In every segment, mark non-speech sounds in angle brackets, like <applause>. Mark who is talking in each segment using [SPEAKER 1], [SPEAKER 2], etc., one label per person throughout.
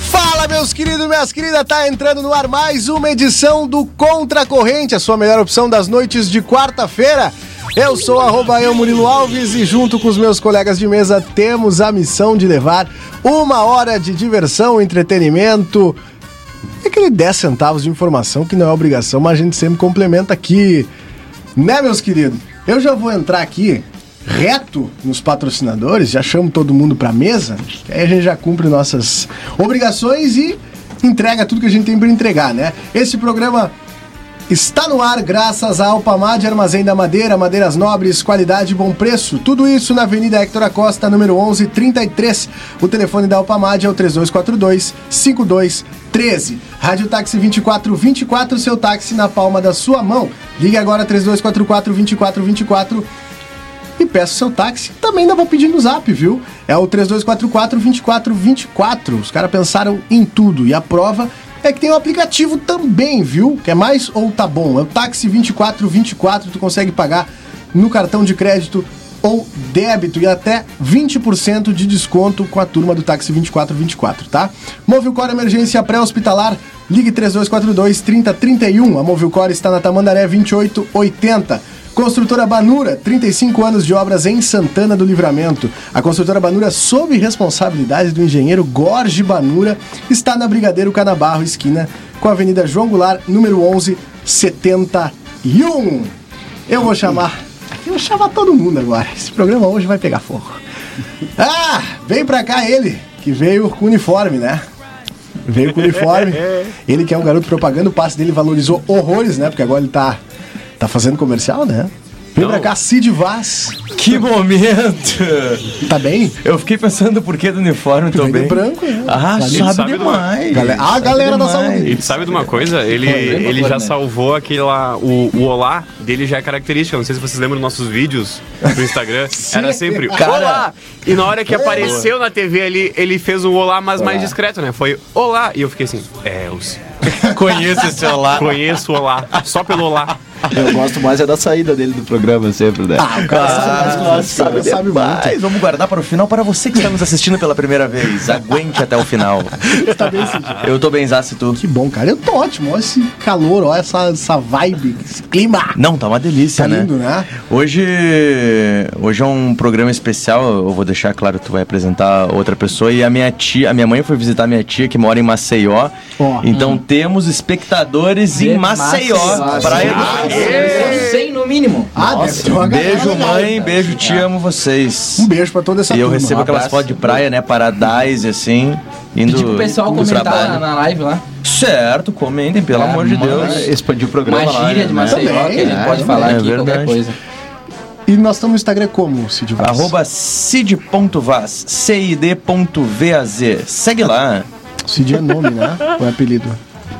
[SPEAKER 1] Fala, meus queridos, minhas queridas, tá entrando no ar mais uma edição do Contra a Corrente, a sua melhor opção das noites de quarta-feira. Eu sou arroba eu, Murilo Alves, e junto com os meus colegas de mesa temos a missão de levar uma hora de diversão, entretenimento, e É aquele 10 centavos de informação que não é obrigação, mas a gente sempre complementa aqui. Né, meus queridos? Eu já vou entrar aqui reto nos patrocinadores, já chamo todo mundo pra mesa, que aí a gente já cumpre nossas obrigações e entrega tudo que a gente tem pra entregar, né? Esse programa Está no ar graças a Alpamad Armazém da Madeira, madeiras nobres, qualidade e bom preço. Tudo isso na Avenida Hector Acosta, número 1133. O telefone da Alpamad é o 3242-5213. Rádio Táxi 2424, seu táxi na palma da sua mão. Ligue agora 3244-2424 e peça o seu táxi. Também ainda vou pedir no zap, viu? É o 3244-2424. Os caras pensaram em tudo e a prova é que tem um aplicativo também, viu? Quer mais ou tá bom? É o táxi 2424, tu consegue pagar no cartão de crédito ou débito e até 20% de desconto com a turma do táxi 2424, tá? Movilcor Emergência Pré-Hospitalar, ligue 3242 3031. A Movilcor está na Tamandaré 2880. Construtora Banura, 35 anos de obras em Santana do Livramento. A construtora Banura, sob responsabilidade do engenheiro Gorge Banura, está na Brigadeiro Canabarro, esquina, com a Avenida João Goulart, número 1171. Eu vou chamar. Eu vou chamar todo mundo agora. Esse programa hoje vai pegar fogo. Ah, vem pra cá ele, que veio com uniforme, né? Veio com
[SPEAKER 2] <laughs>
[SPEAKER 1] uniforme. Ele que é um garoto propaganda, o passe dele valorizou horrores, né? Porque agora ele tá, tá fazendo comercial, né? Vem pra cá, Cid Vaz.
[SPEAKER 2] Que momento!
[SPEAKER 1] Tá bem?
[SPEAKER 2] Eu fiquei pensando o porquê do uniforme também.
[SPEAKER 1] Veio branco, né?
[SPEAKER 2] Ah,
[SPEAKER 1] Sabe?
[SPEAKER 2] sabe,
[SPEAKER 3] sabe
[SPEAKER 2] demais.
[SPEAKER 1] Galera- ah, galera da
[SPEAKER 2] demais. <laughs>
[SPEAKER 1] saúde.
[SPEAKER 3] E tu sabe de uma coisa? Ele,
[SPEAKER 2] lembra
[SPEAKER 3] ele
[SPEAKER 2] agora, né?
[SPEAKER 3] já salvou aquele lá. O, o olá dele já é característica. Não sei se vocês lembram dos nossos vídeos do Instagram. Era sempre
[SPEAKER 2] Cara.
[SPEAKER 3] olá! E na hora que apareceu na TV ali, ele fez um olá, mas mais discreto, né? Foi olá! E eu fiquei assim, é, eu s-
[SPEAKER 2] Conheço esse celular.
[SPEAKER 3] conheço o olá, só pelo olá.
[SPEAKER 4] Eu gosto mais é da saída dele do programa sempre, né?
[SPEAKER 1] Ah, o cara sabe,
[SPEAKER 2] Ah,
[SPEAKER 1] nossa, sabe, sabe muito.
[SPEAKER 2] Mas vamos guardar para o final. Para você que está nos assistindo pela primeira vez, aguente até o final.
[SPEAKER 1] Tá bem, Cid.
[SPEAKER 2] Eu tô bem, Zassi, tu.
[SPEAKER 1] Que bom, cara. Eu tô ótimo. Olha esse calor, olha essa, essa vibe, esse clima.
[SPEAKER 2] Não, tá uma delícia,
[SPEAKER 1] Tá
[SPEAKER 2] né?
[SPEAKER 1] lindo, né?
[SPEAKER 2] Hoje, hoje é um programa especial, eu vou deixar claro, tu vai apresentar outra pessoa e a minha tia, a minha mãe foi visitar a minha tia que mora em Maceió.
[SPEAKER 1] Ó.
[SPEAKER 4] Hum.
[SPEAKER 2] Então temos espectadores em Maceió, praia do
[SPEAKER 5] Ah, é. Sem no mínimo.
[SPEAKER 1] Ah, deve ter uma galera
[SPEAKER 2] Beijo
[SPEAKER 1] legal.
[SPEAKER 2] mãe, beijo, te amo vocês.
[SPEAKER 1] Um beijo pra toda essa
[SPEAKER 2] E eu
[SPEAKER 1] turma.
[SPEAKER 2] recebo aquelas fotos de praia, né, paradise assim,
[SPEAKER 4] tipo,
[SPEAKER 2] indo
[SPEAKER 5] Pedir pro tipo, pessoal
[SPEAKER 2] pro
[SPEAKER 5] comentar
[SPEAKER 2] trabalho.
[SPEAKER 4] né?
[SPEAKER 5] na, na live lá.
[SPEAKER 2] Certo, comentem, pelo amor de Deus.
[SPEAKER 4] É, Expandir o programa.
[SPEAKER 5] Uma
[SPEAKER 4] lá,
[SPEAKER 5] gíria de
[SPEAKER 4] né?
[SPEAKER 5] Maceió
[SPEAKER 1] Também,
[SPEAKER 5] que a gente
[SPEAKER 1] né?
[SPEAKER 5] pode falar
[SPEAKER 2] É
[SPEAKER 5] aqui,
[SPEAKER 2] verdade.
[SPEAKER 5] qualquer coisa.
[SPEAKER 1] E nós estamos no Instagram como, Cid Vaz?
[SPEAKER 2] Arroba cid.vaz, cid.vaz. Segue lá.
[SPEAKER 1] Cid é nome,
[SPEAKER 2] <laughs>
[SPEAKER 1] né? Ou é apelido?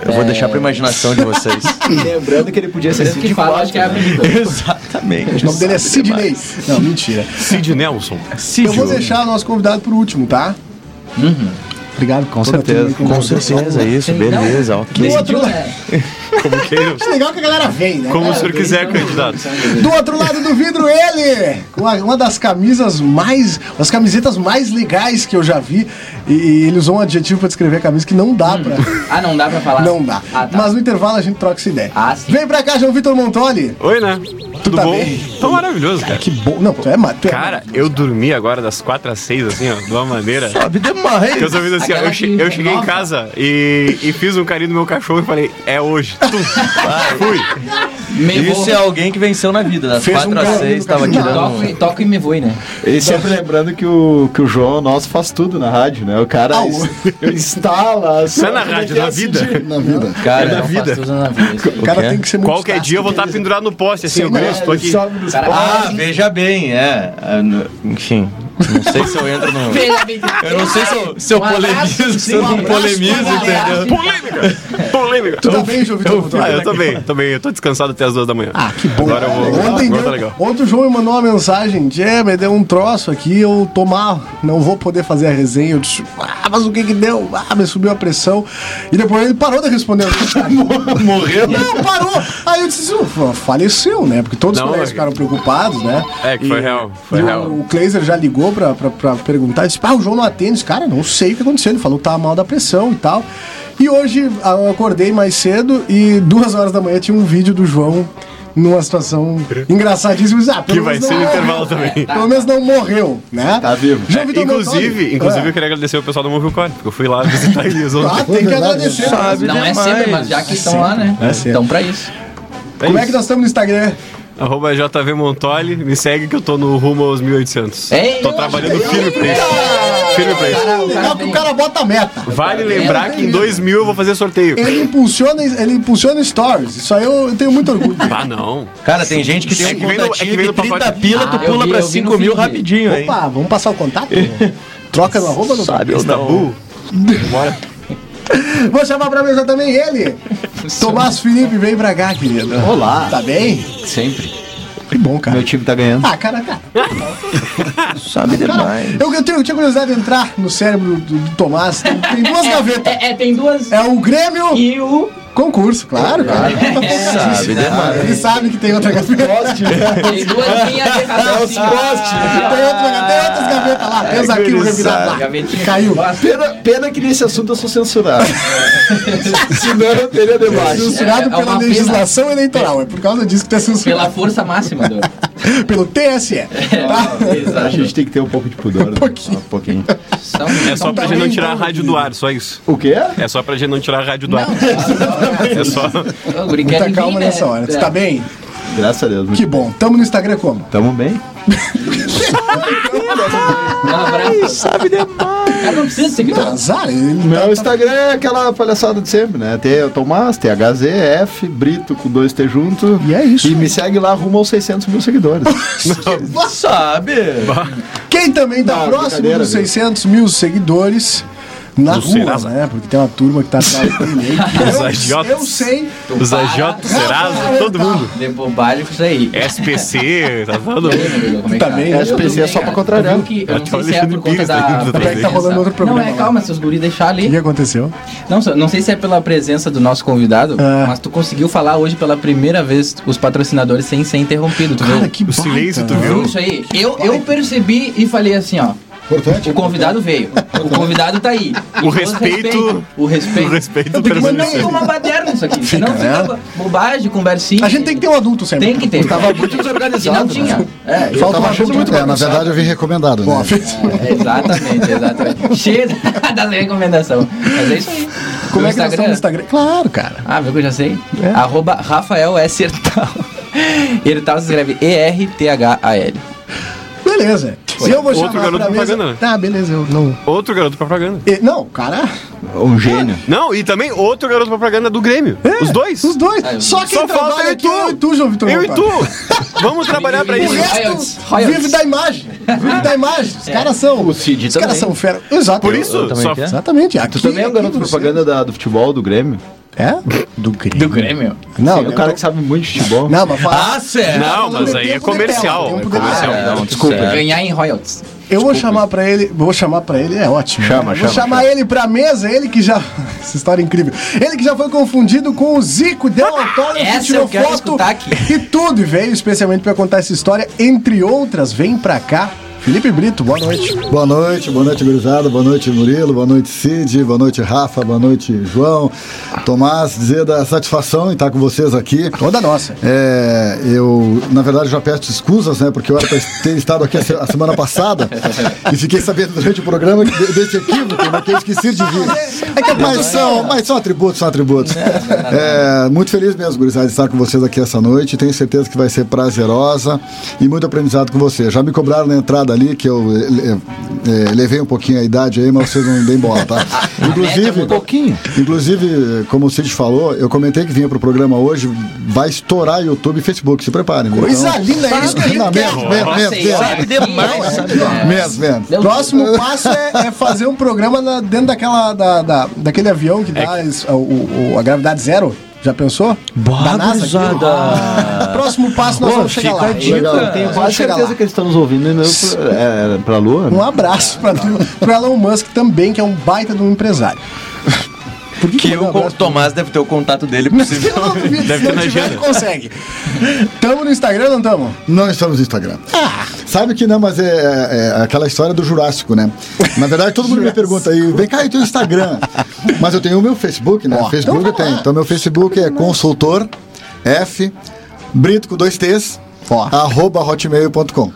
[SPEAKER 2] Eu vou deixar pra imaginação de vocês.
[SPEAKER 4] Lembrando que ele podia ser
[SPEAKER 5] Esse que
[SPEAKER 4] Cid
[SPEAKER 5] fala, acho que é a apelido.
[SPEAKER 2] <laughs> Exatamente.
[SPEAKER 1] O nome dele é Sidney. Não, mentira.
[SPEAKER 3] Cid Nelson.
[SPEAKER 2] Cid.
[SPEAKER 1] Eu vou deixar o nosso convidado por último, tá? Obrigado. Com
[SPEAKER 4] certeza,
[SPEAKER 2] Uhum. Com certeza, isso, beleza, ok.
[SPEAKER 1] Do outro, lado-
[SPEAKER 5] É,
[SPEAKER 3] Como, que,
[SPEAKER 1] É legal que a galera vem, né?
[SPEAKER 3] como o senhor quiser, candidato.
[SPEAKER 1] Do outro lado do vidro, ele! Uma, uma das camisas mais. As camisetas mais legais que eu já vi. E, e ele usou um adjetivo pra descrever a camisa que não dá
[SPEAKER 2] Hum.
[SPEAKER 1] pra.
[SPEAKER 5] Ah, não dá pra falar?
[SPEAKER 1] Não dá.
[SPEAKER 5] Ah, tá.
[SPEAKER 1] Mas no intervalo a gente troca essa ideia.
[SPEAKER 5] Ah, sim.
[SPEAKER 1] Vem pra cá, João Vitor Montoli.
[SPEAKER 3] Oi, né? Tudo
[SPEAKER 1] tá
[SPEAKER 3] bom?
[SPEAKER 1] bem?
[SPEAKER 3] Tão maravilhoso, cara.
[SPEAKER 1] Que bom. Não, tu é, ma- tu é
[SPEAKER 3] Cara, eu dormi agora das quatro às seis, assim, ó, de uma maneira.
[SPEAKER 2] Sobe
[SPEAKER 4] é
[SPEAKER 2] demais.
[SPEAKER 3] Eu, só fiz assim, ó,
[SPEAKER 5] Aquela
[SPEAKER 3] eu, che-
[SPEAKER 5] que
[SPEAKER 3] eu cheguei em
[SPEAKER 5] renova.
[SPEAKER 3] casa e, e fiz um carinho no meu cachorro e falei, é hoje. Tum. Fui.
[SPEAKER 5] Me
[SPEAKER 2] Isso é alguém que venceu na vida. Das
[SPEAKER 1] Fez um
[SPEAKER 2] 4
[SPEAKER 1] gol
[SPEAKER 2] a 6,
[SPEAKER 1] no
[SPEAKER 2] tava
[SPEAKER 1] campeonato.
[SPEAKER 2] tirando. um.
[SPEAKER 5] Toco, e- toco e me voe, né?
[SPEAKER 4] E sempre lembrando que o, que o João nosso faz tudo na rádio, né? O cara
[SPEAKER 1] Ah, o-
[SPEAKER 4] ins-
[SPEAKER 1] <laughs>
[SPEAKER 4] instala.
[SPEAKER 3] Não é na rádio, na vida.
[SPEAKER 4] Na É vida.
[SPEAKER 2] Cara, é um
[SPEAKER 5] não faço tudo na vida.
[SPEAKER 1] <laughs>
[SPEAKER 5] tipo. isso aí.
[SPEAKER 1] O cara
[SPEAKER 2] quê?
[SPEAKER 1] tem que ser muito.
[SPEAKER 3] Qualquer dia eu vou estar pendurado no poste, assim, eu
[SPEAKER 1] Sim, né?
[SPEAKER 3] estou aqui.
[SPEAKER 4] Sobe nos
[SPEAKER 5] Cara,
[SPEAKER 2] Ah, veja bem, é. Ah, no- Enfim, Não sei se eu entro no. Eu não sei se eu, se eu
[SPEAKER 5] Um abraço,
[SPEAKER 2] polemizo, se
[SPEAKER 5] sim,
[SPEAKER 2] eu
[SPEAKER 5] um
[SPEAKER 2] não
[SPEAKER 5] abraço,
[SPEAKER 2] polemizo,
[SPEAKER 5] um abraço.
[SPEAKER 2] entendeu?
[SPEAKER 3] Polêmica! Polêmica!
[SPEAKER 1] Tu tá bem, João Vitor?
[SPEAKER 3] Ah, eu tô bem, tô bem. Eu tô descansado até as duas da manhã. Ah, que
[SPEAKER 1] Bom,
[SPEAKER 3] Agora eu vou.
[SPEAKER 1] Ontem,
[SPEAKER 3] agora
[SPEAKER 1] deu-
[SPEAKER 3] tá legal.
[SPEAKER 1] ontem o João me mandou uma mensagem, Jé, me deu um troço aqui, eu tomar, não vou poder fazer a resenha. Eu disse, ah, mas o que que deu? Ah, me subiu a pressão. E depois ele parou de
[SPEAKER 3] <laughs>
[SPEAKER 1] responder. <laughs>
[SPEAKER 6] Morreu.
[SPEAKER 1] não, parou! Aí eu disse, "Ufa, faleceu, né? Porque todos os
[SPEAKER 3] Não,
[SPEAKER 1] colegas
[SPEAKER 3] é-
[SPEAKER 1] ficaram preocupados, né?
[SPEAKER 3] É, que foi real. Foi
[SPEAKER 1] E
[SPEAKER 3] real.
[SPEAKER 1] o, o Kleiser já ligou pra, pra, pra perguntar, disse, ah, o João não atende. Disse, Cara, não sei o que aconteceu, ele falou que tava mal da pressão e tal. E hoje ah, eu acordei mais cedo e duas horas da manhã tinha um vídeo do João numa situação engraçadíssima. Eu disse, Ah, pelo
[SPEAKER 3] Que vai
[SPEAKER 1] menos
[SPEAKER 3] ser no
[SPEAKER 1] não-
[SPEAKER 3] intervalo também.
[SPEAKER 1] <laughs> Pelo menos não morreu, né?
[SPEAKER 6] Tá vivo.
[SPEAKER 1] João
[SPEAKER 3] É,
[SPEAKER 1] Vitor
[SPEAKER 3] inclusive,
[SPEAKER 1] Bertoldi.
[SPEAKER 3] inclusive eu É
[SPEAKER 1] É.
[SPEAKER 3] queria agradecer o pessoal do Movie Core, porque eu fui lá visitar eles
[SPEAKER 1] Ah,
[SPEAKER 3] <laughs> ontem.
[SPEAKER 1] tem que agradecer.
[SPEAKER 2] Sabe
[SPEAKER 5] Não é
[SPEAKER 2] demais.
[SPEAKER 5] sempre, mas já que estão lá, né? Estão pra isso.
[SPEAKER 1] Como é que nós estamos no Instagram?
[SPEAKER 3] Arroba JV Montoli, me segue que eu tô no rumo aos 1800.
[SPEAKER 1] É
[SPEAKER 5] Ei,
[SPEAKER 3] tô
[SPEAKER 5] eu
[SPEAKER 3] trabalhando
[SPEAKER 5] achei-
[SPEAKER 3] firme pra isso. Firme pra isso.
[SPEAKER 1] Cara, legal que É, o cara bota a meta.
[SPEAKER 3] Vale lembrar que em 2000 eu vou fazer sorteio.
[SPEAKER 1] Ele impulsiona, ele impulsiona stories. Isso aí eu, eu tenho muito orgulho.
[SPEAKER 3] Ah, não.
[SPEAKER 2] Cara, tem gente que tem
[SPEAKER 3] É
[SPEAKER 2] um
[SPEAKER 3] que vem no- é que
[SPEAKER 2] contatinho
[SPEAKER 3] vem
[SPEAKER 2] de
[SPEAKER 3] no
[SPEAKER 2] 30
[SPEAKER 3] pacote.
[SPEAKER 2] pila,
[SPEAKER 5] Ah,
[SPEAKER 2] tu
[SPEAKER 5] eu
[SPEAKER 2] pula
[SPEAKER 5] vi-
[SPEAKER 2] pra
[SPEAKER 5] eu vi no
[SPEAKER 2] 5 mil
[SPEAKER 5] feed.
[SPEAKER 2] rapidinho, hein?
[SPEAKER 1] <laughs> Opa, vamos passar o <laughs> contato? Troca no arroba no
[SPEAKER 2] Sabe ou não?
[SPEAKER 3] Tabu.
[SPEAKER 1] <laughs> Vou chamar pra mesa também <laughs> ele. Tomás Felipe, vem pra cá, querido.
[SPEAKER 6] Olá.
[SPEAKER 1] Tá bem?
[SPEAKER 5] Sempre.
[SPEAKER 1] Que bom, cara.
[SPEAKER 6] Meu time tá ganhando.
[SPEAKER 1] Ah, cara, cara.
[SPEAKER 2] Sabe
[SPEAKER 1] É
[SPEAKER 2] demais.
[SPEAKER 1] Eu, eu, tenho, eu tinha curiosidade de entrar no cérebro do, do Tomás. Tem, tem <laughs> duas gavetas.
[SPEAKER 5] É, é, tem duas.
[SPEAKER 1] É o Grêmio
[SPEAKER 5] E o.
[SPEAKER 1] concurso, claro, cara. <laughs>
[SPEAKER 2] Sabe demais.
[SPEAKER 1] Ele É. sabe que tem outra gaveta.
[SPEAKER 5] Tem duas linhas de raciocínio.
[SPEAKER 1] Tem, outra, tem outras gavetas lá. Tem os arquivos revirados lá.
[SPEAKER 5] Gavetinha.
[SPEAKER 1] Caiu.
[SPEAKER 6] Pena, pena que nesse assunto eu sou
[SPEAKER 2] <laughs>
[SPEAKER 6] censurado. Senão eu teria debate.
[SPEAKER 1] Censurado
[SPEAKER 5] é uma
[SPEAKER 1] pela
[SPEAKER 5] pena.
[SPEAKER 1] legislação eleitoral. É por causa disso que tá
[SPEAKER 5] Pela
[SPEAKER 1] censurado.
[SPEAKER 5] força máxima do.
[SPEAKER 1] <laughs> Pelo
[SPEAKER 5] É,
[SPEAKER 1] TSE. Tá?
[SPEAKER 6] A
[SPEAKER 5] Exato.
[SPEAKER 6] gente tem que ter um pouco de pudor.
[SPEAKER 2] né?
[SPEAKER 6] Um
[SPEAKER 1] pouquinho.
[SPEAKER 6] Um pouquinho.
[SPEAKER 5] São-
[SPEAKER 3] É
[SPEAKER 1] Então tá
[SPEAKER 3] só pra gente não tirar a rádio do ar, só isso.
[SPEAKER 6] O quê?
[SPEAKER 3] É só pra gente não tirar a rádio do ar. É só.
[SPEAKER 5] Ô, guri, quer
[SPEAKER 1] Muita
[SPEAKER 5] vir,
[SPEAKER 1] calma
[SPEAKER 5] né?
[SPEAKER 1] nessa hora. Tu
[SPEAKER 5] É.
[SPEAKER 1] tá bem?
[SPEAKER 6] Graças a Deus.
[SPEAKER 1] Que bom. Tamo no Instagram como?
[SPEAKER 6] Tamo bem?
[SPEAKER 5] Dá um abraço. Sabe demais. Cara, não precisa de seguidor.
[SPEAKER 1] Azar, ele
[SPEAKER 6] Meu Instagram é aquela palhaçada de sempre, né? Tem o Tomás, tem HZF, Brito com dois T junto.
[SPEAKER 1] E é isso.
[SPEAKER 6] E me segue lá rumo aos 600 mil seguidores.
[SPEAKER 2] Sabe?
[SPEAKER 1] Quem também tá
[SPEAKER 6] Não,
[SPEAKER 1] próximo
[SPEAKER 6] brincadeira,
[SPEAKER 1] dos
[SPEAKER 6] viu?
[SPEAKER 1] 600 mil seguidores na rua,
[SPEAKER 3] Serasa.
[SPEAKER 1] né? Porque tem uma turma que tá atrás dele.
[SPEAKER 3] <laughs> Os
[SPEAKER 1] Eu,
[SPEAKER 3] idiotas.
[SPEAKER 1] eu sei.
[SPEAKER 3] Os AJ, Serasa, todo mundo.
[SPEAKER 5] De bobagem com isso aí.
[SPEAKER 3] SPC, tá todo mundo.
[SPEAKER 5] Como é que
[SPEAKER 1] Também,
[SPEAKER 5] tá?
[SPEAKER 1] né?
[SPEAKER 5] Eu tô
[SPEAKER 6] SPC é
[SPEAKER 5] bem,
[SPEAKER 6] só
[SPEAKER 5] cara.
[SPEAKER 6] pra contrariar.
[SPEAKER 5] Eu vi que- eu não
[SPEAKER 3] Até
[SPEAKER 5] sei
[SPEAKER 3] o
[SPEAKER 5] se é por
[SPEAKER 3] Alexandre
[SPEAKER 5] conta
[SPEAKER 3] Pires
[SPEAKER 5] da.
[SPEAKER 3] tá indo
[SPEAKER 1] Até que tá
[SPEAKER 3] Exato.
[SPEAKER 1] rolando outro
[SPEAKER 5] Não,
[SPEAKER 1] programa.
[SPEAKER 5] é,
[SPEAKER 1] lá.
[SPEAKER 5] calma, se os guris deixar
[SPEAKER 1] O que
[SPEAKER 5] ali.
[SPEAKER 1] aconteceu?
[SPEAKER 5] Não, só- não sei se é pela presença do nosso convidado,
[SPEAKER 1] É.
[SPEAKER 5] mas tu conseguiu falar hoje pela primeira vez os patrocinadores sem ser interrompido, tu
[SPEAKER 1] Cara,
[SPEAKER 5] viu?
[SPEAKER 1] que
[SPEAKER 3] O silêncio, tu
[SPEAKER 5] Tu
[SPEAKER 3] viu?
[SPEAKER 5] viu isso aí? Eu, eu percebi e falei assim, ó. O convidado veio. O convidado tá aí.
[SPEAKER 3] O
[SPEAKER 5] E todos
[SPEAKER 3] respeito-
[SPEAKER 5] respeitam. O respeito.
[SPEAKER 3] O respeito
[SPEAKER 5] Eu tenho que mandar
[SPEAKER 3] permanece.
[SPEAKER 5] uma baderna isso aqui. Senão
[SPEAKER 1] Fica, né?
[SPEAKER 5] fica bobagem, conversinha.
[SPEAKER 1] A gente tem que ter um adulto sempre.
[SPEAKER 5] Tem que ter.
[SPEAKER 6] Tava muito desorganizado,
[SPEAKER 5] E não tinha.
[SPEAKER 6] né?
[SPEAKER 5] É, eu
[SPEAKER 7] Falta
[SPEAKER 5] tava
[SPEAKER 7] uma
[SPEAKER 5] junto.
[SPEAKER 7] coisa muito é, Na verdade, eu vim recomendado, né?
[SPEAKER 1] Ó, fez-
[SPEAKER 5] É,
[SPEAKER 1] <laughs>
[SPEAKER 5] Exatamente, exatamente. Cheio da recomendação. Mas é isso aí.
[SPEAKER 1] Como
[SPEAKER 5] No
[SPEAKER 1] é que nós estamos no Instagram? É. Claro, cara.
[SPEAKER 5] Ah, viu que eu já sei? Arroba Rafael S. Hertal. <laughs> Hertal se escreve E-R-T-H-A-L.
[SPEAKER 1] Beleza. Se eu vou
[SPEAKER 3] Outro
[SPEAKER 1] chamar
[SPEAKER 3] garoto
[SPEAKER 1] pra mesa...
[SPEAKER 3] propaganda, né?
[SPEAKER 1] Tá, beleza, eu não...
[SPEAKER 3] Outro garoto propaganda.
[SPEAKER 1] E- Não, cara...
[SPEAKER 6] Um gênio.
[SPEAKER 3] Não, e também outro garoto propaganda do Grêmio. Os dois.
[SPEAKER 1] É, Os dois.
[SPEAKER 5] Ah, eu-
[SPEAKER 1] Só quem
[SPEAKER 3] Só falta
[SPEAKER 1] trabalha
[SPEAKER 3] eu e
[SPEAKER 1] aqui
[SPEAKER 3] tu.
[SPEAKER 1] é eu e tu, João Vitor.
[SPEAKER 3] Eu e
[SPEAKER 1] Montado.
[SPEAKER 3] tu. Vamos trabalhar pra
[SPEAKER 1] O
[SPEAKER 3] isso.
[SPEAKER 5] Royalties,
[SPEAKER 1] resto
[SPEAKER 5] royalties.
[SPEAKER 1] vive da imagem. Vive da imagem. Os caras são.
[SPEAKER 6] É. O Cid
[SPEAKER 1] Os caras
[SPEAKER 6] também.
[SPEAKER 1] são fera. Exato.
[SPEAKER 3] Por isso,
[SPEAKER 2] também
[SPEAKER 3] só
[SPEAKER 2] quero.
[SPEAKER 1] Exatamente. Aqui,
[SPEAKER 6] Tu também é um
[SPEAKER 1] aqui
[SPEAKER 6] garoto
[SPEAKER 1] você-
[SPEAKER 6] propaganda da- do futebol, do Grêmio?
[SPEAKER 1] É? Do Grêmio.
[SPEAKER 5] Do Grêmio.
[SPEAKER 1] Não,
[SPEAKER 6] Sim, é um cara que sabe muito de futebol.
[SPEAKER 1] Não, mas
[SPEAKER 6] Ah,
[SPEAKER 3] Ah,
[SPEAKER 1] fala.
[SPEAKER 5] sério?
[SPEAKER 3] Não,
[SPEAKER 1] tá Falando
[SPEAKER 3] mas
[SPEAKER 1] em
[SPEAKER 3] aí é
[SPEAKER 1] tempo de
[SPEAKER 3] comercial.
[SPEAKER 1] tela,
[SPEAKER 3] é
[SPEAKER 1] tempo de
[SPEAKER 3] comercial.
[SPEAKER 1] tela.
[SPEAKER 3] Não,
[SPEAKER 2] desculpa.
[SPEAKER 5] Ganhar em royalties.
[SPEAKER 1] Eu vou chamar pra ele. Vou chamar pra ele, é ótimo.
[SPEAKER 6] Chama,
[SPEAKER 1] vou
[SPEAKER 6] chama,
[SPEAKER 1] chamar
[SPEAKER 6] chama.
[SPEAKER 1] ele pra mesa, ele que já. <laughs> Essa história é incrível. Ele que já foi confundido com o Zico, deu
[SPEAKER 5] <laughs>
[SPEAKER 1] autógrafo,
[SPEAKER 5] Essa
[SPEAKER 1] tirou
[SPEAKER 5] eu quero
[SPEAKER 1] foto
[SPEAKER 5] escutar aqui.
[SPEAKER 1] e tudo. E veio especialmente pra contar essa história. Entre outras, vem pra cá. Felipe Brito, boa noite.
[SPEAKER 7] Boa noite, boa noite, gurizada, boa noite, Murilo, boa noite, Cid, boa noite, Rafa, boa noite, João. Tomás, dizer da satisfação em estar com vocês aqui.
[SPEAKER 1] Toda nossa.
[SPEAKER 7] É, eu, na verdade, já peço desculpas, né? Porque eu era pra ter estado aqui a, se- a semana passada e fiquei sabendo durante o programa que de- desse equívoco, né, que eu esqueci de vir. mas, são, mas são atributos, são atributos. É, muito feliz mesmo, gurizada, de estar com vocês aqui essa noite. Tenho certeza que vai ser prazerosa e muito aprendizado com vocês. Já me cobraram na entrada piada ali, que eu eh, eh, eh, levei um pouquinho a idade aí, mas vocês não deem bola, tá? Inclusive, um pouquinho. Inclusive, como o Cid falou, eu comentei que vinha pro programa hoje, vai estourar YouTube e Facebook, se preparem. Então,
[SPEAKER 1] Coisa linda, é isso que a gente
[SPEAKER 7] <laughs> Não,
[SPEAKER 1] quer.
[SPEAKER 7] menos, menos, menos, menos.
[SPEAKER 1] demais.
[SPEAKER 5] É.
[SPEAKER 7] Menos, menos.
[SPEAKER 1] Próximo passo é, é fazer um programa na- dentro daquela, da, da- daquele avião que dá
[SPEAKER 6] É
[SPEAKER 1] es- o- o- a gravidade zero. Já pensou? da NASA. aquilo. Próximo passo nós vamos chegar lá.
[SPEAKER 6] Eu tenho
[SPEAKER 1] chegar
[SPEAKER 6] quase certeza
[SPEAKER 1] lá.
[SPEAKER 6] que eles estão nos ouvindo. Né? Pra, é, pra lua?
[SPEAKER 1] Um abraço para o Elon Musk também, que é um baita de um empresário. Por
[SPEAKER 2] Que
[SPEAKER 1] mandou
[SPEAKER 2] o
[SPEAKER 1] um abraço pro
[SPEAKER 2] Tomás deve ter o contato dele possível.
[SPEAKER 1] Pelo amor de Deus, <laughs> se não tiver, consegue. Tamo no Instagram, não tamo?
[SPEAKER 7] Não estamos no Instagram. Sabe que não, mas é, é- é aquela história do Jurássico, né? Na verdade, todo mundo me pergunta aí, vem cá, e teu Instagram? mas eu tenho o meu Facebook, né? Facebook eu tenho. Então, meu Facebook é consultor F Brito com dois T's. arroba hotmail.com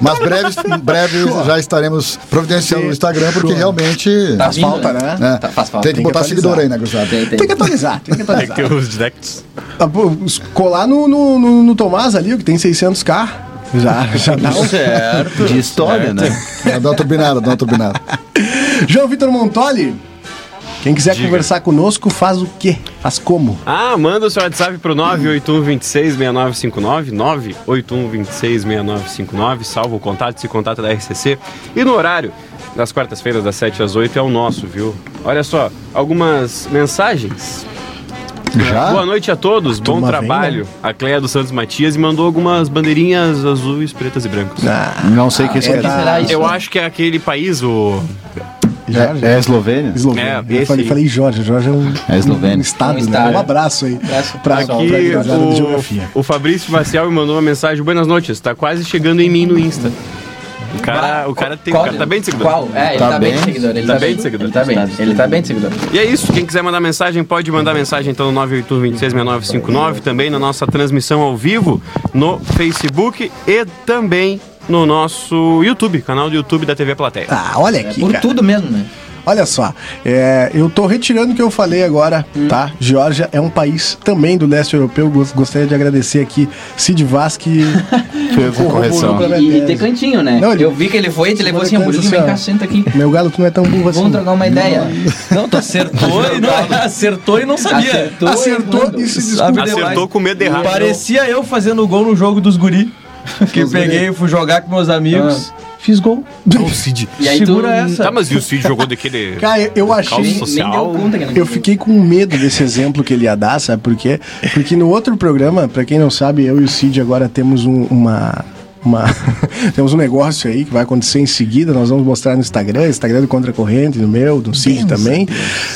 [SPEAKER 7] mas breves breve já estaremos providenciando o Instagram porque realmente
[SPEAKER 5] Faz falta,
[SPEAKER 7] né?
[SPEAKER 5] né? Tá- faz falta.
[SPEAKER 1] Tem
[SPEAKER 7] tem que
[SPEAKER 1] que
[SPEAKER 7] botar
[SPEAKER 1] atualizar.
[SPEAKER 7] seguidor aí né, na cruzada
[SPEAKER 5] Tem, tem.
[SPEAKER 1] é. Tem que atualizar, tem que
[SPEAKER 3] Tem que
[SPEAKER 1] atualizar.
[SPEAKER 3] ter os directs.
[SPEAKER 1] Ah, pô, Colar no, no, no, no Tomás ali, o que tem 600k. Já, <laughs> já dá um.
[SPEAKER 2] Certo.
[SPEAKER 6] De história, né?
[SPEAKER 7] dá uma turbinada dá uma turbinada
[SPEAKER 1] João Vitor Montoli, quem quiser conversar conosco, faz o quê? Faz como?
[SPEAKER 3] Ah, manda o seu WhatsApp pro 981266959, 981266959, salva o contato, se contata da RCC. E no horário, das quartas-feiras das 7 às 8 é o nosso, viu? Olha só, algumas mensagens. Boa noite a todos, bom
[SPEAKER 1] turma vem, né?
[SPEAKER 3] trabalho. A Cleia dos Santos Matias me mandou algumas bandeirinhas azuis, pretas e brancas.
[SPEAKER 6] Não sei o que isso
[SPEAKER 5] O que
[SPEAKER 6] quer
[SPEAKER 5] será isso?
[SPEAKER 3] Eu acho que é aquele país, o.
[SPEAKER 6] dizer. É, é Eslovênia?
[SPEAKER 1] Eslovênia.
[SPEAKER 3] É,
[SPEAKER 1] eu
[SPEAKER 3] esse
[SPEAKER 1] falei,
[SPEAKER 3] aí.
[SPEAKER 1] falei Jorge, Jorge é um,
[SPEAKER 6] É eslovêno.
[SPEAKER 1] um estado,
[SPEAKER 5] Um
[SPEAKER 1] né?
[SPEAKER 5] estado.
[SPEAKER 1] Um abraço aí.
[SPEAKER 5] Abraço.
[SPEAKER 1] Pra, pra, pra
[SPEAKER 2] tá
[SPEAKER 3] Aqui
[SPEAKER 1] galera de geografia.
[SPEAKER 3] o, o Fabrício Vacial me mandou uma mensagem, buenas noites, tá quase chegando em mim no Insta. O cara, o cara, tem, o
[SPEAKER 5] Ah, Qual-
[SPEAKER 3] cara tá bem de seguidor.
[SPEAKER 5] Qual? É, ele tá, bem de seguidor. Ele tá, bem de seguidor. Ele tá bem, ele tá bem de seguidor.
[SPEAKER 3] E é isso, quem quiser mandar mensagem, pode mandar mensagem então no 981266959, também na nossa transmissão ao vivo no Facebook e também no nosso YouTube, canal do YouTube da TV Plateia.
[SPEAKER 1] Ah, olha aqui,
[SPEAKER 5] Por
[SPEAKER 1] cara.
[SPEAKER 5] tudo mesmo, né?
[SPEAKER 1] Olha só, é, eu tô retirando o que eu falei agora,
[SPEAKER 5] Hum.
[SPEAKER 1] tá? Geórgia é um país também do leste europeu. Gos- Gostaria de agradecer aqui Cid Vaz que
[SPEAKER 6] Fez a correção.
[SPEAKER 1] Corroborou.
[SPEAKER 5] E, e ter cantinho, né?
[SPEAKER 1] Não, ele-
[SPEAKER 5] Eu vi que ele foi, <laughs> ele levou assim,
[SPEAKER 1] Bacana,
[SPEAKER 5] hamburguinho, vem cá,
[SPEAKER 1] assim, ó.
[SPEAKER 5] senta aqui.
[SPEAKER 1] Meu galo, tu não é tão burro assim.
[SPEAKER 5] <laughs> Vamos trocar uma
[SPEAKER 1] <laughs>
[SPEAKER 5] ideia. Não, tu acertou
[SPEAKER 8] Foi, não, acertou e não sabia.
[SPEAKER 5] Acertou,
[SPEAKER 1] Acertou e se desculpa.
[SPEAKER 3] Acertou com medo errado.
[SPEAKER 8] Parecia eu fazendo gol no jogo dos
[SPEAKER 2] <laughs>
[SPEAKER 8] guri. Que peguei e fui jogar com meus amigos.
[SPEAKER 2] Ah,
[SPEAKER 8] Fiz gol.
[SPEAKER 5] E aí
[SPEAKER 8] Segura
[SPEAKER 5] tu
[SPEAKER 8] essa.
[SPEAKER 3] Tá, mas e o Cid
[SPEAKER 1] <laughs>
[SPEAKER 3] jogou daquele...
[SPEAKER 1] Cara, eu- eu achei.
[SPEAKER 5] Nem,
[SPEAKER 3] Calça.
[SPEAKER 5] nem deu conta que não
[SPEAKER 1] Eu fiquei com medo desse exemplo que ele ia dar, sabe por quê? Porque no outro programa, pra quem não sabe, eu e o Cid agora temos um- uma. uma- <laughs> temos um negócio aí que vai acontecer em seguida, nós vamos mostrar no Instagram, Instagram do Contra Corrente, no meu, do Cid também.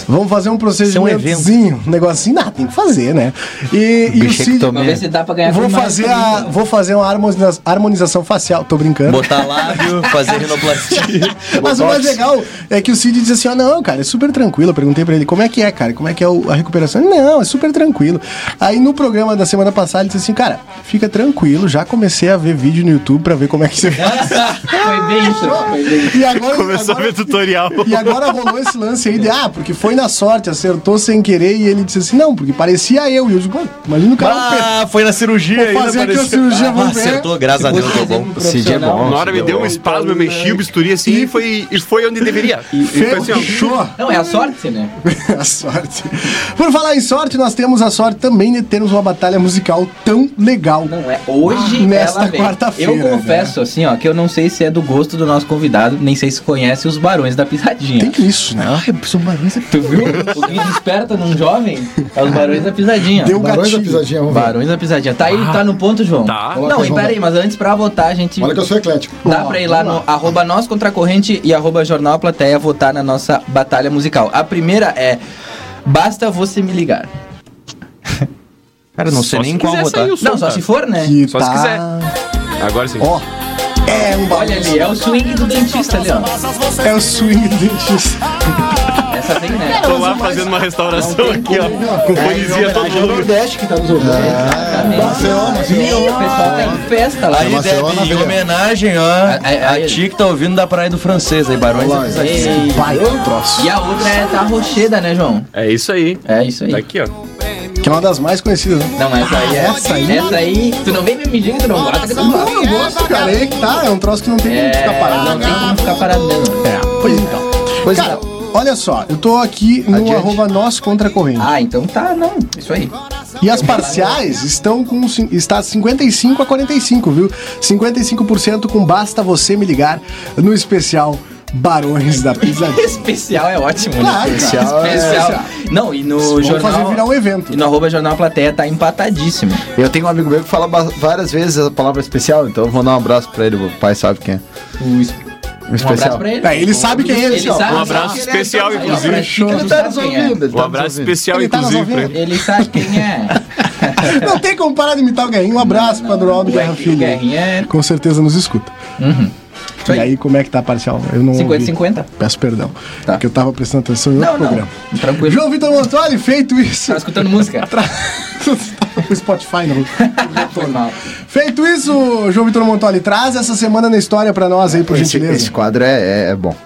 [SPEAKER 1] Vamos fazer um procedimentozinho, um negocinho, nada, tem que fazer, né? E, e o Cid.
[SPEAKER 6] Bichectomia.
[SPEAKER 5] Vamos ver se dá pra ganhar
[SPEAKER 1] Vou
[SPEAKER 5] com mais
[SPEAKER 1] fazer,
[SPEAKER 5] também,
[SPEAKER 1] a,
[SPEAKER 5] então.
[SPEAKER 1] vou fazer uma harmoniza- harmonização facial, tô brincando.
[SPEAKER 8] <laughs>
[SPEAKER 2] Botar lábio, fazer rinoplastia.
[SPEAKER 1] Mas o mais legal é que o Cid disse assim: ó, não, cara, é super tranquilo. Eu perguntei pra ele como é que é, cara, como é que é o- a recuperação. Ele, não, é super tranquilo. Aí no programa da semana passada ele disse assim: cara, fica tranquilo, já comecei a ver vídeo no YouTube pra ver como é que você faz.
[SPEAKER 5] Foi bem isso.
[SPEAKER 1] Ah,
[SPEAKER 5] Foi bem isso.
[SPEAKER 1] E agora.
[SPEAKER 3] <laughs> Começou a
[SPEAKER 1] agora-
[SPEAKER 3] ver tutorial.
[SPEAKER 1] <laughs> e agora rolou esse lance aí de, ah, porque foi na sorte, acertou sem querer, e ele disse assim, não, porque parecia eu. E eu disse, "Pô, imagina o cara
[SPEAKER 2] Ah, foi na cirurgia
[SPEAKER 1] Vou
[SPEAKER 2] ainda
[SPEAKER 1] fazer aqui a
[SPEAKER 2] apareceu.
[SPEAKER 1] cirurgia,
[SPEAKER 2] Ah,
[SPEAKER 1] vamos ver.
[SPEAKER 2] Acertou, graças a
[SPEAKER 5] Depois
[SPEAKER 2] Deus, deu
[SPEAKER 5] de fazer
[SPEAKER 2] bom.
[SPEAKER 5] um
[SPEAKER 6] Cid é
[SPEAKER 5] profissional-
[SPEAKER 6] bom.
[SPEAKER 3] Na hora me deu um espasmo, eu mexi o bisturi assim e foi, e foi onde deveria. E foi assim, ó,
[SPEAKER 1] fechou.
[SPEAKER 5] Não, é a sorte, né?
[SPEAKER 1] <laughs> A sorte. Por falar em sorte, nós temos a sorte também de termos uma batalha musical tão legal.
[SPEAKER 5] Não é. Hoje
[SPEAKER 1] Ah, nesta
[SPEAKER 5] ela vem.
[SPEAKER 1] quarta-feira,
[SPEAKER 5] Eu confesso assim, ó, que eu não sei se é do gosto do nosso convidado, nem sei se conhece os barões da pisadinha.
[SPEAKER 1] Tem isso, né?
[SPEAKER 5] Tu viu? O que desperta num jovem é os barões da pisadinha.
[SPEAKER 1] Deu um
[SPEAKER 7] barões da
[SPEAKER 1] gatilho.
[SPEAKER 7] pisadinha vamos ver
[SPEAKER 5] Barões da pisadinha. Tá aí, tá no ponto, João?
[SPEAKER 3] Tá.
[SPEAKER 5] Não, e peraí, mas antes pra votar, a gente.
[SPEAKER 7] olha que eu sou eclético
[SPEAKER 5] Dá pra ir lá no arroba nós contra a corrente e arroba jornal a plateia votar na nossa batalha musical. A primeira é Basta Você Me Ligar.
[SPEAKER 2] Cara, não sei
[SPEAKER 3] Só
[SPEAKER 2] nem
[SPEAKER 3] se
[SPEAKER 2] qual
[SPEAKER 3] quiser
[SPEAKER 2] votar.
[SPEAKER 3] sair o som,
[SPEAKER 5] Não, só
[SPEAKER 3] cara.
[SPEAKER 5] se for, né?
[SPEAKER 1] Que
[SPEAKER 3] Só se quiser. Agora sim.
[SPEAKER 1] Ó, é um
[SPEAKER 5] Olha ali, é o swing do dentista ali, ó.
[SPEAKER 1] É o swing do dentista.
[SPEAKER 5] Essa tem, né?
[SPEAKER 3] Tô lá fazendo uma restauração aqui, ó. Com poesia todo mundo.
[SPEAKER 7] Nordeste que tá nos ouvindo. Maceió, Maceió.
[SPEAKER 5] O pessoal tá em festa lá.
[SPEAKER 2] Aí,
[SPEAKER 7] Mas é
[SPEAKER 2] Deb,
[SPEAKER 7] uma
[SPEAKER 2] em
[SPEAKER 7] veia.
[SPEAKER 2] homenagem, ó,
[SPEAKER 5] aí,
[SPEAKER 2] a,
[SPEAKER 5] aí.
[SPEAKER 2] ti que tá ouvindo da Praia do Francês aí, Barões.
[SPEAKER 7] Olá,
[SPEAKER 2] Isso aí.
[SPEAKER 5] Ei.
[SPEAKER 1] Vai, um troço.
[SPEAKER 5] E a outra é da é Rocheda, né, João?
[SPEAKER 3] É isso aí.
[SPEAKER 5] É isso aí.
[SPEAKER 3] Tá aqui, ó.
[SPEAKER 9] prêmio
[SPEAKER 1] Que é uma das mais conhecidas. né?
[SPEAKER 5] Não, essa aí é. Essa aí? Tu não vem me medir que tu não gosta, que tu não
[SPEAKER 1] Não, eu gosto, cara. É que tá. É um troço que não tem como
[SPEAKER 5] É,
[SPEAKER 1] ficar parado.
[SPEAKER 5] Não tem como ficar parado mesmo.
[SPEAKER 1] É, pois então.
[SPEAKER 5] Pois
[SPEAKER 1] cara,
[SPEAKER 5] não.
[SPEAKER 1] olha só, eu tô aqui no arroba nós contra a corrente.
[SPEAKER 5] Ah, então tá, não. Isso aí. <laughs>
[SPEAKER 1] E as parciais estão com cin- está 55 a 45, viu? 55% com basta você me ligar no especial Barões da Pisadinha.
[SPEAKER 5] <laughs> Especial é ótimo,
[SPEAKER 1] Claro,
[SPEAKER 5] né?
[SPEAKER 1] cara.
[SPEAKER 5] Especial.
[SPEAKER 1] Especial.
[SPEAKER 5] Não, e no
[SPEAKER 1] Vamos
[SPEAKER 5] jornal.
[SPEAKER 1] fazer virar um evento.
[SPEAKER 5] <laughs> E no arroba jornal plateia tá empatadíssimo.
[SPEAKER 6] Eu tenho um amigo meu que fala ba- várias vezes a palavra especial, então eu vou mandar um abraço pra ele, o pai sabe quem é.
[SPEAKER 5] Um, es-
[SPEAKER 6] Um
[SPEAKER 5] um abraço
[SPEAKER 6] especial.
[SPEAKER 5] pra ele.
[SPEAKER 1] É, ele sabe quem é ele,
[SPEAKER 5] Ele
[SPEAKER 1] ó.
[SPEAKER 5] sabe,
[SPEAKER 3] Um abraço
[SPEAKER 5] sabe.
[SPEAKER 3] especial,
[SPEAKER 5] Aí, ó,
[SPEAKER 3] inclusive.
[SPEAKER 5] pra ti que
[SPEAKER 6] Ele
[SPEAKER 5] tu
[SPEAKER 6] tá
[SPEAKER 5] sabe
[SPEAKER 6] nos
[SPEAKER 5] quem é.
[SPEAKER 6] ouvindo, ele
[SPEAKER 3] Um
[SPEAKER 6] tá nos
[SPEAKER 3] abraço
[SPEAKER 6] ouvindo.
[SPEAKER 3] especial,
[SPEAKER 1] Ele tá nos
[SPEAKER 3] inclusive, pra
[SPEAKER 1] ouvindo?
[SPEAKER 3] ele.
[SPEAKER 5] Ele sabe quem é.
[SPEAKER 1] Não tem como parar de imitar o Guerrinho. Um abraço pra Duraldo
[SPEAKER 5] O
[SPEAKER 1] Guerra
[SPEAKER 5] Guerrinha- o
[SPEAKER 1] Filho.
[SPEAKER 5] Guerrinha é Uhum.
[SPEAKER 1] Com certeza nos escuta.
[SPEAKER 5] Isso
[SPEAKER 1] E
[SPEAKER 5] aí.
[SPEAKER 1] aí, como é que tá a parcial? Eu não. ouvi.
[SPEAKER 5] 50-50.
[SPEAKER 1] Peço perdão.
[SPEAKER 5] Tá.
[SPEAKER 1] Porque eu tava prestando atenção em outro
[SPEAKER 5] Não,
[SPEAKER 1] programa.
[SPEAKER 5] não. Tranquilo.
[SPEAKER 1] João Vitor Montoli, feito isso.
[SPEAKER 5] Tá escutando música?
[SPEAKER 1] <laughs> Tra... Tava com o Spotify não.
[SPEAKER 5] Foi mal.
[SPEAKER 1] Feito isso, João Vitor Montoli, traz essa semana na história pra nós aí, por
[SPEAKER 6] Esse,
[SPEAKER 1] gentileza.
[SPEAKER 6] esse quadro é, é, é bom.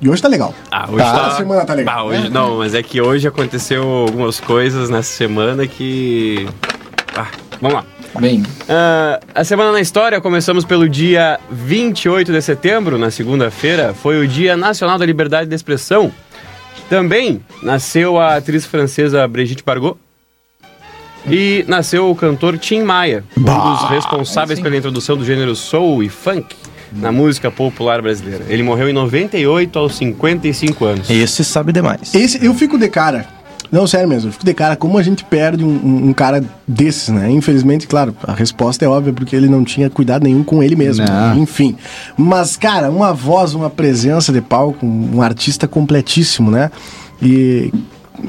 [SPEAKER 1] E hoje tá legal.
[SPEAKER 3] Ah, hoje
[SPEAKER 1] Tá.
[SPEAKER 3] tá.
[SPEAKER 1] Essa semana tá legal.
[SPEAKER 3] hoje, não, mas é que hoje aconteceu algumas coisas nessa semana que. Ah, vamos lá.
[SPEAKER 5] Bem,
[SPEAKER 3] Ah, a semana na história começamos pelo dia 28 de setembro, na segunda-feira, foi o Dia Nacional da Liberdade de Expressão. Também nasceu a atriz francesa Brigitte Bardot. E nasceu o cantor Tim Maia, um dos responsáveis pela introdução do gênero soul e funk na música popular brasileira. Ele morreu em 98 aos 55 anos.
[SPEAKER 2] Esse sabe demais.
[SPEAKER 1] Esse, eu fico de cara. Não, sério mesmo, eu fico de cara como a gente perde um, um- um cara desses, né? Infelizmente, claro, a resposta é óbvia, porque ele não tinha cuidado nenhum com ele mesmo. né?
[SPEAKER 6] Não.
[SPEAKER 1] Enfim. Mas, cara, uma voz, uma presença de palco, um artista completíssimo, né? E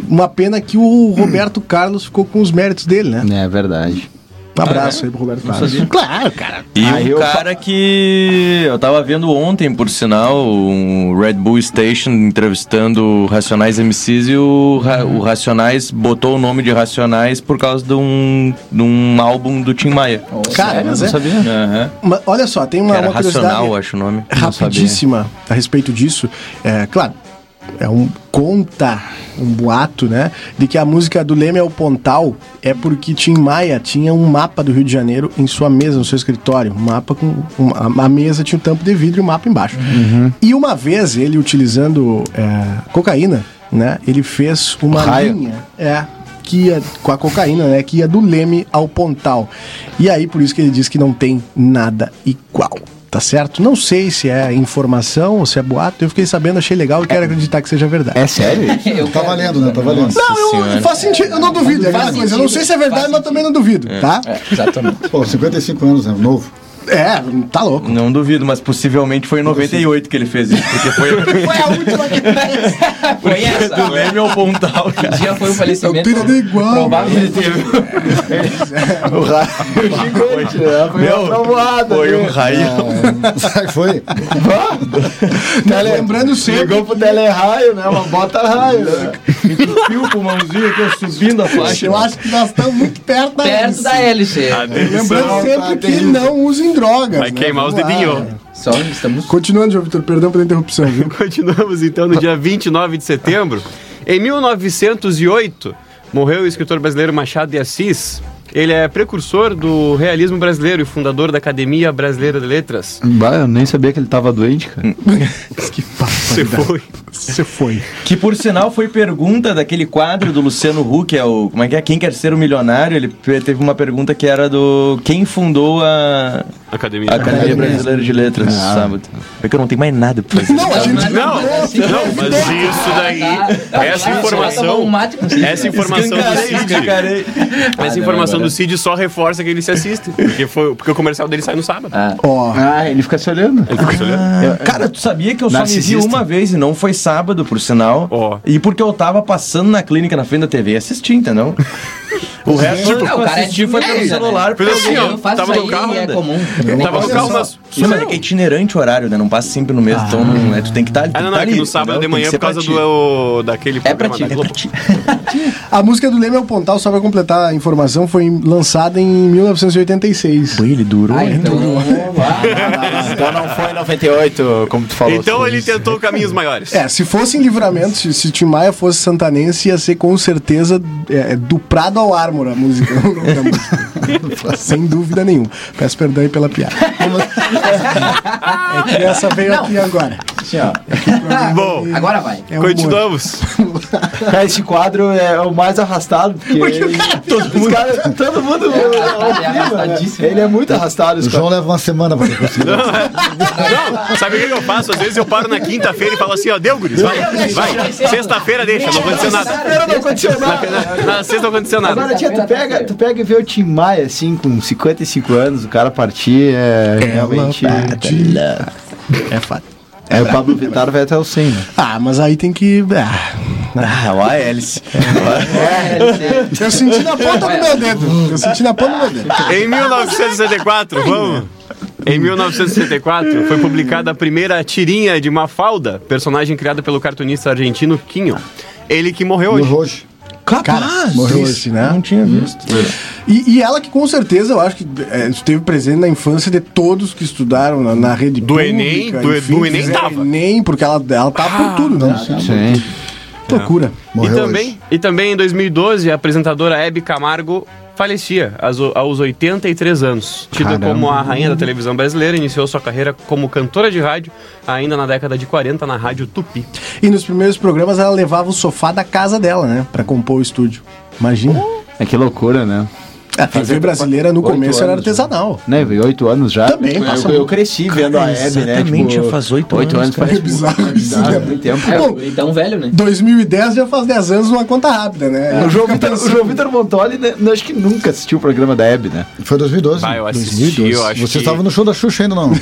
[SPEAKER 1] uma pena que o Roberto Carlos ficou com os méritos dele, né?
[SPEAKER 6] É verdade.
[SPEAKER 1] Um abraço aí pro Roberto Carlos. Claro, cara.
[SPEAKER 2] E
[SPEAKER 6] Aí
[SPEAKER 2] um
[SPEAKER 6] eu
[SPEAKER 2] cara que eu tava vendo ontem, por sinal, um Red Bull Station entrevistando o Racionais MCs e o, Ra- o Racionais botou o nome de Racionais por causa de um, de um álbum do Tim Maia.
[SPEAKER 1] Cara, mas é-
[SPEAKER 2] Aham.
[SPEAKER 1] Mas olha só, tem uma,
[SPEAKER 2] Era
[SPEAKER 1] uma curiosidade.
[SPEAKER 2] Racional, acho o nome. Não sabia.
[SPEAKER 1] rapidíssima a respeito disso. É, claro, é um conta, um boato, né? De que a música do Leme é o Pontal é porque Tim Maia tinha um mapa do Rio de Janeiro em sua mesa, no seu escritório. Um mapa com. um- a, a mesa tinha um tampo de vidro e o mapa embaixo. E uma vez ele utilizando é, cocaína, né? Ele fez uma
[SPEAKER 6] Raio.
[SPEAKER 1] linha. É. Que ia, com a cocaína, né? Que ia do Leme ao Pontal. E aí, por isso que ele diz que não tem nada igual. Tá certo? Não sei se é informação ou se é boato. Eu fiquei sabendo, achei legal e quero acreditar que seja verdade.
[SPEAKER 6] É sério?
[SPEAKER 5] eu
[SPEAKER 7] Tá
[SPEAKER 5] quero-
[SPEAKER 7] valendo, né? Tá valendo.
[SPEAKER 1] Não, eu,
[SPEAKER 2] Senhora.
[SPEAKER 1] faz sentido, eu não duvido. É
[SPEAKER 5] Faz
[SPEAKER 1] aquela coisa. Eu não
[SPEAKER 5] sentido,
[SPEAKER 1] sei se é verdade,
[SPEAKER 5] faz
[SPEAKER 1] mas também não duvido, tá?
[SPEAKER 5] É, exatamente.
[SPEAKER 7] Pô, 55 anos, né? Novo.
[SPEAKER 1] É, tá louco.
[SPEAKER 2] Não duvido, mas possivelmente foi em 98 que ele fez isso, porque
[SPEAKER 6] <laughs>
[SPEAKER 2] foi
[SPEAKER 1] Foi a última que
[SPEAKER 5] Foi essa.
[SPEAKER 2] do Leme ao Pontal, cara.
[SPEAKER 5] Que dia foi o falecimento?
[SPEAKER 1] tenho nada igual.
[SPEAKER 5] Provavelmente
[SPEAKER 6] <laughs> O raio gigante, né? Foi
[SPEAKER 2] Meu,
[SPEAKER 6] uma trovoada,
[SPEAKER 2] Foi
[SPEAKER 6] né?
[SPEAKER 2] um raio.
[SPEAKER 7] Sabe, foi?
[SPEAKER 1] tá Lembrando sempre. É.
[SPEAKER 6] Ligou pro teleraio, né? Uma bota raio.
[SPEAKER 2] Fio o pulmãozinho aqui, eu subindo a faixa.
[SPEAKER 1] Eu acho que nós estamos muito perto da
[SPEAKER 5] perto
[SPEAKER 1] hélice.
[SPEAKER 5] da hélice.
[SPEAKER 1] Lembrando sempre que não usem drogas.
[SPEAKER 3] Vai
[SPEAKER 1] né?
[SPEAKER 3] queimar os
[SPEAKER 1] Vamos lá.
[SPEAKER 3] dedinhos.
[SPEAKER 5] Só estamos.
[SPEAKER 1] Continuando, João Vitor, perdão pela interrupção, viu?
[SPEAKER 3] Continuamos então no dia 29 de setembro. Em 1908, morreu o escritor brasileiro Machado de Assis. Ele é precursor do realismo brasileiro e fundador da Academia Brasileira de Letras.
[SPEAKER 6] Bah, eu nem sabia que ele tava doente, cara.
[SPEAKER 1] que papo.
[SPEAKER 3] Você foi.
[SPEAKER 1] Você foi.
[SPEAKER 2] Que por sinal foi pergunta daquele quadro do Luciano Huck, que é o. Como é que é? Quem quer ser o milionário? Ele pe- teve uma pergunta que era do. Quem fundou a,
[SPEAKER 3] Academia.
[SPEAKER 2] a Academia Brasileira de Letras no sábado? É que eu não tenho mais nada pra fazer.
[SPEAKER 1] Não, a gente.
[SPEAKER 3] Não,
[SPEAKER 5] assim,
[SPEAKER 3] não, mas isso daí, essa informação,
[SPEAKER 5] assim.
[SPEAKER 3] é essa informação do
[SPEAKER 2] Escancarei,
[SPEAKER 3] Cid,
[SPEAKER 2] escancarei.
[SPEAKER 3] essa informação do Cid só reforça que ele se assiste, porque, foi, porque o comercial dele sai no sábado.
[SPEAKER 1] Ó,
[SPEAKER 6] Ah, ele fica se olhando.
[SPEAKER 3] Ele fica se olhando.
[SPEAKER 2] Ah, Cara, tu sabia que eu só me vi
[SPEAKER 6] Narcisista.
[SPEAKER 2] uma vez e não foi sábado, por sinal.
[SPEAKER 3] Ó.
[SPEAKER 2] E porque eu tava passando na clínica na frente da TV e assisti, entendeu? o resto tipo, que
[SPEAKER 5] Não, o
[SPEAKER 2] eu
[SPEAKER 5] cara é
[SPEAKER 2] assisti foi pelo
[SPEAKER 5] merda,
[SPEAKER 2] celular.
[SPEAKER 5] né?
[SPEAKER 2] porque
[SPEAKER 3] Fez assim,
[SPEAKER 2] eu-
[SPEAKER 3] ó.
[SPEAKER 5] Eu faço
[SPEAKER 3] Tava
[SPEAKER 5] isso
[SPEAKER 3] no
[SPEAKER 5] aí,
[SPEAKER 3] carro,
[SPEAKER 5] é
[SPEAKER 3] né?
[SPEAKER 5] comum.
[SPEAKER 3] Ele tava no
[SPEAKER 1] Olha
[SPEAKER 3] carro,
[SPEAKER 1] só.
[SPEAKER 3] mas...
[SPEAKER 2] Sim, mas é que é itinerante o horário, né? Não passa sempre no mesmo, então não, é, tu tem que estar ali.
[SPEAKER 3] Ah, não, não, é que no sábado de manhã, por causa do, daquele
[SPEAKER 5] É pra
[SPEAKER 3] programa
[SPEAKER 5] ti,
[SPEAKER 3] da
[SPEAKER 5] é
[SPEAKER 3] Globo.
[SPEAKER 5] pra ti.
[SPEAKER 1] a música do Leme ao Pontal, só pra completar a informação, foi lançada em 1986.
[SPEAKER 2] Ele durou,
[SPEAKER 5] Ah, então.
[SPEAKER 6] Então não foi em 98, como tu falou.
[SPEAKER 3] Então
[SPEAKER 6] Foi
[SPEAKER 3] ele
[SPEAKER 6] isso.
[SPEAKER 3] tentou caminhos maiores.
[SPEAKER 1] É, se fosse em livramento, se, se Tim Maia fosse santanense, ia ser com certeza é, do Prado ao Armo, amor, a música. <laughs> O nome da música. Sem dúvida nenhuma. Peço perdão aí pela piada.
[SPEAKER 5] <laughs>
[SPEAKER 1] É que essa veio aqui agora.
[SPEAKER 5] Assim, ó.
[SPEAKER 3] Bom,
[SPEAKER 5] Agora vai.
[SPEAKER 1] um É humor.
[SPEAKER 3] continuamos.
[SPEAKER 2] <laughs>
[SPEAKER 6] Cara, esse quadro é o mais arrastado, porque. todo, mundo... todo mundo.
[SPEAKER 2] né?
[SPEAKER 5] Ele é arrastadíssimo.
[SPEAKER 6] Ele é muito arrastado,
[SPEAKER 7] O
[SPEAKER 6] esse
[SPEAKER 7] João leva uma semana pra conseguir.
[SPEAKER 3] Não, sabe o que que eu faço? Às vezes eu paro na quinta-feira e falo assim, ó, deu, guris, vai, vai. Sexta-feira deixa, não
[SPEAKER 5] é
[SPEAKER 3] aconteceu nada.
[SPEAKER 6] quadro. Não aconteceu nada.
[SPEAKER 3] Na, na sexta não aconteceu
[SPEAKER 6] Agora,
[SPEAKER 3] nada.
[SPEAKER 6] tia, tu pega, tu pega e vê o Tim Maia, assim, com 55 anos, o cara partir é realmente.
[SPEAKER 1] É fato.
[SPEAKER 6] É, o Pablo Vittar vai até o 100, né?
[SPEAKER 1] Ah, mas aí tem que. Ah.
[SPEAKER 2] Ah, o ALS. É,
[SPEAKER 1] Eu senti na ponta do meu dedo. Eu senti na ponta do meu dedo.
[SPEAKER 3] Em 1964, vamos... Em 1964, foi publicada a primeira tirinha de Mafalda, personagem criado pelo cartunista argentino Quinho. Ele que morreu hoje.
[SPEAKER 7] Morreu hoje.
[SPEAKER 1] Cara,
[SPEAKER 7] morreu
[SPEAKER 1] triste,
[SPEAKER 7] hoje.
[SPEAKER 1] né?
[SPEAKER 2] Não tinha
[SPEAKER 6] Uhum.
[SPEAKER 2] visto.
[SPEAKER 6] É.
[SPEAKER 1] E, e ela que com certeza eu acho que é, esteve presente na infância de todos que estudaram na, na rede
[SPEAKER 3] Do
[SPEAKER 1] pública.
[SPEAKER 3] Enem, do- do Enem
[SPEAKER 1] fizeram
[SPEAKER 3] tava.
[SPEAKER 1] Enem, porque ela, ela tava por tudo, né?
[SPEAKER 6] Sim.
[SPEAKER 1] Loucura.
[SPEAKER 3] E
[SPEAKER 7] Morreu
[SPEAKER 3] também, e também em 2012, a apresentadora Hebe Camargo falecia aos, aos 83 anos. Tida
[SPEAKER 6] Caramba.
[SPEAKER 3] como a rainha da televisão brasileira, iniciou sua carreira como cantora de rádio ainda na década de 40 na Rádio Tupi.
[SPEAKER 1] E nos primeiros programas ela levava o sofá da casa dela, né? Pra compor o estúdio. Imagina.
[SPEAKER 6] É que loucura, né?
[SPEAKER 1] A TV brasileira no
[SPEAKER 6] oito
[SPEAKER 1] começo era
[SPEAKER 6] anos,
[SPEAKER 1] artesanal.
[SPEAKER 6] Né, veio oito anos já.
[SPEAKER 1] Também, passa
[SPEAKER 6] eu, eu cresci vendo a Hebe, né?
[SPEAKER 2] exatamente, já faz oito anos, cara.
[SPEAKER 6] faz
[SPEAKER 1] Bizarro isso,
[SPEAKER 6] bizarro,
[SPEAKER 1] né?
[SPEAKER 6] muito tempo.
[SPEAKER 1] Bom,
[SPEAKER 5] Então, velho, né?
[SPEAKER 1] 2010 já faz 10 anos uma conta rápida, né?
[SPEAKER 6] O João Vitor, o João Vitor Montoli, né, eu acho que nunca assistiu o programa da Hebe, né?
[SPEAKER 7] Foi 2012.
[SPEAKER 3] Vai, eu assisti, eu acho
[SPEAKER 7] Você
[SPEAKER 3] que-
[SPEAKER 7] estava no show da Xuxa ainda, não?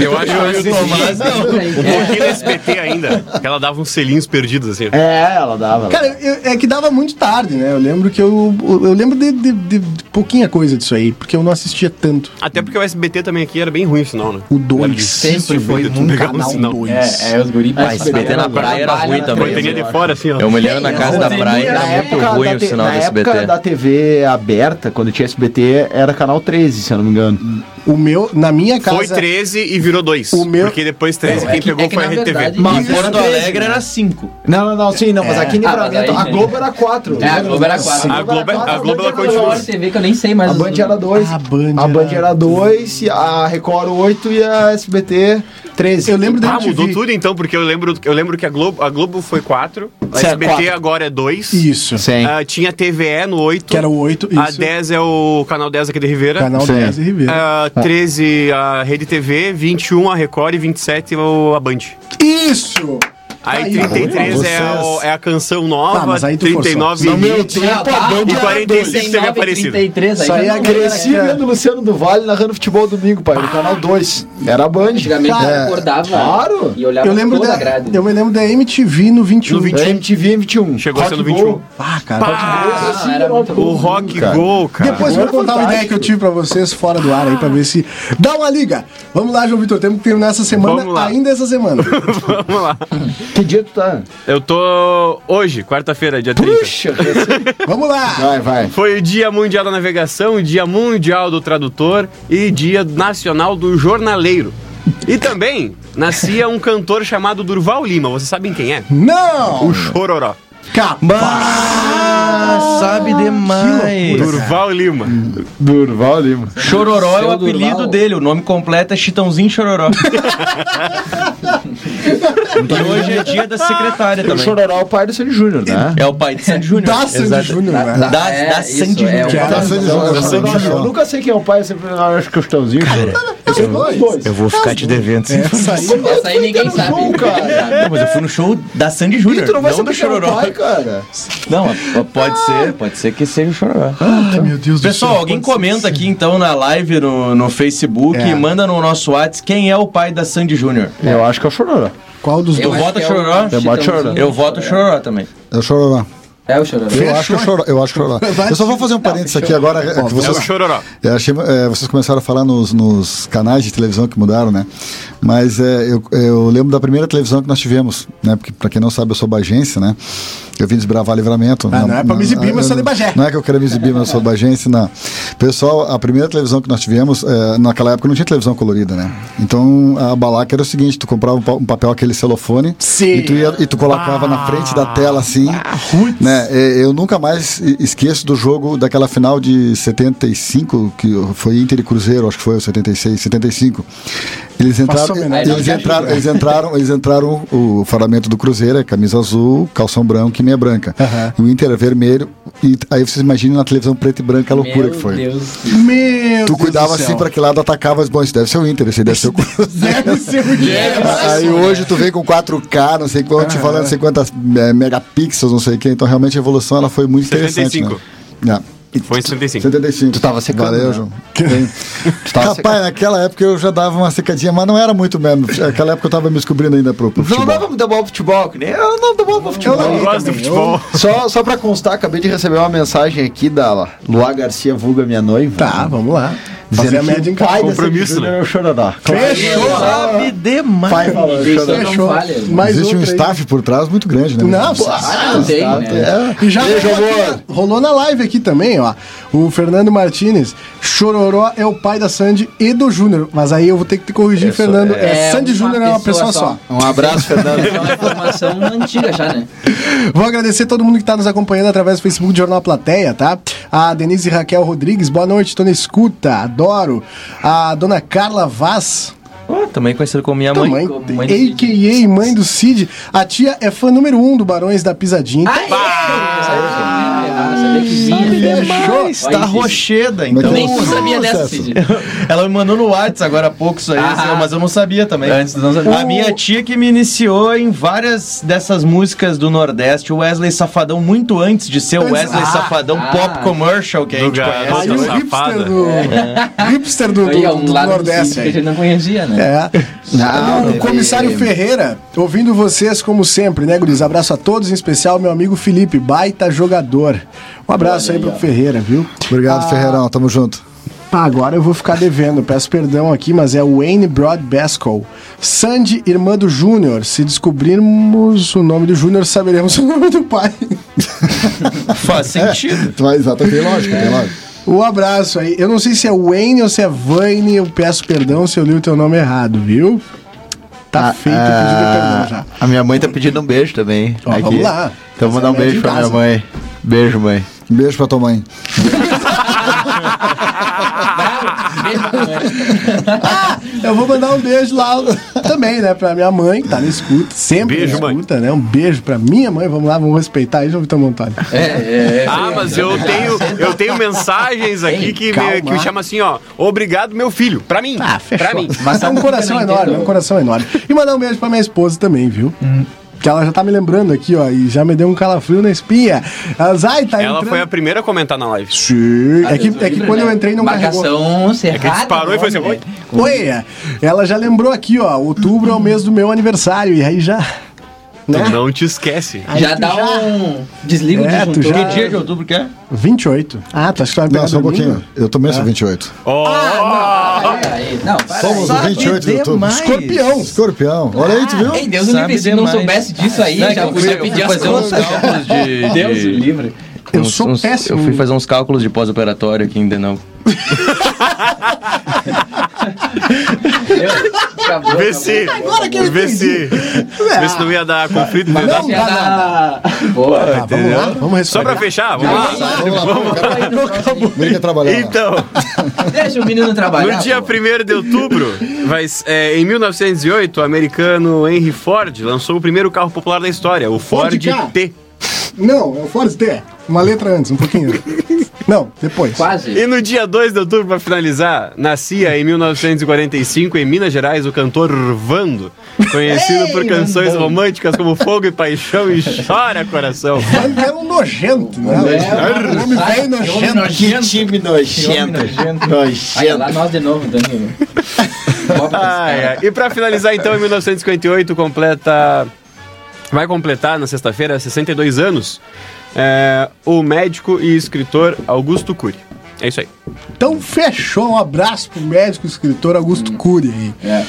[SPEAKER 3] Eu acho que eu Tomás,
[SPEAKER 5] É,
[SPEAKER 3] um pouquinho do SBT ainda, que ela dava uns selinhos perdidos assim.
[SPEAKER 6] É, ela dava.
[SPEAKER 1] Cara, eu- é que dava muito tarde, né? Eu lembro que eu. Eu lembro de, de- de- de pouquinha coisa disso aí, porque eu não assistia tanto.
[SPEAKER 3] Até porque o SBT também aqui era bem ruim o sinal, né?
[SPEAKER 1] O 2.
[SPEAKER 3] Sempre foi muito legal o um sinal.
[SPEAKER 5] É, é os guri
[SPEAKER 2] Ah, SBT na praia era ruim também.
[SPEAKER 3] Bandeirinha de fora assim, ó.
[SPEAKER 2] É
[SPEAKER 10] Eu me lembro na casa da praia,
[SPEAKER 6] Na
[SPEAKER 10] era muito
[SPEAKER 6] época
[SPEAKER 10] ruim
[SPEAKER 6] da
[SPEAKER 10] o
[SPEAKER 6] te-
[SPEAKER 10] sinal
[SPEAKER 6] na
[SPEAKER 10] do
[SPEAKER 6] época
[SPEAKER 10] SBT.
[SPEAKER 6] da TV aberta, quando tinha SBT, era canal 13, se eu não me engano.
[SPEAKER 1] O meu, na minha casa.
[SPEAKER 3] Foi 13 e virou 2.
[SPEAKER 1] O meu-
[SPEAKER 3] Porque depois 13
[SPEAKER 5] É
[SPEAKER 3] quem
[SPEAKER 5] que-
[SPEAKER 3] pegou
[SPEAKER 5] é que,
[SPEAKER 3] foi a
[SPEAKER 5] na
[SPEAKER 3] RTV.
[SPEAKER 5] verdade,
[SPEAKER 6] Mas
[SPEAKER 5] isso-
[SPEAKER 2] Em Porto Alegre era cinco.
[SPEAKER 6] Não, não, não, sim, não, É. mas aqui em
[SPEAKER 5] Ah, mas
[SPEAKER 6] Livramento,
[SPEAKER 5] aí,
[SPEAKER 6] a
[SPEAKER 5] né?
[SPEAKER 6] Globo era né? 4.
[SPEAKER 5] É, a Globo era 4.
[SPEAKER 3] A Globo, é- a Globo ela continua.
[SPEAKER 5] Agora TV que eu nem sei mais.
[SPEAKER 6] A
[SPEAKER 5] os
[SPEAKER 6] Band era 2.
[SPEAKER 1] Ah, a Band
[SPEAKER 6] A Band
[SPEAKER 1] era-
[SPEAKER 6] era 2, a Record 8 e a SBT 13.
[SPEAKER 1] Eu lembro da
[SPEAKER 3] Ah, mudou
[SPEAKER 1] MTV.
[SPEAKER 3] tudo então, porque eu lembro, eu lembro que a Globo, a Globo foi 4, a
[SPEAKER 6] Certo,
[SPEAKER 3] SBT
[SPEAKER 6] quatro.
[SPEAKER 3] agora é 2.
[SPEAKER 1] Isso.
[SPEAKER 6] Sim.
[SPEAKER 3] tinha a TVE no 8.
[SPEAKER 1] Que era o 8. Isso.
[SPEAKER 3] A 10 é o canal 10 aqui de Ribeira.
[SPEAKER 1] Canal
[SPEAKER 6] Sim.
[SPEAKER 1] 10 e Ribeira.
[SPEAKER 3] Ah, 13 a Rede TV, 21 a Record e 27 o- a Band.
[SPEAKER 1] Isso!
[SPEAKER 3] Aí,
[SPEAKER 1] Aí,
[SPEAKER 3] 33 é,
[SPEAKER 7] vocês-
[SPEAKER 3] o- é a canção
[SPEAKER 1] Ah,
[SPEAKER 3] nova,
[SPEAKER 1] mas aí tu
[SPEAKER 3] 39
[SPEAKER 1] forçou.
[SPEAKER 3] e
[SPEAKER 1] No
[SPEAKER 3] 20,
[SPEAKER 5] Ah,
[SPEAKER 1] um
[SPEAKER 5] tá.
[SPEAKER 3] e 45 teve
[SPEAKER 5] 39,
[SPEAKER 3] aparecido.
[SPEAKER 5] 33,
[SPEAKER 1] Isso aí
[SPEAKER 5] já
[SPEAKER 1] é
[SPEAKER 5] não-
[SPEAKER 6] Cresci vendo Luciano do Vale narrando futebol domingo, pai, no canal 2. Era a Band.
[SPEAKER 5] Antigamente eu
[SPEAKER 7] Cara,
[SPEAKER 5] acordava
[SPEAKER 6] claro.
[SPEAKER 5] e olhava
[SPEAKER 1] Eu lembro
[SPEAKER 5] toda
[SPEAKER 1] da.
[SPEAKER 5] a grade.
[SPEAKER 1] Eu me lembro da MTV no 21.
[SPEAKER 3] No 20.
[SPEAKER 6] MTV 21.
[SPEAKER 3] Chegou a ser no
[SPEAKER 6] Rock
[SPEAKER 3] 21.
[SPEAKER 6] Go.
[SPEAKER 1] Ah, cara.
[SPEAKER 3] Pá!
[SPEAKER 6] Esse
[SPEAKER 5] era
[SPEAKER 6] era
[SPEAKER 5] muito
[SPEAKER 3] o Rock
[SPEAKER 6] cara.
[SPEAKER 3] Go, cara.
[SPEAKER 1] Depois eu vou contar uma ideia que eu tive pra vocês fora do ar aí, pra ver se. Dá uma liga! Vamos lá, João Vitor, temos que terminar essa
[SPEAKER 3] Vamos
[SPEAKER 1] semana,
[SPEAKER 3] lá.
[SPEAKER 1] ainda essa semana.
[SPEAKER 3] <laughs> Vamos lá.
[SPEAKER 6] Que dia tu tá?
[SPEAKER 3] Eu tô hoje, quarta-feira, dia 30.
[SPEAKER 6] Puxa!
[SPEAKER 1] Vamos lá!
[SPEAKER 6] vai, vai.
[SPEAKER 3] Foi o Dia Mundial da Navegação, Dia Mundial do Tradutor e Dia Nacional do Jornaleiro. E também nascia um cantor chamado Durval Lima, vocês sabem quem é?
[SPEAKER 1] Não!
[SPEAKER 3] O Chororó.
[SPEAKER 2] Bah, sabe demais.
[SPEAKER 3] Durval Lima.
[SPEAKER 6] Durval Lima.
[SPEAKER 2] Chororó é o
[SPEAKER 5] Seu Durval.
[SPEAKER 2] apelido dele, o nome completo é Chitãozinho Chororó. e hoje é dia da secretária
[SPEAKER 6] O
[SPEAKER 2] também.
[SPEAKER 6] Chororó é o pai do Sandy Júnior, né?
[SPEAKER 2] É o pai de Sandy
[SPEAKER 5] <laughs>
[SPEAKER 2] Júnior.
[SPEAKER 1] Da Sandy
[SPEAKER 2] Exato.
[SPEAKER 1] Júnior, né?
[SPEAKER 2] Da, da
[SPEAKER 5] É, isso,
[SPEAKER 2] Sandy
[SPEAKER 5] é,
[SPEAKER 2] Júnior.
[SPEAKER 5] o-
[SPEAKER 7] Tá sendo jogado, tá sendo
[SPEAKER 6] Eu
[SPEAKER 7] jogado.
[SPEAKER 6] nunca sei quem é o pai, eu sempre acho que é o Chitãozinho. Eu sei os dois.
[SPEAKER 2] Eu vou ficar te devendo. sim.
[SPEAKER 1] Essa aí.
[SPEAKER 5] Essa aí ninguém sabe.
[SPEAKER 6] Show, cara.
[SPEAKER 2] Não, mas eu fui no show da Sandy Júnior,
[SPEAKER 6] Tu não
[SPEAKER 2] não,
[SPEAKER 6] vai
[SPEAKER 2] do
[SPEAKER 6] saber quem é o
[SPEAKER 2] Chororó.
[SPEAKER 6] pai, cara.
[SPEAKER 2] Não, pode ser, pode ser que seja o Chororó.
[SPEAKER 1] Ai, meu Deus do
[SPEAKER 2] Pessoal, alguém comenta aqui então na live, no, no Facebook,
[SPEAKER 1] É.
[SPEAKER 2] e manda no nosso WhatsApp quem é o pai da Sandy Júnior.
[SPEAKER 6] Eu acho que é o Chororó.
[SPEAKER 1] Qual dos
[SPEAKER 5] Eu
[SPEAKER 2] Tu
[SPEAKER 1] dois?
[SPEAKER 5] acho
[SPEAKER 2] vota
[SPEAKER 5] que é o
[SPEAKER 2] Chororó?
[SPEAKER 6] Eu boto
[SPEAKER 5] Chitãozinho.
[SPEAKER 6] Chororó.
[SPEAKER 2] Eu voto Chororó também.
[SPEAKER 7] É o Chororó.
[SPEAKER 5] É o chororó.
[SPEAKER 7] Eu acho que é o Chororó. Eu acho que é o Chororó. Eu só vou fazer um parênteses aqui agora. é, Que
[SPEAKER 3] É o
[SPEAKER 7] vocês,
[SPEAKER 3] Chororó.
[SPEAKER 7] é, achei- é, vocês começaram a falar nos, nos canais de televisão que mudaram, né? Mas é, eu, eu lembro da primeira televisão que nós tivemos, né? Porque, pra quem não sabe, eu sou bagência, né? Eu vim desbravar livramento.
[SPEAKER 1] Ah, não é pra me exibir, mas eu sou de Bagé.
[SPEAKER 7] Não é que eu quero me exibir, mas eu sou bagência, não. Pessoal, a primeira televisão que nós tivemos, é, naquela época não tinha televisão colorida, né? Então, a balaca era o seguinte, tu comprava um pa- um papel, aquele celofone,
[SPEAKER 1] Sim.
[SPEAKER 7] e tu, ia- e tu colocava na frente da tela, assim, né? É, Eu nunca mais e- esqueço do jogo daquela final de 75, que foi Inter e Cruzeiro, acho que foi, o 76, 75. Eles entraram,
[SPEAKER 1] Passou homenagem.
[SPEAKER 7] eles entraram, eles entraram, eles entraram o faramento do Cruzeiro, é camisa azul, calção branco e meia branca. O Inter é vermelho, e aí vocês imaginem na televisão preta e branca a loucura que foi.
[SPEAKER 5] Deus.
[SPEAKER 1] Meu
[SPEAKER 7] Tu
[SPEAKER 1] Deus
[SPEAKER 7] cuidava
[SPEAKER 1] do céu.
[SPEAKER 7] assim pra que lado atacava, mas, bom, esse deve ser o Inter, esse deve ser o Cruzeiro.
[SPEAKER 1] Deve ser o Diego.
[SPEAKER 7] Aí hoje tu vem com 4K, não sei quanto, te falando, não sei quantas eh, megapixels, não sei o quê. Então realmente a evolução ela foi muito interessante.
[SPEAKER 3] 75.
[SPEAKER 7] Né? É.
[SPEAKER 3] Foi em 75.
[SPEAKER 7] 75. Tu
[SPEAKER 11] tava secando,
[SPEAKER 7] Valeu,
[SPEAKER 11] né?
[SPEAKER 7] João. Tem.
[SPEAKER 11] Tá
[SPEAKER 7] Rapaz, naquela época eu já dava uma secadinha, mas não era muito mesmo. Naquela época eu tava me descobrindo ainda pro, pro
[SPEAKER 11] Não
[SPEAKER 7] futebol.
[SPEAKER 11] dá pra dar bola pro futebol, que nem eu não dou bola pro futebol.
[SPEAKER 3] Eu gosto do futebol.
[SPEAKER 11] Só, só pra constar, acabei de receber uma mensagem aqui da Luá Garcia Vulga, minha noiva.
[SPEAKER 1] Tá, vamos lá. Fazer
[SPEAKER 11] Dizendo
[SPEAKER 7] é
[SPEAKER 1] a
[SPEAKER 11] que
[SPEAKER 1] média em
[SPEAKER 11] o pai
[SPEAKER 1] casa.
[SPEAKER 11] dessa
[SPEAKER 3] Compromisso,
[SPEAKER 11] menina
[SPEAKER 3] né?
[SPEAKER 11] é o Chororó.
[SPEAKER 1] Fechou.
[SPEAKER 12] Sabe demais.
[SPEAKER 11] Pai falando, Chororó.
[SPEAKER 1] Fechou.
[SPEAKER 5] falha.
[SPEAKER 1] Mais
[SPEAKER 7] Existe um
[SPEAKER 1] outra aí.
[SPEAKER 7] staff por trás muito grande, né?
[SPEAKER 1] Não, é.
[SPEAKER 5] Ah, não
[SPEAKER 1] Tá,
[SPEAKER 5] tem, né?
[SPEAKER 1] E já rolou, aqui, ó, rolou na live aqui também, ó. O Fernando Martinez, Chororó é o pai da Sandy e do Júnior. Mas aí eu vou ter que te corrigir, Fernando. É, Sandy Júnior é uma pessoa, só.
[SPEAKER 11] Um abraço, Fernando.
[SPEAKER 5] É uma informação antiga já, né?
[SPEAKER 1] Vou agradecer todo mundo que está nos acompanhando através do Facebook do Jornal Plateia, tá? A Denise Raquel Rodrigues, boa noite, tô na escuta, adoro. A dona Carla Vaz,
[SPEAKER 12] Ah, também conhecido como minha
[SPEAKER 1] também,
[SPEAKER 12] mãe. Mãe do Cid.
[SPEAKER 1] a.k.a. mãe do Cid. A tia é fã número um do Barões da Pisadinha.
[SPEAKER 5] Ah, é? Sabia que vinha.
[SPEAKER 12] Fechou. Está
[SPEAKER 1] Tá
[SPEAKER 5] Olha isso.
[SPEAKER 12] rocheda,
[SPEAKER 7] Mas
[SPEAKER 12] então.
[SPEAKER 7] tem-
[SPEAKER 5] Nem tu sabia dessa,
[SPEAKER 7] Sucesso.
[SPEAKER 5] Cid.
[SPEAKER 2] <laughs> Ela me mandou no WhatsApp agora há pouco isso aí, assim, mas eu não sabia também. A minha tia que me iniciou em várias dessas músicas do Nordeste, o Wesley Safadão, muito antes de ser o Wesley
[SPEAKER 11] Ah,
[SPEAKER 2] Safadão Pop Commercial, que a
[SPEAKER 3] Do
[SPEAKER 2] gente
[SPEAKER 3] garoto.
[SPEAKER 2] conhece.
[SPEAKER 1] Aí É o
[SPEAKER 3] safada.
[SPEAKER 1] hipster do, hipster do,
[SPEAKER 5] Aí, ó,
[SPEAKER 1] do-
[SPEAKER 5] um
[SPEAKER 1] do
[SPEAKER 5] lado do
[SPEAKER 1] Nordeste.
[SPEAKER 5] Cid que a
[SPEAKER 1] aí.
[SPEAKER 5] gente não conhecia, né?
[SPEAKER 1] É. o comissário Ferreira, ouvindo vocês como sempre, né, Guris? Abraço a todos, em especial meu amigo Felipe, baita jogador. Um abraço aí pro Ferreira, viu?
[SPEAKER 7] Obrigado, Ferreirão. Tamo junto.
[SPEAKER 1] Ah, agora eu vou ficar devendo, peço perdão aqui, mas é Wayne Broad Bascall. Sandy, irmã do Júnior. Se descobrirmos o nome do Júnior, saberemos <laughs> o nome do pai.
[SPEAKER 2] Faz sentido.
[SPEAKER 7] Tu vai- Exato, tem lógica, tem lógica.
[SPEAKER 1] Um abraço aí. Eu não sei se é Wayne ou se é Vane, eu peço perdão se eu li o teu nome errado, viu? Tá feito o pedido de perdão já.
[SPEAKER 11] <laughs> A minha mãe tá pedindo um beijo também.
[SPEAKER 1] Ó, vamos lá.
[SPEAKER 11] Então vou
[SPEAKER 1] Fazer
[SPEAKER 11] mandar um
[SPEAKER 2] é
[SPEAKER 1] a média
[SPEAKER 11] beijo
[SPEAKER 1] em
[SPEAKER 11] pra minha
[SPEAKER 1] casa.
[SPEAKER 11] mãe. Beijo, mãe.
[SPEAKER 7] Um beijo pra tua mãe.
[SPEAKER 1] Eu vou mandar um beijo lá <laughs> também, né? Pra minha mãe, que tá na escuta, sempre
[SPEAKER 3] Beijo,
[SPEAKER 1] na
[SPEAKER 3] mãe.
[SPEAKER 1] escuta, né? Um beijo pra minha mãe, vamos lá, vamos respeitar aí, João Vitor Montoni.
[SPEAKER 5] É, é.
[SPEAKER 3] Ah, mas eu tenho, eu tenho mensagens aqui
[SPEAKER 5] Ei,
[SPEAKER 3] que me,
[SPEAKER 1] calma.
[SPEAKER 3] que me chama assim, ó. Obrigado, meu filho. Pra mim. pra mim.
[SPEAKER 1] Mas é
[SPEAKER 5] tá
[SPEAKER 1] um coração
[SPEAKER 5] eu não
[SPEAKER 1] enorme, é um
[SPEAKER 5] entendo.
[SPEAKER 1] coração enorme. E mandar um beijo pra minha esposa também, viu? Que ela já tá me lembrando aqui, ó, e já me deu um calafrio na espinha. A Zay tá
[SPEAKER 3] Ela
[SPEAKER 1] entrando...
[SPEAKER 3] foi a primeira a comentar na live.
[SPEAKER 1] Sim. É que,
[SPEAKER 5] Deus
[SPEAKER 1] é que
[SPEAKER 5] livre,
[SPEAKER 1] quando eu
[SPEAKER 5] né?
[SPEAKER 1] entrei não carregou.
[SPEAKER 5] Marcação cerrada.
[SPEAKER 3] disparou e foi assim,
[SPEAKER 5] nome,
[SPEAKER 3] oi.
[SPEAKER 5] né?
[SPEAKER 1] Oi, é. ela já lembrou aqui, ó, outubro é o mês do meu aniversário, e aí já... Né?
[SPEAKER 3] Tu não te esquece.
[SPEAKER 1] aí
[SPEAKER 5] Já
[SPEAKER 1] É, tu
[SPEAKER 5] dá um desligo
[SPEAKER 1] É,
[SPEAKER 5] de
[SPEAKER 1] tu
[SPEAKER 5] juntor.
[SPEAKER 1] já-
[SPEAKER 2] Que dia de outubro que é?
[SPEAKER 1] 28. Ah, tu acha que tu vai me pegar
[SPEAKER 7] Não, só um
[SPEAKER 1] dormindo?
[SPEAKER 7] pouquinho. Eu também sou 28.
[SPEAKER 1] Ah,
[SPEAKER 3] Ó,
[SPEAKER 5] Aí, não, para
[SPEAKER 7] Somos o
[SPEAKER 5] aí.
[SPEAKER 7] 28 de outubro.
[SPEAKER 1] Escorpião.
[SPEAKER 7] Escorpião. Olha aí, tu viu?
[SPEAKER 5] Ei, Deus me
[SPEAKER 2] Sabe
[SPEAKER 5] livre, se não
[SPEAKER 2] demais.
[SPEAKER 5] soubesse disso aí,
[SPEAKER 1] é
[SPEAKER 2] Não,
[SPEAKER 5] já
[SPEAKER 2] eu fui-
[SPEAKER 5] podia
[SPEAKER 2] eu fui
[SPEAKER 5] pedir as
[SPEAKER 2] fazer uns
[SPEAKER 5] contas.
[SPEAKER 2] cálculos de-
[SPEAKER 5] <laughs> Deus
[SPEAKER 2] de-
[SPEAKER 5] me livre.
[SPEAKER 1] Eu
[SPEAKER 12] uns-
[SPEAKER 1] sou
[SPEAKER 12] uns-
[SPEAKER 1] péssimo.
[SPEAKER 12] Eu fui fazer uns cálculos de pós-operatório aqui ainda não.
[SPEAKER 1] tá
[SPEAKER 5] Acabou,
[SPEAKER 3] vê se. Vê se. Vê se não ia dar conflito. Não ia dar-
[SPEAKER 1] Não dá
[SPEAKER 5] Tá,
[SPEAKER 1] nada.
[SPEAKER 5] Boa.
[SPEAKER 1] Tá, vamos lá, vamos
[SPEAKER 3] Só pra
[SPEAKER 1] respeitar.
[SPEAKER 3] fechar, vamos lá.
[SPEAKER 7] Vem cá trabalhar.
[SPEAKER 3] Então,
[SPEAKER 5] Deixa o menino trabalhar.
[SPEAKER 3] no dia
[SPEAKER 5] pô.
[SPEAKER 3] 1 de outubro, vai, s- é, em 1908, o americano Henry Ford lançou o primeiro carro popular da história, o Ford
[SPEAKER 1] Ford Ka.
[SPEAKER 3] T.
[SPEAKER 1] Não, é o Forrest T. Uma letra antes, um <laughs> pouquinho. Não, depois.
[SPEAKER 5] Quase.
[SPEAKER 3] E no dia 2 de outubro, pra finalizar, nascia em 1945 em Minas Gerais o cantor Vando, conhecido por canções românticas como Fogo e Paixão e Chora Coração.
[SPEAKER 1] Mas era um nojento, né? Era um homem velho nojento.
[SPEAKER 11] Que time nojento.
[SPEAKER 5] Olha
[SPEAKER 11] Nojento.
[SPEAKER 5] lá nós de novo, Danilo. Bota
[SPEAKER 3] Ai,
[SPEAKER 5] pra esse cara.
[SPEAKER 3] ai. Ah, E pra finalizar, então, em 1958, completa. Vai completar na sexta-feira 62 anos é, o médico e escritor Augusto Cury. É isso aí.
[SPEAKER 7] Hum.
[SPEAKER 1] Então fechou. Um abraço pro médico e escritor Augusto Cury aí.
[SPEAKER 5] É.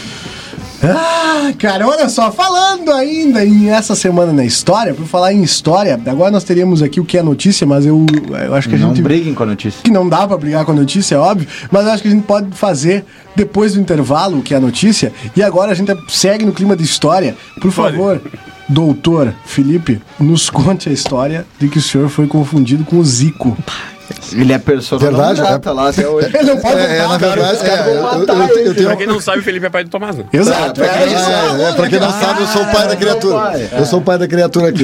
[SPEAKER 1] Ah, cara, olha só, falando ainda em essa semana na história, por falar em história, agora nós teríamos aqui o que é notícia, mas eu, eu acho que a
[SPEAKER 11] Não
[SPEAKER 1] gente.
[SPEAKER 11] briguem com a notícia.
[SPEAKER 1] Que não dá pra brigar com a notícia, é óbvio, mas eu acho que a gente pode fazer depois do intervalo, o que é a notícia, e agora a gente segue no clima de história. Por favor, doutor Felipe, nos conte a história de que o senhor foi confundido com o Zico.
[SPEAKER 11] Ele é personagem.
[SPEAKER 7] Verdade,
[SPEAKER 11] não
[SPEAKER 7] é.
[SPEAKER 11] tá lá até hoje.
[SPEAKER 1] Ele não pode
[SPEAKER 7] É, é, na verdade, é, eu, eu- eu- eu tenho.
[SPEAKER 3] Pra quem não sabe, o Felipe é pai do Tomás, né?
[SPEAKER 1] Exato.
[SPEAKER 7] É, é, é, pra quem não sabe, eu sou o pai da criatura. Eu sou o pai da criatura aqui.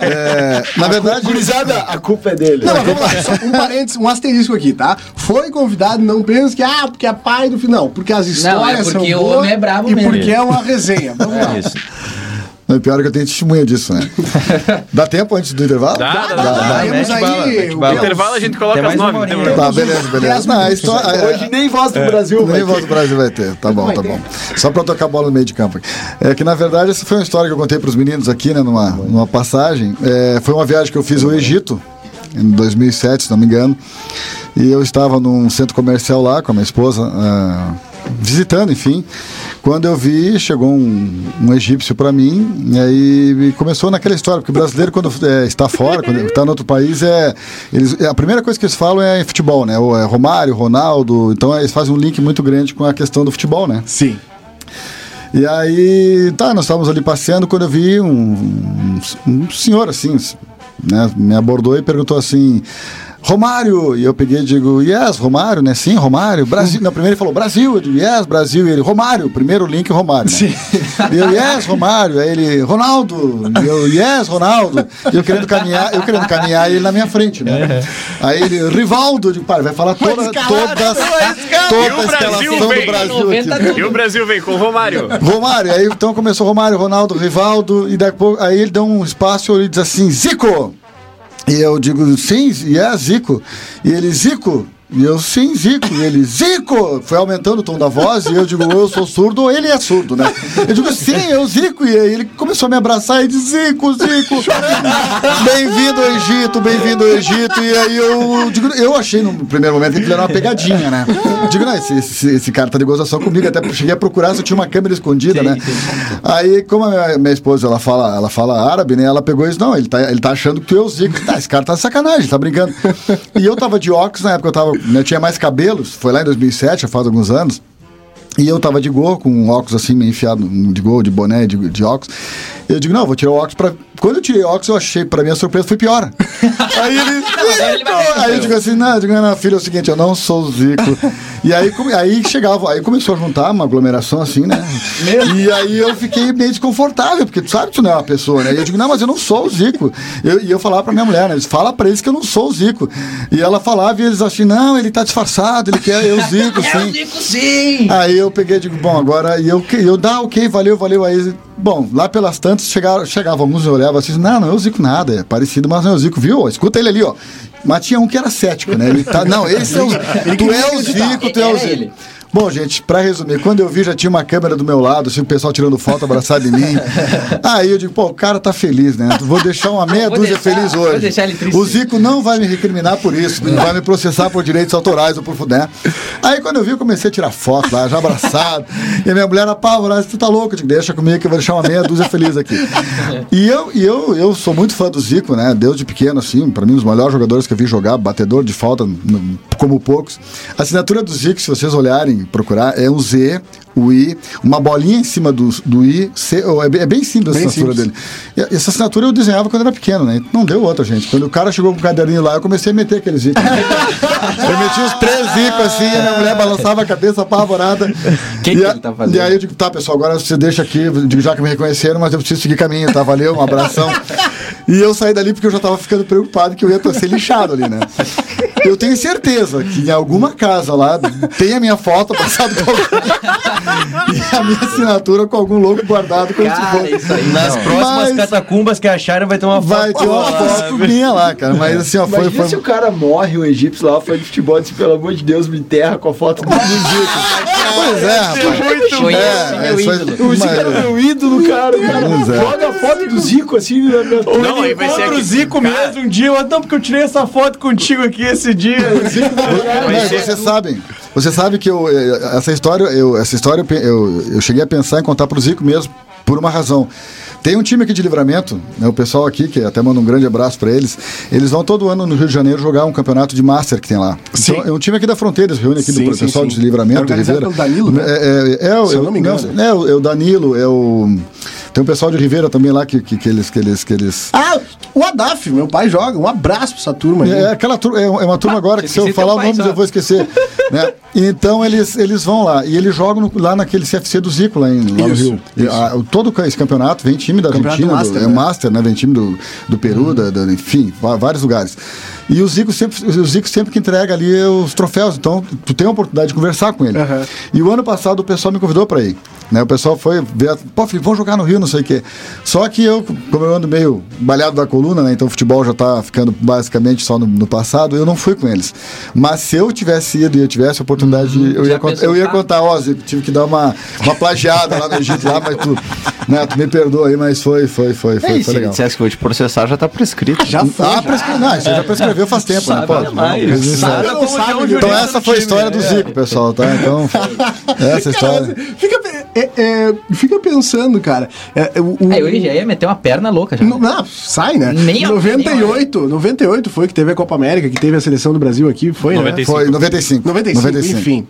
[SPEAKER 7] É, na verdade.
[SPEAKER 11] Gurizada, a culpa é dele.
[SPEAKER 1] Não, mas vamos lá, só um parênteses, um asterisco aqui, tá? Foi convidado, não pense que, ah, porque é pai do final, porque as histórias
[SPEAKER 5] é
[SPEAKER 1] são
[SPEAKER 5] porque o
[SPEAKER 1] boas
[SPEAKER 5] homem é brabo
[SPEAKER 1] e
[SPEAKER 5] mesmo.
[SPEAKER 1] porque é uma
[SPEAKER 5] <laughs>
[SPEAKER 1] resenha. Vamos lá.
[SPEAKER 12] Isso.
[SPEAKER 7] Não, pior é que eu tenho testemunha disso, né? Dá tempo antes do intervalo?
[SPEAKER 3] Dá, dá,
[SPEAKER 1] Ah,
[SPEAKER 3] dá.
[SPEAKER 1] temos
[SPEAKER 2] mete bala,
[SPEAKER 1] aí
[SPEAKER 2] mete
[SPEAKER 1] o
[SPEAKER 2] bala.
[SPEAKER 1] Deus.
[SPEAKER 3] Intervalo a gente coloca às
[SPEAKER 2] mais
[SPEAKER 3] nove.
[SPEAKER 2] uma
[SPEAKER 3] não tem
[SPEAKER 2] horinha.
[SPEAKER 3] problema.
[SPEAKER 7] Tá, beleza, beleza. Não, a história.
[SPEAKER 11] Hoje <laughs> nem voz do Brasil vai
[SPEAKER 7] Nem volta do Brasil vai ter. Tá bom, tá bom. Só pra tocar a bola no meio de campo. aqui. É que, na verdade, essa foi uma história que eu contei pros meninos aqui, né, numa, numa passagem. É, foi uma viagem que eu fiz ao Egito, em 2007, se não me engano. E eu estava num centro comercial lá com a minha esposa, ah, visitando, enfim. Quando eu vi, chegou um, um egípcio pra mim, e aí começou naquela história, porque o brasileiro, quando é, está fora, quando está em outro país, é, eles, a primeira coisa que eles falam é em futebol, né? Ou é Romário, Ronaldo, então eles fazem um link muito grande com a questão do futebol, né?
[SPEAKER 1] Sim.
[SPEAKER 7] E aí, tá, nós estávamos ali passeando quando eu vi um, um- um senhor assim, né, me abordou e perguntou assim. Romário! E eu peguei e digo, yes, Romário, né? Sim, Romário. Brasil. Na primeira ele falou, Brasil. Eu digo, yes, Brasil. E ele, Romário. Primeiro link, Romário. Né? E eu, yes, Romário. Aí ele, Ronaldo. E eu, yes, Ronaldo. E eu querendo caminhar, eu querendo caminhar e ele na minha frente, né? Aí ele, Rivaldo. Eu digo, para, vai falar toda, todas, toda a
[SPEAKER 3] E o Brasil
[SPEAKER 7] escalação do
[SPEAKER 3] vem.
[SPEAKER 7] Brasil aqui.
[SPEAKER 5] 90
[SPEAKER 3] E o Brasil vem com o Romário.
[SPEAKER 7] Romário, aí então começou Romário, Ronaldo, Rivaldo, e daqui a pouco, aí ele deu um espaço e diz assim, Zico! E eu digo, sim, e é Zico. E ele, Zico! E eu, sim, Zico. E ele, Zico! Foi aumentando o tom da voz, e eu digo, eu sou surdo, ou ele é surdo, né? Eu digo, sim, eu, Zico. E aí ele começou a me abraçar e disse, Zico, Zico! Bem-vindo ao Egito, bem-vindo ao Egito. E aí eu digo, eu achei no primeiro momento que ele era uma pegadinha, né? Digo, não, esse, esse, esse cara tá de gozação comigo, até cheguei a procurar se eu tinha uma câmera escondida, né? Aí, como a minha, minha esposa, ela fala, ela fala árabe, né? Ela pegou isso, não, ele tá, ele tá achando que tu é o Zico. Tá, esse cara tá de sacanagem, tá brincando. E eu tava de óculos, na época eu tava, né, eu tinha mais cabelos, foi lá em 2007, já faz alguns anos. E eu tava de gol, com um óculos assim, meio enfiado, um de gol, de boné, de, de óculos. Eu digo, não, vou tirar o óculos pra. Quando eu tirei o óculos, eu achei, pra minha surpresa, foi pior. aí ele. aí eu digo assim, não, eu digo, não, filho, é o seguinte, eu não sou o Zico. e aí, come- aí chegava, aí começou a juntar uma aglomeração assim, né? E aí eu fiquei meio desconfortável, porque tu sabe que tu não é uma pessoa, né? E eu digo, não, mas eu não sou o Zico. Eu- e eu falava pra minha mulher, né? Eles fala pra eles que eu não sou o Zico. E ela falava e eles assim, não, ele tá disfarçado, ele quer eu, <laughs> É Zico, sim. Aí eu peguei e digo, bom, agora e eu, que- eu dá ok, valeu, valeu. Aí, bom, lá pelas tantas chegaram, chegavam uns e olhavam assim, não, não é o Zico nada, é parecido, mas não é o Zico, viu? Escuta ele ali, ó. Mas tinha um que era cético, né? Ele tá, não, esse é o, tu é o Zico, tu é o
[SPEAKER 5] Era
[SPEAKER 7] Zico.
[SPEAKER 5] ele.
[SPEAKER 7] Bom, gente, pra resumir, quando eu vi já tinha uma câmera do meu lado, assim, o pessoal tirando foto, abraçado
[SPEAKER 5] <laughs>
[SPEAKER 7] em mim. Aí eu digo, pô, o cara tá feliz, né? Vou deixar uma meia
[SPEAKER 5] Vou
[SPEAKER 7] dúzia
[SPEAKER 5] deixar-
[SPEAKER 7] feliz
[SPEAKER 5] vou
[SPEAKER 7] hoje.
[SPEAKER 5] deixar ele triste.
[SPEAKER 7] O Zico não vai me recriminar por isso, não vai me processar por direitos autorais ou por fuder. Aí quando eu vi, eu comecei a tirar foto lá, já abraçado. E a minha mulher apavorada, tu tá louco? Eu digo, deixa comigo que eu vou deixar uma meia dúzia feliz aqui. E eu, e eu, eu sou muito fã do Zico, né? Deus de pequeno, assim, pra mim, um dos melhores jogadores que eu vi jogar, batedor de falta, n- como poucos. A assinatura do Zico, se vocês olharem, e procurar, é um Z, o I, uma bolinha em cima do, do I, C, oh, é, bem- é bem simples a
[SPEAKER 1] Bem
[SPEAKER 7] assinatura
[SPEAKER 1] simples.
[SPEAKER 7] dele. E Essa assinatura eu desenhava quando era pequeno, né? Não deu outra, gente. Quando o cara chegou com o caderninho lá, eu comecei a meter aqueles zicos. eu meti os três zicos assim, a minha mulher balançava a cabeça apavorada.
[SPEAKER 5] Que
[SPEAKER 7] e,
[SPEAKER 5] que
[SPEAKER 7] a-
[SPEAKER 5] ele tá fazendo?
[SPEAKER 7] e aí eu digo, tá, pessoal, agora você deixa aqui, eu digo, já que me reconheceram, mas eu preciso seguir caminho, tá? Valeu, um abração. e eu saí dali porque eu já tava ficando preocupado que eu ia ser lixado ali, né? Eu tenho certeza que em alguma casa lá tem a minha foto passada com alguém, <laughs> e a minha assinatura com algum logo guardado com esse
[SPEAKER 5] Cara,
[SPEAKER 7] fogo.
[SPEAKER 5] Ah, é isso aí.
[SPEAKER 2] Nas
[SPEAKER 5] não.
[SPEAKER 2] próximas
[SPEAKER 7] Mas-
[SPEAKER 2] catacumbas que acharem vai ter uma
[SPEAKER 7] Vai
[SPEAKER 2] foto.
[SPEAKER 7] ter uma foto minha lá, cara. Mas assim, ó, foi.
[SPEAKER 11] Imagina se
[SPEAKER 7] foi...
[SPEAKER 11] o cara morre, o egípcio lá, foi de futebol, disse, pelo amor de Deus, me enterra com a foto do Zico.
[SPEAKER 7] Pois é, rapaz.
[SPEAKER 5] Conhece
[SPEAKER 7] É,
[SPEAKER 5] meu
[SPEAKER 7] isso
[SPEAKER 5] ídolo.
[SPEAKER 7] aí-
[SPEAKER 11] O
[SPEAKER 7] mas-
[SPEAKER 11] Zico era é meu ídolo, cara. O cara
[SPEAKER 7] Pois é.
[SPEAKER 11] joga a foto do Zico assim na minha
[SPEAKER 3] Não, aí vai ser
[SPEAKER 2] Encontra o
[SPEAKER 3] aqui-
[SPEAKER 2] Zico
[SPEAKER 3] Cara,
[SPEAKER 2] mesmo um dia, eu, não, porque eu tirei essa foto contigo aqui esse dia.
[SPEAKER 7] Mas vocês sabem, Você sabe que eu, eh, essa história, eu, essa história eu, pe- eu, eu cheguei a pensar em contar pro Zico mesmo, por uma razão. Tem um time aqui de livramento, né, o pessoal aqui, que até manda um grande abraço para eles. Eles vão todo ano no Rio de Janeiro jogar um campeonato de Master que tem lá. Então, é um time aqui da fronteira, eles reúnem aqui
[SPEAKER 1] Sim,
[SPEAKER 7] do
[SPEAKER 1] sim,
[SPEAKER 7] pessoal
[SPEAKER 1] sim.
[SPEAKER 7] de livramento.
[SPEAKER 1] É organizado
[SPEAKER 7] Ribeira.
[SPEAKER 1] pelo Danilo, né?
[SPEAKER 7] É, é, é, o-
[SPEAKER 1] Se eu não me engano.
[SPEAKER 7] é o, é o Danilo, é o. Tem um pessoal de Ribeira também lá que, que, que eles. Que eles, que eles...
[SPEAKER 1] Ah, o Adaf, meu pai joga. Um abraço pra essa turma aí.
[SPEAKER 7] É, aquela turma, é uma turma agora que se eu
[SPEAKER 1] esqueci
[SPEAKER 7] falar
[SPEAKER 1] teu
[SPEAKER 7] o
[SPEAKER 1] pai
[SPEAKER 7] nome
[SPEAKER 1] já.
[SPEAKER 7] eu vou esquecer. né? Então eles, eles vão lá. E eles jogam no- lá naquele CFC do Zico, lá, em, lá no
[SPEAKER 1] Isso,
[SPEAKER 7] Rio. E, a- o- todo ca- esse campeonato vem time da
[SPEAKER 1] Campeonato
[SPEAKER 7] Argentina, do-
[SPEAKER 1] Master,
[SPEAKER 7] é
[SPEAKER 1] né?
[SPEAKER 7] Master, né? Vem time do, do Peru, da, da- enfim, va- vários lugares. E o Zico, sempre, o Zico sempre que entrega ali os troféus. Então tu tem a oportunidade de conversar com ele. E o ano passado o pessoal me convidou pra ir. Né? O pessoal foi ver. a- Pô, Felipe, vamos jogar no Rio, não sei o quê. Só que eu, como eu ando meio balhado da coluna, né? Então o futebol já tá ficando basicamente só no, no passado, eu não fui com eles. Mas se eu tivesse ido e eu tivesse a oportunidade, de- eu, ia cont- eu ia contar, tá, ó, Zico, tive que dar uma, uma plagiada lá no Egito, lá, mas tu, né, tu me perdoa aí, mas foi, foi, foi, foi,
[SPEAKER 11] Ei,
[SPEAKER 7] foi
[SPEAKER 11] se ele
[SPEAKER 7] legal.
[SPEAKER 11] dissesse que vou te processar, já tá prescrito. É.
[SPEAKER 7] Já foi. Ah, prescre... Não, isso já prescreveu faz tempo, né? Pode.
[SPEAKER 11] Sabe
[SPEAKER 7] Não, então essa foi a história
[SPEAKER 11] né?
[SPEAKER 7] do Zico, pessoal, tá?
[SPEAKER 11] <laughs>
[SPEAKER 7] Então, essa história.
[SPEAKER 1] Fica, pe- é, é, fica pensando, cara. É, é, o,
[SPEAKER 5] Aí hoje já ia meter uma perna louca já.
[SPEAKER 1] Não, não, sai, né?
[SPEAKER 5] Nem a-
[SPEAKER 1] 98, 98 foi que teve a Copa América, que teve a seleção do Brasil aqui, foi,
[SPEAKER 3] 95.
[SPEAKER 1] né?
[SPEAKER 7] Foi 95.
[SPEAKER 1] 95, enfim.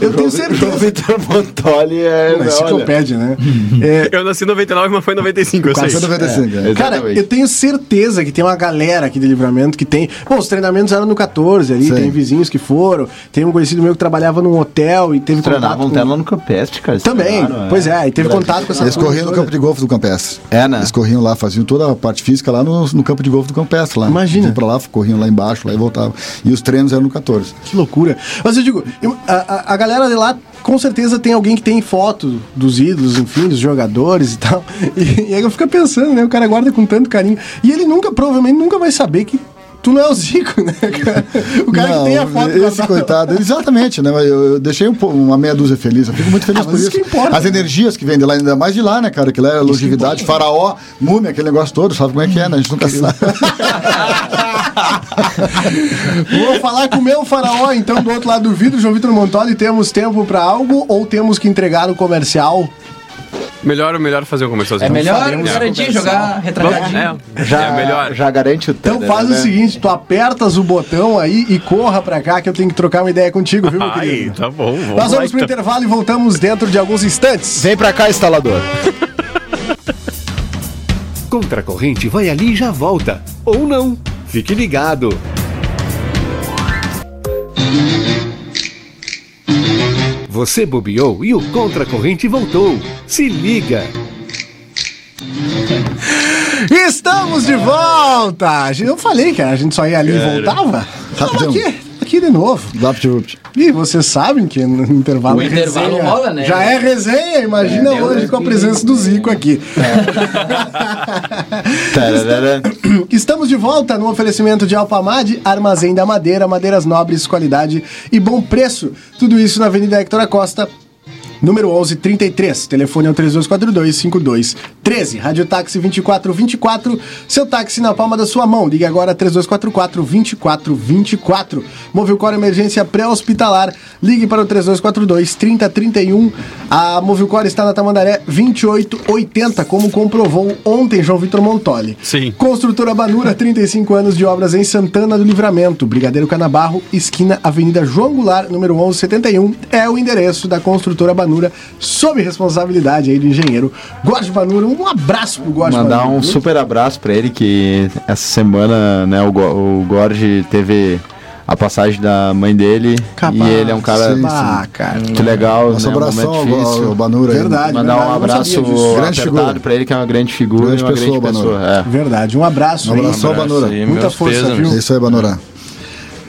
[SPEAKER 1] Eu tenho
[SPEAKER 11] O
[SPEAKER 1] certeza.
[SPEAKER 11] Vitor Montoli é.
[SPEAKER 1] Uma enciclopédia,
[SPEAKER 5] <laughs>
[SPEAKER 1] né? É,
[SPEAKER 3] Eu nasci em 99, mas foi em 95, eu sei.
[SPEAKER 7] Quase foi 95. é.
[SPEAKER 1] cara,
[SPEAKER 11] Exatamente.
[SPEAKER 1] eu tenho certeza que tem uma galera aqui de livramento que tem. Bom, os treinamentos eram no 14 ali,
[SPEAKER 7] Sim.
[SPEAKER 1] tem vizinhos que foram, tem um conhecido meu que trabalhava num hotel e teve contato.
[SPEAKER 11] Treinavam
[SPEAKER 1] com-
[SPEAKER 11] até lá no Campestre, cara.
[SPEAKER 1] Também, pois é, e teve contato com essa
[SPEAKER 7] Eles corriam no
[SPEAKER 1] toda.
[SPEAKER 7] campo de golfe do Campestre.
[SPEAKER 11] É, né?
[SPEAKER 7] Eles corriam lá, faziam toda a parte física lá no, no campo de golfe do Campestre. Lá.
[SPEAKER 1] Imagina.
[SPEAKER 7] Iam pra lá, corriam lá embaixo, lá e voltavam. E os treinos eram no 14.
[SPEAKER 1] Que loucura. Mas eu digo, eu- a, a- a galera de lá com certeza tem alguém que tem foto dos ídolos, enfim, dos jogadores e tal. <laughs> E, e aí eu fico pensando, né? O cara guarda com tanto carinho. E ele nunca, provavelmente, nunca vai saber que tu não é o Zico, né, cara? O cara
[SPEAKER 7] Não,
[SPEAKER 1] que tem a foto
[SPEAKER 7] Esse
[SPEAKER 1] guardada.
[SPEAKER 7] coitado, exatamente, né? Mas Eu, eu deixei um po- uma meia dúzia feliz. Eu fico muito feliz
[SPEAKER 1] Ah,
[SPEAKER 7] por
[SPEAKER 1] mas
[SPEAKER 7] isso.
[SPEAKER 1] isso que importa,
[SPEAKER 7] As energias que vêm de lá, ainda mais de lá, né, cara? Que lá é longevidade, faraó, múmia, aquele negócio todo, sabe como é que é, né? A gente
[SPEAKER 11] Hum.
[SPEAKER 7] nunca sabe.
[SPEAKER 1] Vou falar com o meu faraó, então, do outro lado do vidro, João Vitor Montoli. Temos tempo pra algo ou temos que entregar o comercial?
[SPEAKER 3] Melhor, melhor fazer um comercialzinho.
[SPEAKER 5] É melhor
[SPEAKER 3] Vamos fazer um
[SPEAKER 5] garantir jogar retratadinho.
[SPEAKER 3] É,
[SPEAKER 11] Já,
[SPEAKER 3] é melhor.
[SPEAKER 11] já garante o
[SPEAKER 1] Então
[SPEAKER 11] Thunder,
[SPEAKER 1] faz o
[SPEAKER 11] né?
[SPEAKER 1] seguinte, tu apertas o botão aí e corra pra cá que eu tenho que trocar uma ideia contigo, viu, meu
[SPEAKER 3] Ai,
[SPEAKER 1] querido?
[SPEAKER 3] tá bom. Vamos
[SPEAKER 1] Nós
[SPEAKER 3] lá,
[SPEAKER 1] vamos pro
[SPEAKER 3] então.
[SPEAKER 1] intervalo e voltamos dentro de alguns instantes.
[SPEAKER 11] Vem pra cá, instalador.
[SPEAKER 13] <laughs> Contra a corrente vai ali e já volta. Ou não. Fique ligado. Você bobeou e o Contra a Corrente voltou. Se liga.
[SPEAKER 1] Estamos de volta! Eu falei que a gente só ia ali
[SPEAKER 11] É,
[SPEAKER 1] e
[SPEAKER 11] né?
[SPEAKER 1] voltava. Tamo
[SPEAKER 7] Rapidão.
[SPEAKER 1] aqui, aqui de novo.
[SPEAKER 7] Laptrupt.
[SPEAKER 1] E vocês sabem que no intervalo
[SPEAKER 5] O
[SPEAKER 1] é
[SPEAKER 5] intervalo
[SPEAKER 1] resenha.
[SPEAKER 5] rola, né? É,
[SPEAKER 1] Já é resenha, imagina hoje com a presença do Zico aqui.
[SPEAKER 11] Tararara.
[SPEAKER 1] Estamos de volta no oferecimento de Alpamade, Armazém da Madeira, madeiras nobres, qualidade e bom preço. Tudo isso na Avenida Hector Acosta, número 1133. Telefone é o 3242-5213. Rádio Táxi 2424. Seu táxi na palma da sua mão. Ligue agora 3244-2424. Movilcor Emergência Pré-Hospitalar. Ligue para o 3242-3031. A Movilcor está na Tamandaré 2880, como comprovou ontem João Vitor Montoli.
[SPEAKER 3] Sim.
[SPEAKER 1] Construtora Banura, 35 anos de obras em Santana do Livramento, Brigadeiro Canabarro, esquina Avenida João Goulart, número 1171, é o endereço da construtora Banura, sob responsabilidade aí do engenheiro Gorge Banura. Um abraço pro Gorge
[SPEAKER 11] Mandar
[SPEAKER 1] Banura.
[SPEAKER 11] um
[SPEAKER 1] viu?
[SPEAKER 11] super abraço pra ele, que essa semana, né, o, Go- o Gorge teve a passagem da mãe dele.
[SPEAKER 1] Capaz.
[SPEAKER 11] e ele é um cara
[SPEAKER 7] Sim,
[SPEAKER 1] Ah, cara.
[SPEAKER 11] muito legal,
[SPEAKER 7] Nosso
[SPEAKER 11] né, um
[SPEAKER 7] abração
[SPEAKER 11] momento
[SPEAKER 7] ao,
[SPEAKER 11] difícil.
[SPEAKER 7] ao Banura. aí, né?
[SPEAKER 1] Verdade.
[SPEAKER 11] Mandar
[SPEAKER 1] verdade,
[SPEAKER 11] um
[SPEAKER 1] eu não
[SPEAKER 11] abraço
[SPEAKER 1] sabia disso.
[SPEAKER 7] Grande
[SPEAKER 11] apertado
[SPEAKER 7] figura.
[SPEAKER 11] pra ele, que é uma grande figura
[SPEAKER 7] Grande
[SPEAKER 11] e uma
[SPEAKER 7] pessoa,
[SPEAKER 11] grande
[SPEAKER 7] Banura.
[SPEAKER 11] pessoa. é.
[SPEAKER 1] Verdade, um abraço.
[SPEAKER 7] Um
[SPEAKER 1] hein?
[SPEAKER 7] abraço ao Banura.
[SPEAKER 12] aí,
[SPEAKER 1] Muita
[SPEAKER 12] meus
[SPEAKER 1] força,
[SPEAKER 12] pêsames.
[SPEAKER 1] viu?
[SPEAKER 7] É isso aí, Banura.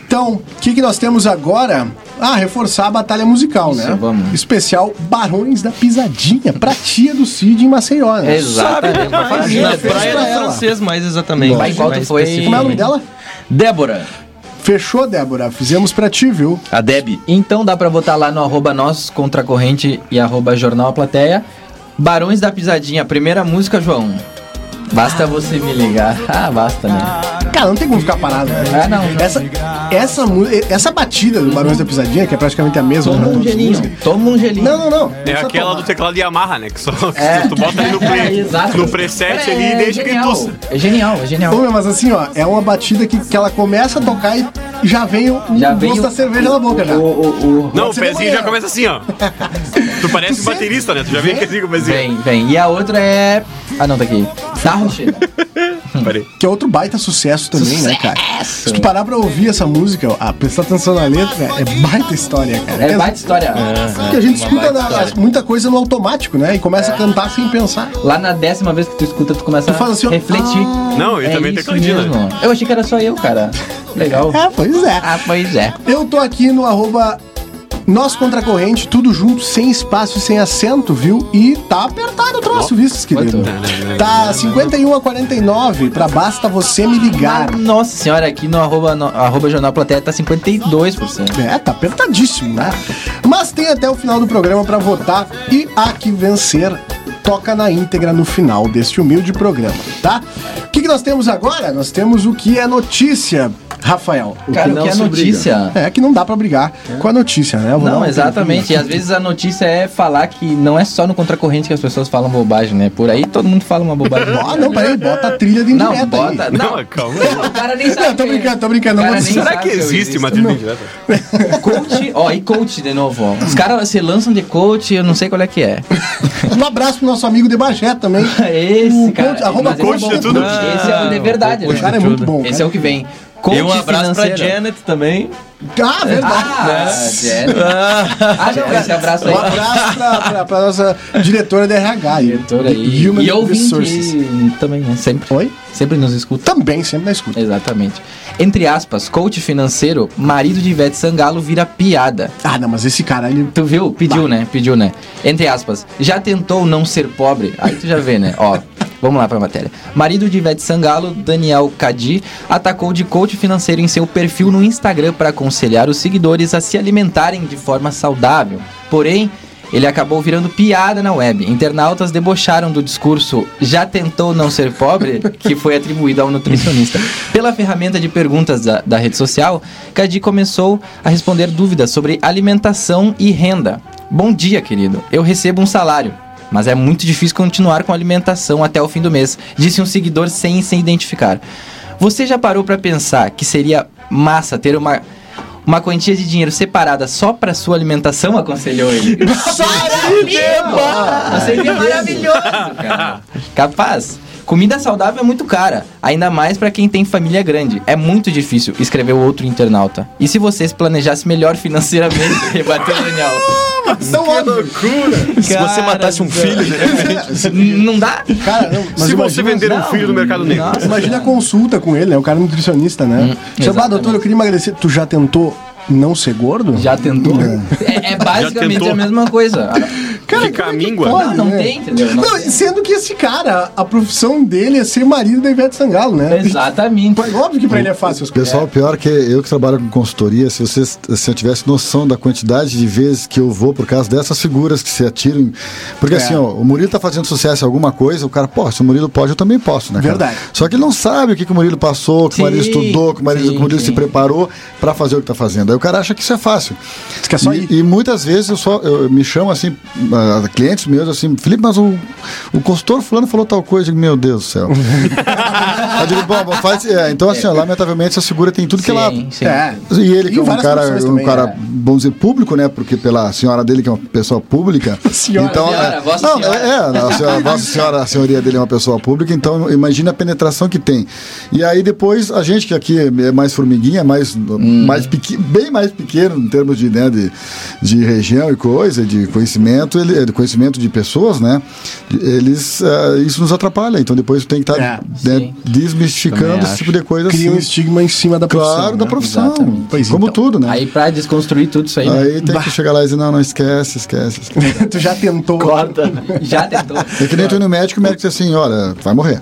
[SPEAKER 1] Então, o que, que nós temos agora? Ah, reforçar a batalha musical, né?
[SPEAKER 5] vamos.
[SPEAKER 1] Especial Barões da Pisadinha, pra tia do Cid em Maceió, né?
[SPEAKER 5] É, Exatamente. pra falar.
[SPEAKER 1] Ele
[SPEAKER 12] Na
[SPEAKER 1] fez
[SPEAKER 12] praia
[SPEAKER 1] pra
[SPEAKER 2] É
[SPEAKER 12] do
[SPEAKER 1] ela.
[SPEAKER 12] francês, mais exatamente.
[SPEAKER 5] Mas qual
[SPEAKER 12] Mais
[SPEAKER 5] foi-
[SPEAKER 1] Como é o nome
[SPEAKER 12] especificamente.
[SPEAKER 1] dela?
[SPEAKER 5] Débora,
[SPEAKER 1] Fechou, Débora. Fizemos pra ti, viu?
[SPEAKER 12] A Deb.
[SPEAKER 5] então dá pra botar lá no arroba nós contra a corrente e arroba jornal a plateia. Barões da Pisadinha, primeira música, João. Basta você me ligar. <laughs> Ah, basta, né?
[SPEAKER 1] Cara, não tem como ficar parado. Né?
[SPEAKER 5] Ah, não.
[SPEAKER 1] Essa, essa, mu- essa batida do Barões da Pisadinha, que é praticamente a mesma
[SPEAKER 5] Toma
[SPEAKER 1] pra
[SPEAKER 5] um
[SPEAKER 1] todas as
[SPEAKER 5] gelinho.
[SPEAKER 1] músicas.
[SPEAKER 5] Toma um gelinho.
[SPEAKER 1] Não, não, não.
[SPEAKER 3] É aquela do teclado Yamaha, né? <laughs> Que só
[SPEAKER 5] É.
[SPEAKER 3] tu bota ali no, pre-
[SPEAKER 5] É, <laughs> exato.
[SPEAKER 3] no preset
[SPEAKER 5] Cara,
[SPEAKER 3] ali
[SPEAKER 5] é
[SPEAKER 3] e deixa que
[SPEAKER 5] genial.
[SPEAKER 3] tu.
[SPEAKER 5] É genial, é genial.
[SPEAKER 1] Ô, meu, mas assim, ó, é uma batida que, que ela começa a tocar e já vem o, o
[SPEAKER 5] Já
[SPEAKER 1] gosto
[SPEAKER 5] vem o-
[SPEAKER 1] da cerveja na boca já.
[SPEAKER 5] O, o, o...
[SPEAKER 3] Não, o
[SPEAKER 1] Pode ser de
[SPEAKER 3] pezinho
[SPEAKER 1] manhã.
[SPEAKER 3] já começa assim, ó. Tu parece um baterista, né? Tu já vem que assim com o pezinho.
[SPEAKER 5] Vem, vem. E a outra é. Ah, não, tá aqui. Tá, Rochina.
[SPEAKER 3] Parei.
[SPEAKER 1] Que é outro baita sucesso também, né, cara? Se tu parar pra ouvir essa música, ó, ah, prestar atenção na letra, é baita história, cara.
[SPEAKER 5] É baita história.
[SPEAKER 1] Porque a gente escuta na- muita coisa no automático, né? E começa a cantar sem pensar.
[SPEAKER 5] Lá na décima vez que tu escuta, tu começa
[SPEAKER 1] Tu fala assim,
[SPEAKER 5] a
[SPEAKER 1] ó,
[SPEAKER 5] refletir.
[SPEAKER 3] Não, eu
[SPEAKER 5] É
[SPEAKER 3] também
[SPEAKER 5] isso
[SPEAKER 3] tecladinho, né?
[SPEAKER 5] mesmo. Eu achei que era só eu, cara.
[SPEAKER 1] <laughs>
[SPEAKER 5] Legal.
[SPEAKER 1] Ah, pois é.
[SPEAKER 5] Ah, pois é.
[SPEAKER 1] Eu tô aqui no arroba Nós Contra a Corrente, tudo junto, sem espaço e sem acento, viu? E tá apertado o troço, viu, vocês, querido? Tá 51 a 49 pra basta você me ligar.
[SPEAKER 5] Nossa senhora, aqui no arroba, no, arroba Jornal Plateia tá 52%.
[SPEAKER 1] É, tá apertadíssimo, né? Mas tem até o final do programa pra votar e a que vencer toca na íntegra no final deste humilde programa, tá? O que, que nós temos agora? Nós temos o que é notícia, Rafael.
[SPEAKER 5] Cara, o que é notícia?
[SPEAKER 1] É que não dá pra brigar com a notícia, né? Eu vou dar
[SPEAKER 5] Não,
[SPEAKER 1] um
[SPEAKER 5] exatamente. E às vezes a notícia é falar que não é só no contracorrente que as pessoas falam bobagem, né? Por aí todo mundo fala uma bobagem.
[SPEAKER 1] Ah, não, peraí, <laughs> bota a trilha de
[SPEAKER 5] Não,
[SPEAKER 1] indireta
[SPEAKER 5] bota.
[SPEAKER 1] aí.
[SPEAKER 5] Não,
[SPEAKER 3] Não, calma.
[SPEAKER 5] o cara nem sabe.
[SPEAKER 1] Não, tô
[SPEAKER 5] quem é.
[SPEAKER 1] brincando, tô brincando,
[SPEAKER 5] O
[SPEAKER 1] não
[SPEAKER 5] cara
[SPEAKER 1] vou
[SPEAKER 5] nem
[SPEAKER 3] Será
[SPEAKER 5] sabe
[SPEAKER 3] que
[SPEAKER 5] eu
[SPEAKER 3] existe
[SPEAKER 5] existo.
[SPEAKER 3] uma trilha indireta?
[SPEAKER 5] Coach, ó, e coach de novo, ó. Os caras se lançam de coach, eu não sei qual é
[SPEAKER 1] <laughs>
[SPEAKER 5] que é.
[SPEAKER 1] Um abraço pro nosso amigo de Bagé também.
[SPEAKER 5] <laughs> Esse,
[SPEAKER 1] O
[SPEAKER 5] cara.
[SPEAKER 1] coach- arroba Ah,
[SPEAKER 5] mas esse
[SPEAKER 3] coach
[SPEAKER 5] é
[SPEAKER 3] de
[SPEAKER 5] bom.
[SPEAKER 3] tudo.
[SPEAKER 5] Esse é o de verdade,
[SPEAKER 1] O cara é muito bom.
[SPEAKER 5] Esse é o que vem. Coach
[SPEAKER 2] E um abraço pra
[SPEAKER 5] financeiro.
[SPEAKER 2] Janet também.
[SPEAKER 1] Ah, verdade.
[SPEAKER 5] Ah, Janet. Ah, não, esse abraço aí.
[SPEAKER 1] Um abraço pra, pra- pra nossa diretora da RH. aí.
[SPEAKER 5] Diretora aí.
[SPEAKER 1] Human
[SPEAKER 5] E ouvinte
[SPEAKER 1] Resources.
[SPEAKER 5] também, né? Sempre.
[SPEAKER 1] Oi?
[SPEAKER 5] Sempre nos escuta.
[SPEAKER 1] Também, sempre na escuta.
[SPEAKER 5] Exatamente. Entre aspas, coach financeiro, marido de Ivete Sangalo vira piada.
[SPEAKER 1] Ah, não, mas esse cara, ele...
[SPEAKER 5] Tu viu? Pediu, né? Pediu, né? Entre aspas, já tentou não ser pobre? Aí tu já vê, né? Ó, vamos lá pra matéria. Marido de Ivete Sangalo, Daniel Cadi, atacou de coach financeiro em seu perfil no Instagram para aconselhar os seguidores a se alimentarem de forma saudável. Porém, ele acabou virando piada na web. Internautas debocharam do discurso Já tentou não ser pobre? que foi atribuído ao nutricionista. Pela ferramenta de perguntas da, da rede social, Cadi começou a responder dúvidas sobre alimentação e renda. Bom dia, querido. Eu recebo um salário. Mas é muito difícil continuar com a alimentação até o fim do mês, disse um seguidor sem se identificar. Você já parou para pensar que seria massa ter uma, uma quantia de dinheiro separada só para sua alimentação? Aconselhou ele. <laughs> Maravilhoso! Seria maravilhoso, cara. <laughs> Capaz. Comida saudável é muito cara, ainda mais pra quem tem família grande. É muito difícil, escreveu outro internauta. E se vocês planejassem melhor financeiramente, <laughs> rebateu Daniel.
[SPEAKER 1] São é óbvio.
[SPEAKER 2] Se você matasse um filho,
[SPEAKER 5] <laughs> Não dá?
[SPEAKER 1] Cara, não, mas
[SPEAKER 3] Se você
[SPEAKER 1] imagina-
[SPEAKER 3] vender um
[SPEAKER 5] não.
[SPEAKER 3] filho no mercado negro.
[SPEAKER 5] Nossa.
[SPEAKER 1] Imagina a consulta com ele, né? O cara é nutricionista, né? Chama, ah,
[SPEAKER 5] Hum, exatamente.
[SPEAKER 1] doutor, eu queria emagrecer. Tu já tentou não ser gordo?
[SPEAKER 5] Já tentou? É, é basicamente
[SPEAKER 3] tentou.
[SPEAKER 5] a mesma coisa.
[SPEAKER 3] de camíngua.
[SPEAKER 1] é pode?
[SPEAKER 5] Não, não
[SPEAKER 1] né?
[SPEAKER 5] tem, entendeu? Não
[SPEAKER 1] Não,
[SPEAKER 5] tem.
[SPEAKER 1] sendo que esse cara, a profissão dele é ser marido da Ivete Sangalo, né?
[SPEAKER 5] Exatamente.
[SPEAKER 1] Mas Óbvio que pra ele é fácil as coisas.
[SPEAKER 7] Pessoal, pior que eu que trabalho com consultoria, se, vocês, se eu tivesse noção da quantidade de vezes que eu vou por causa dessas figuras que se atiram.
[SPEAKER 5] É.
[SPEAKER 7] Porque assim, ó, o Murilo tá fazendo sucesso em alguma coisa, o cara, pô, se o Murilo pode, eu também posso, né? cara?
[SPEAKER 1] Verdade.
[SPEAKER 7] Só que ele não sabe o que, que o Murilo passou, o que
[SPEAKER 5] Sim,
[SPEAKER 7] o Murilo estudou, o que o Murilo,
[SPEAKER 5] sim,
[SPEAKER 7] o Murilo
[SPEAKER 5] sim.
[SPEAKER 7] se preparou pra fazer o que tá fazendo. Aí o cara acha que isso é fácil.
[SPEAKER 1] Diz que é só
[SPEAKER 7] e,
[SPEAKER 1] ir.
[SPEAKER 7] e muitas vezes eu só eu me chamo assim, ah, clientes meus assim, Felipe, mas o, o consultor fulano falou tal coisa, eu digo, meu Deus do
[SPEAKER 1] <laughs>
[SPEAKER 7] céu. eu digo, bom, bom, faz. é, então, assim, ó, lamentavelmente essa figura tem tudo que ela.
[SPEAKER 5] Sim, sim.
[SPEAKER 1] É.
[SPEAKER 7] E ele, que é um
[SPEAKER 1] várias
[SPEAKER 7] cara,
[SPEAKER 1] profissões
[SPEAKER 7] um
[SPEAKER 1] também,
[SPEAKER 7] cara
[SPEAKER 1] né?
[SPEAKER 7] vamos dizer, público, né? Porque pela senhora dele, que é uma pessoa pública.
[SPEAKER 1] Senhora,
[SPEAKER 7] então,
[SPEAKER 5] senhora,
[SPEAKER 7] é,
[SPEAKER 5] vossa
[SPEAKER 7] não,
[SPEAKER 5] senhora.
[SPEAKER 7] é, é, não, a senhora, a vossa senhora, a senhoria dele é uma pessoa pública, então imagina a penetração que tem. E aí depois, a gente que aqui é mais formiguinha, mais, mais pequi- bem mais pequeno em termos de, né, de, de região e coisa, de conhecimento, ele, é, de conhecimento de pessoas, né? Eles, ah, isso nos atrapalha. Então depois tem que estar
[SPEAKER 1] É,
[SPEAKER 5] sim. Também
[SPEAKER 7] desmistificando esse
[SPEAKER 5] acho.
[SPEAKER 7] tipo de coisa
[SPEAKER 1] Cria um
[SPEAKER 7] assim.
[SPEAKER 1] estigma em cima da profissão.
[SPEAKER 7] Claro, da
[SPEAKER 1] né?
[SPEAKER 7] profissão.
[SPEAKER 5] Exatamente.
[SPEAKER 1] Pois
[SPEAKER 7] Como
[SPEAKER 1] então.
[SPEAKER 7] tudo, né?
[SPEAKER 5] Aí pra desconstruir tudo isso aí, né?
[SPEAKER 7] Aí tem que chegar lá e dizer, não, não esquece, esquece, esquece.
[SPEAKER 1] tu já tentou. <laughs>
[SPEAKER 5] Já tentou.
[SPEAKER 7] É que nem tu ir no médico, o médico diz assim, olha, vai morrer.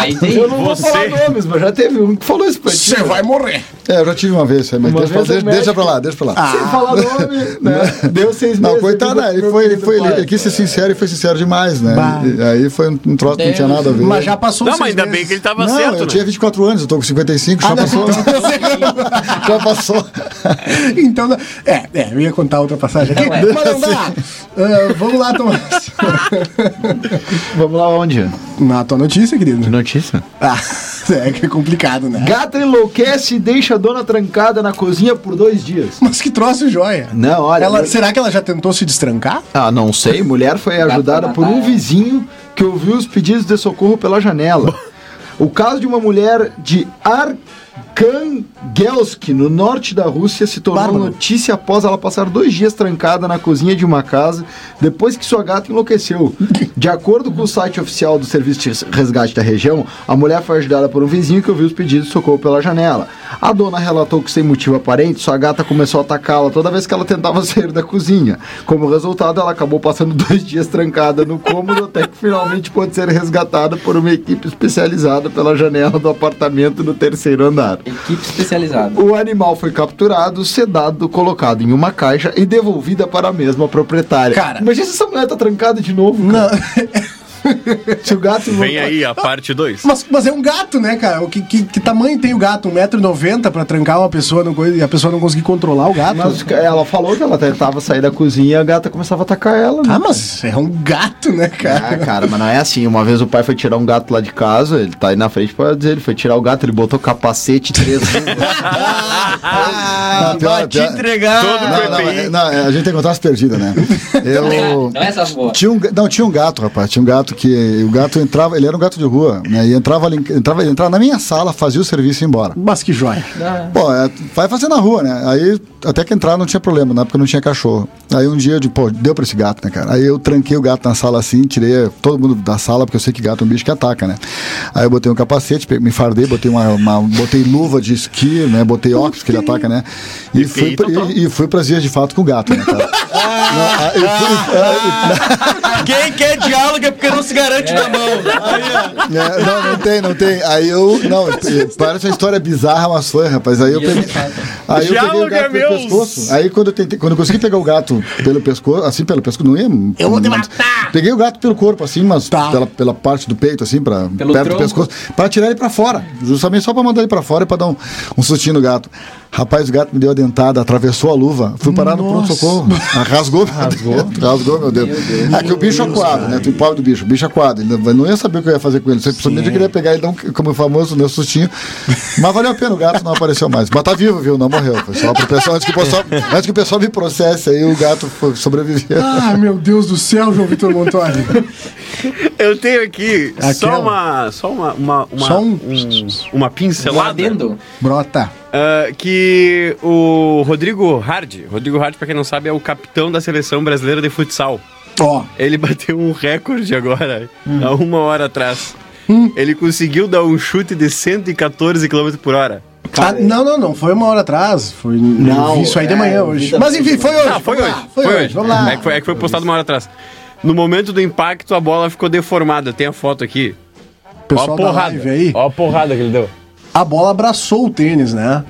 [SPEAKER 5] Aí tem.
[SPEAKER 11] Eu não vou falar nomes, mas já teve um que falou isso pra ti.
[SPEAKER 1] Você vai morrer.
[SPEAKER 7] É, eu já tive uma vez, isso aí, mas
[SPEAKER 11] Uma
[SPEAKER 7] deixa, pra,
[SPEAKER 11] vez o
[SPEAKER 7] deixa,
[SPEAKER 11] médico-
[SPEAKER 7] deixa pra lá, deixa pra lá. <laughs>
[SPEAKER 11] Sem falar nome, né? Deu seis
[SPEAKER 7] Não,
[SPEAKER 14] Esse
[SPEAKER 7] coitado,
[SPEAKER 14] meu-
[SPEAKER 7] ele
[SPEAKER 14] meu
[SPEAKER 7] foi, ele,
[SPEAKER 14] querido
[SPEAKER 7] foi, ele,
[SPEAKER 14] pai.
[SPEAKER 7] ele quis ser sincero e foi sincero demais, né?
[SPEAKER 1] Bah.
[SPEAKER 7] E- Aí foi um, um troço que não tinha nada a ver.
[SPEAKER 1] Mas já passou
[SPEAKER 3] Não,
[SPEAKER 1] os
[SPEAKER 3] mas
[SPEAKER 1] seis
[SPEAKER 3] ainda
[SPEAKER 1] meses.
[SPEAKER 3] bem que ele tava
[SPEAKER 7] não,
[SPEAKER 3] certo,
[SPEAKER 7] eu
[SPEAKER 3] né?
[SPEAKER 7] tinha 24 anos, eu tô com 55,
[SPEAKER 1] Ah,
[SPEAKER 7] já passou. já passou.
[SPEAKER 1] Então, não- é, é, eu ia contar outra passagem aqui,
[SPEAKER 5] Não, é.
[SPEAKER 1] mas não
[SPEAKER 7] <laughs>
[SPEAKER 1] dá. Ah, vamos lá, Tomás.
[SPEAKER 6] Vamos lá onde?
[SPEAKER 1] Na tua notícia, querido.
[SPEAKER 6] Notícia.
[SPEAKER 1] Ah, <laughs> é que é complicado, né?
[SPEAKER 6] Gata enlouquece e deixa a dona trancada na cozinha por dois dias.
[SPEAKER 1] Mas que troço joia.
[SPEAKER 6] Não, olha.
[SPEAKER 1] Ela,
[SPEAKER 6] eu-
[SPEAKER 1] será que ela já tentou se destrancar?
[SPEAKER 6] Ah, não sei. Mulher foi ajudada por um vizinho que ouviu os pedidos de socorro pela janela. O caso de uma mulher de Arkhangelsk, no norte da Rússia, se tornou
[SPEAKER 1] Bárbaro.
[SPEAKER 6] notícia após ela passar dois dias trancada na cozinha de uma casa depois que sua gata enlouqueceu. De acordo com o site oficial do Serviço de Resgate da região, a mulher foi ajudada por um vizinho que ouviu os pedidos de socorro pela janela. A dona relatou que, sem motivo aparente, sua gata começou a atacá-la toda vez que ela tentava <laughs> sair da cozinha. Como resultado, ela acabou passando <laughs> dois dias trancada no cômodo até que finalmente pôde ser resgatada por uma equipe especializada pela janela do apartamento no terceiro andar.
[SPEAKER 5] Equipe especializada.
[SPEAKER 6] O animal foi capturado, sedado, colocado em uma caixa e devolvida para a mesma proprietária.
[SPEAKER 1] Cara.
[SPEAKER 6] imagina se essa mulher tá trancada de novo. Não. <laughs> se o gato
[SPEAKER 3] Vem aí a parte 2.
[SPEAKER 1] <laughs> Mas, mas é um gato, né, cara? O que, que, que tamanho tem o gato? 1,90m pra trancar uma pessoa no coisa e a pessoa não conseguir controlar o gato?
[SPEAKER 6] Mas ela falou que ela tentava sair da cozinha e a gata começava a atacar ela. né?
[SPEAKER 1] Ah, mas é um gato, né, cara?
[SPEAKER 6] Ah, cara, mas não é assim. Uma vez o pai foi tirar um gato lá de casa, ele tá aí na frente pra dizer, ele foi tirar o gato, ele botou capacete três vezes.
[SPEAKER 7] Ah, pior- pior-
[SPEAKER 3] Todo
[SPEAKER 7] Não, não,
[SPEAKER 3] PPI.
[SPEAKER 7] é- não, é, a gente tem contraste perdido, né? Eu.
[SPEAKER 5] Não é essa boa.
[SPEAKER 7] Tinha um, ga- não, tinha um gato, rapaz. Tinha um gato que. O gato entrava, ele era um gato de rua, né? E entrava ali, entrava, ele entrava na minha sala, fazia o serviço e ia embora.
[SPEAKER 1] Mas que joia.
[SPEAKER 7] Pô, é, vai fazer na rua, né? Aí até que entrar não tinha problema, na época não tinha cachorro. Aí um dia eu digo, pô, deu pra esse gato, né, cara? Aí eu tranquei o gato na sala assim, tirei todo mundo da sala, porque eu sei que gato é um bicho que ataca, né? Aí eu botei um capacete, pe- me fardei, botei uma. uma- botei luva de esqui, né? Botei óculos que ele ataca, né? E, fui, pra, e, e fui pras vias de fato com o gato, né, cara? Ah, eu fui-
[SPEAKER 15] Quem quer diálogo é porque não se garante na mão.
[SPEAKER 7] É, não, não tem, não tem. Aí eu. Não, eh, parece uma história bizarra, mas foi, rapaz. Aí eu peguei. Aí eu peguei o
[SPEAKER 3] Diálogo é
[SPEAKER 7] gato pelo
[SPEAKER 3] meus.
[SPEAKER 7] pescoço. Aí quando eu tentei, quando eu consegui pegar o gato pelo pescoço, assim pelo pescoço, não ia. Eu vou te matar! Peguei o gato pelo corpo, assim, mas pela, pela parte do peito, assim, pra,
[SPEAKER 5] Pelo
[SPEAKER 7] perto
[SPEAKER 5] tronco.
[SPEAKER 7] do pescoço, pra tirar ele pra fora. Justamente só pra mandar ele pra fora e pra dar um, um sustinho no gato. Rapaz, o gato me deu a dentada, atravessou a luva, fui parar no pronto-socorro. Ah, Rasgou, rasgou, <laughs> rasgou, meu Deus. Ah, que o bicho aquado, né? Tu pobre do bicho, o bicho aquado. Ele não- não ia saber o que eu ia fazer com ele. Você principalmente eu queria pegar ele, dar um, como o famoso, meu sustinho. Mas valeu a pena, o gato não apareceu mais. Mas tá vivo, viu? Não morreu. Foi só pro pessoal, antes que o pessoal, antes que o pessoal me processe, aí o gato foi- sobreviveu.
[SPEAKER 1] Ah, meu Deus do céu, João Vitor Montori.
[SPEAKER 3] Eu tenho aqui
[SPEAKER 1] Aquela.
[SPEAKER 3] só uma. Só uma. uma, uma
[SPEAKER 1] Só um-
[SPEAKER 3] uma pincelada.
[SPEAKER 5] Ardendo.
[SPEAKER 1] <laughs> Brota.
[SPEAKER 3] ah, que o Rodrigo Hard. Rodrigo Hard, pra quem não sabe, é o capitão da seleção brasileira de futsal.
[SPEAKER 1] Ó,
[SPEAKER 3] Ele <laughs> bateu um recorde agora, há uma hora atrás. Ele conseguiu dar um chute de 114 km por hora.
[SPEAKER 1] Ah, não, não, não. Foi uma hora atrás. Foi, é, eu vi isso aí de manhã hoje. Mas enfim, foi hoje.
[SPEAKER 3] Ah, foi
[SPEAKER 1] vamos
[SPEAKER 3] hoje.
[SPEAKER 1] lá, foi, hoje. Vamos lá.
[SPEAKER 3] É que, foi, é que foi postado uma hora atrás. No momento do impacto, a bola ficou deformada. Tem a foto aqui. Ó a
[SPEAKER 1] Pessoal da
[SPEAKER 3] porrada.
[SPEAKER 1] live aí.
[SPEAKER 3] Ó a porrada que ele deu.
[SPEAKER 1] A bola abraçou o tênis, né?